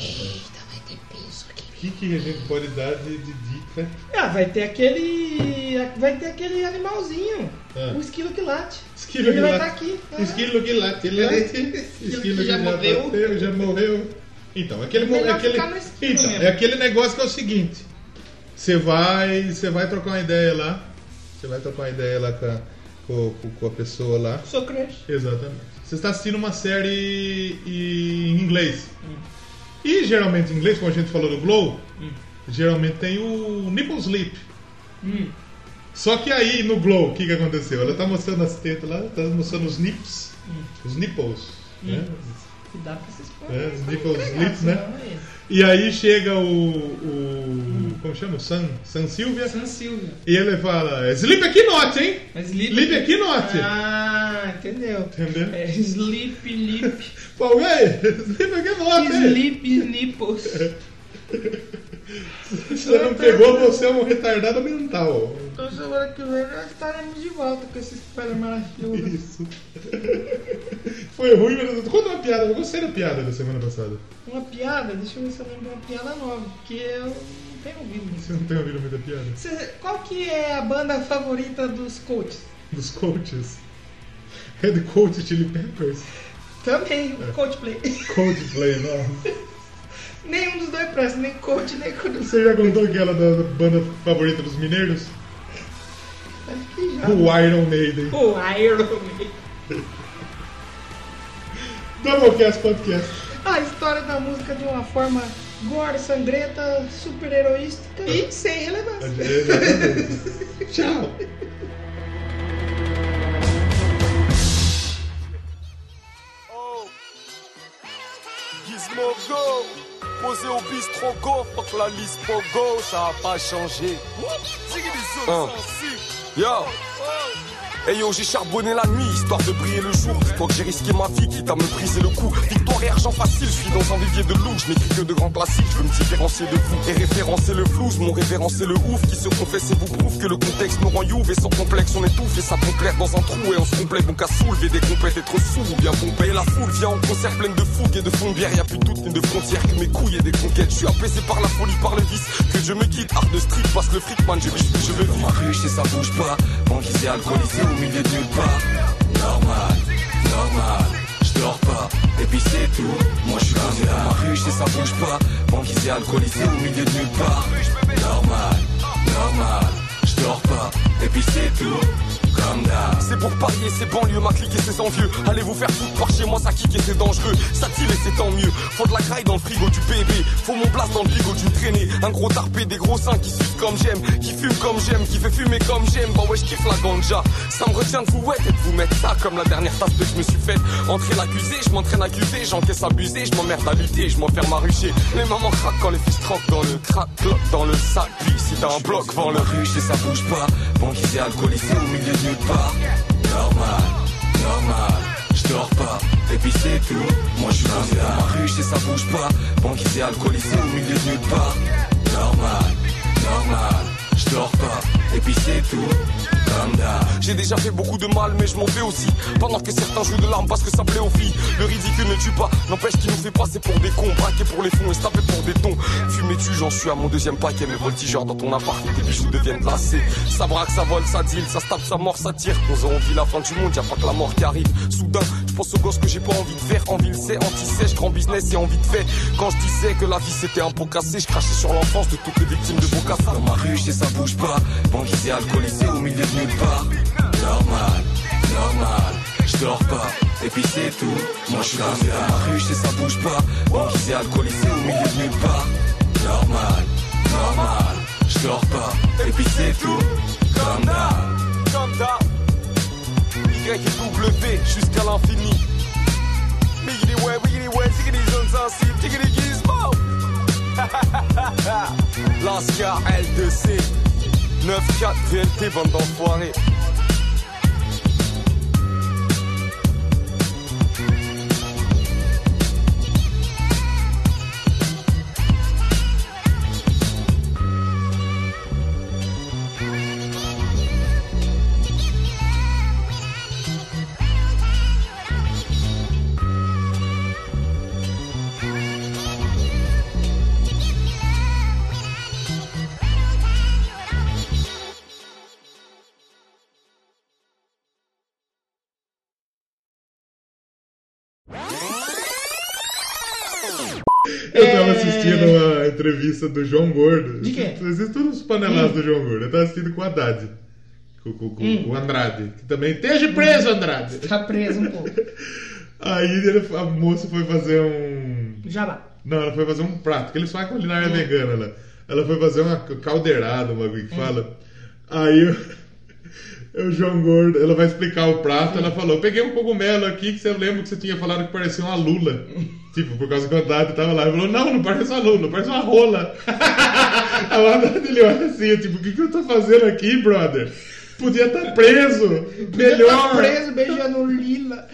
Eita, vai ter peso aqui. O que, que a gente pode dar de, de dica? Ah, vai ter aquele. Vai ter aquele animalzinho. Ah. O esquilo que late. Esquilo Ele que vai late. estar aqui. Ah. Esquilo que late, late. Esquilo que já já morreu. bateu, já morreu. Então, aquele, mo- Melhor aquele, ficar no esquilo então, mesmo. é aquele negócio que é o seguinte. Você vai, você vai trocar uma ideia lá. Você vai trocar uma ideia lá com a, com, com- com a pessoa lá. É. Sou crush. Exatamente. Você está assistindo uma série em inglês. Hum. E geralmente em inglês, como a gente falou do Glow, geralmente tem o nipple slip. Hum, Só que aí no Glow, o que, que aconteceu? Ela tá mostrando as tetas lá, tá mostrando os nips, os nipples. Né? Hum. Que dá pra se expor. É, mas Nicholas pode entregar, Lips, né? senão é isso. E aí chega o. o como chama? O San, San Silvia. San Silvia. E ele fala: "É Sleep aqui note, hein? Mas Lip. Sleep aqui note. Ah, entendeu? Entendeu? É, sleep, lip. Pô, velho, Sleep aqui note, hein? sleep, nipples. Você né? não pegou, você é um retardado mental. Então semana que vem nós estaremos de volta com esse espelho maravilhoso. Isso. Foi ruim, mas conta uma piada. Eu gostei da piada da semana passada. Uma piada, deixa eu ver se eu lembro uma piada nova, porque eu não tenho ouvido isso. Você não tem ouvido muita piada? Cê- Qual que é a banda favorita dos coaches? Dos coaches. Red Coach Chili Peppers. É. Também, o Coldplay. Coldplay, nossa. Nenhum dos dois presta, nem coach, nem cruz. Você já contou aquela da da banda favorita dos mineiros? Acho que já. O Iron Maiden. O Iron Man. Doublecast Podcast. A história da música de uma forma gore, sangrenta, super heroística e sem relevância. É, Exatamente. Tchau. Gizmo Go, posé au bistrot Go, fuck la liste pour Go, ça a pas changé. Hein. Yo. Hey Eh yo, j'ai charbonné la nuit, histoire de briller le jour. Tant que j'ai risqué ma vie, quitte à me briser le cou. Victoire et argent facile, je suis dans un vivier de loup. Je n'écris que de grands classiques, je veux me différencier de vous. Et référencer le flouze, mon référencé le ouf. Qui se confesse et vous prouve que le contexte nous rend youve. Et sans complexe, on étouffe et ça pompe l'air dans un trou. Et on se complète, donc à soulever des compètes, être sourd. Ou bien pomper la foule, viens en concert pleine de fougue et de fond de bière. Y a plus de doute ni de frontières que mes couilles et des conquêtes. Je suis apaisé par la folie, par le vice. Que je me quitte, art de street, passe le fric, man, je, je, je le vis. Ma ruche et ça bouge pas, enlisé, alcoolisé au milieu de nulle part. Normal, normal, je dors pas, et puis c'est tout. Moi je suis posé dans ma ruche et ça bouge pas, enlisé, alcoolisé au milieu de nulle part. Normal, normal, je dors pas, et puis c'est tout. Comme d'hab. C'est pour parier ces banlieues, ma clique et ses envieux. Allez vous faire foutre par chez moi, ça kick et c'est dangereux. Ça tire et c'est tant mieux. Faut de la graille dans le frigo du bébé. Faut mon place dans le frigo d'une traînée. Un gros tarpé, des gros seins qui sucent comme j'aime. Qui fume comme j'aime, qui fait fumer comme j'aime. Bah ouais, je kiffe la ganja. Ça me retient de vous ouais et de vous mettre ça comme la dernière tasse que je me suis faite. Entrer l'accusé, je m'entraîne accusé, j'encaisse abusé, je m'emmerde à lutter, je m'enferme à rucher. Les mamans craquent quand les fils troquent dans le crack, cloc dans le sac. Puis si t'as un bloc, vend le ruche et ça bouge pas. Banquisé, alcoolisé au milieu de nulle part. Normal, normal, je dors pas. Et puis c'est tout, moi je suis posé dans ma ruche et ça bouge pas. Banquisé, alcoolisé au milieu de nulle part. Normal, normal, je dors pas. Et puis c'est tout. Comme d'hab. J'ai déjà fait beaucoup de mal, mais je m'en fais aussi. Pendant que certains jouent de l'arme parce que ça plaît aux filles. Le ridicule ne tue pas, n'empêche qu'il nous fait passer pour des cons. Braquer pour les fonds et se taper pour des tons. Fumer tu, j'en suis à mon deuxième paquet. Mes voltigeurs dans ton appart, tes bijoux deviennent glacés. Ça braque, ça vole, ça deal, ça se tape, ça mord, ça tire. On envie la fin du monde, y'a pas que la mort qui arrive. Soudain, je pense aux gosses que j'ai pas envie de faire. En ville, c'est anti-sèche, grand business et envie de faire. Quand je disais que la vie c'était un pot cassé, je crachais sur l'enfance de toutes les victimes de Bocassa. Dans ma ruche et ça bouge pas. Banquisé, alcoolisé au milieu de nulle part. Normal, normal, je dors pas. Et puis c'est tout. Moi je suis posé dans ma ruche et ça bouge pas. Banquisé, alcoolisé au milieu de nulle part. Normal, normal, je dors pas. Et puis c'est tout. Comme d'hab, comme d'hab. Y et W jusqu'à l'infini. Miggity way, wiggity way, ziggity zone sensible, tiggity gizmo. L'Ascar L2C 9-4 VLT, bande d'enfoirés. Eu tava assistindo uma entrevista do João Gordo. É. De quê? Existem todos os panelados do João Gordo. Eu tava assistindo com o Haddad. Com, com- com o Andrade. Que também. Esteja preso, Andrade! Tá preso um pouco. Aí ele- a moça foi fazer um. Já lá. Não, ela foi fazer um prato, que eles falam que a culinária é vegana lá. Ela foi fazer uma caldeirada, uma que fala. Aí o, o João Gordo, ela vai explicar o prato, ela falou, peguei um cogumelo aqui que você lembra que você tinha falado que parecia uma lula. tipo, por causa que o Haddad tava lá. Ele falou, não, não parece uma lula, parece uma rola. Aí o Haddad ele olha assim, tipo, o que, que eu tô fazendo aqui, brother? Podia estar preso, melhor. Tá preso beijando o Lila.